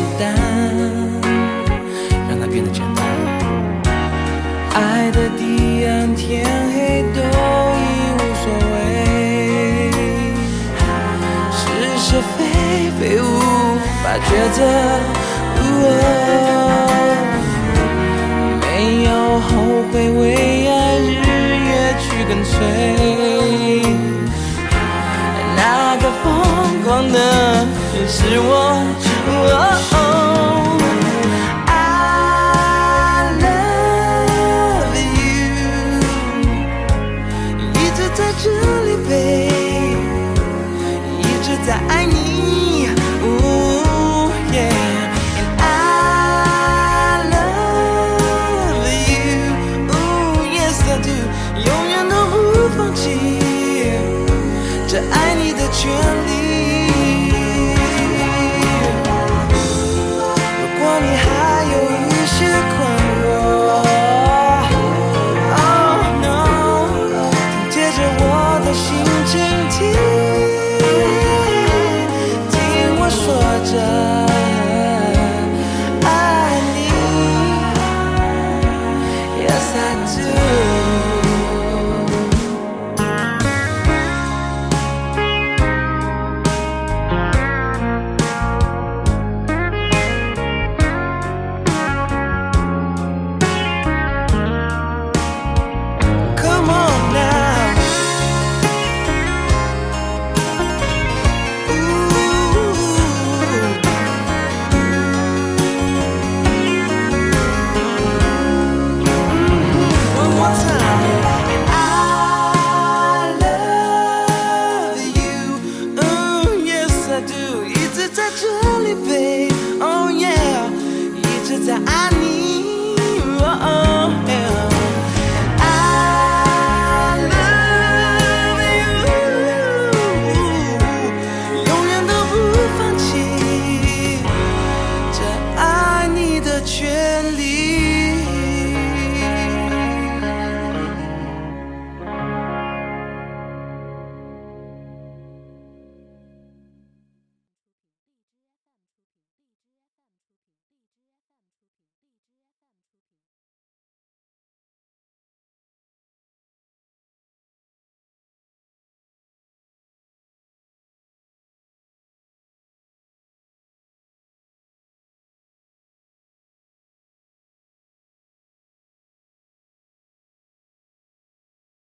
Speaker 1: 单，让它变得简单。爱的彼岸，天黑都已无所谓。是是非非无法抉择，没有后悔，为爱日夜去跟随。那个疯狂的是我。I love you，一直在这里，babe，一直在爱你。哦 yeah，And I love you，Oh yes I do，永远都不放弃这爱你的权利。，Oh Mm, Oh, Oh,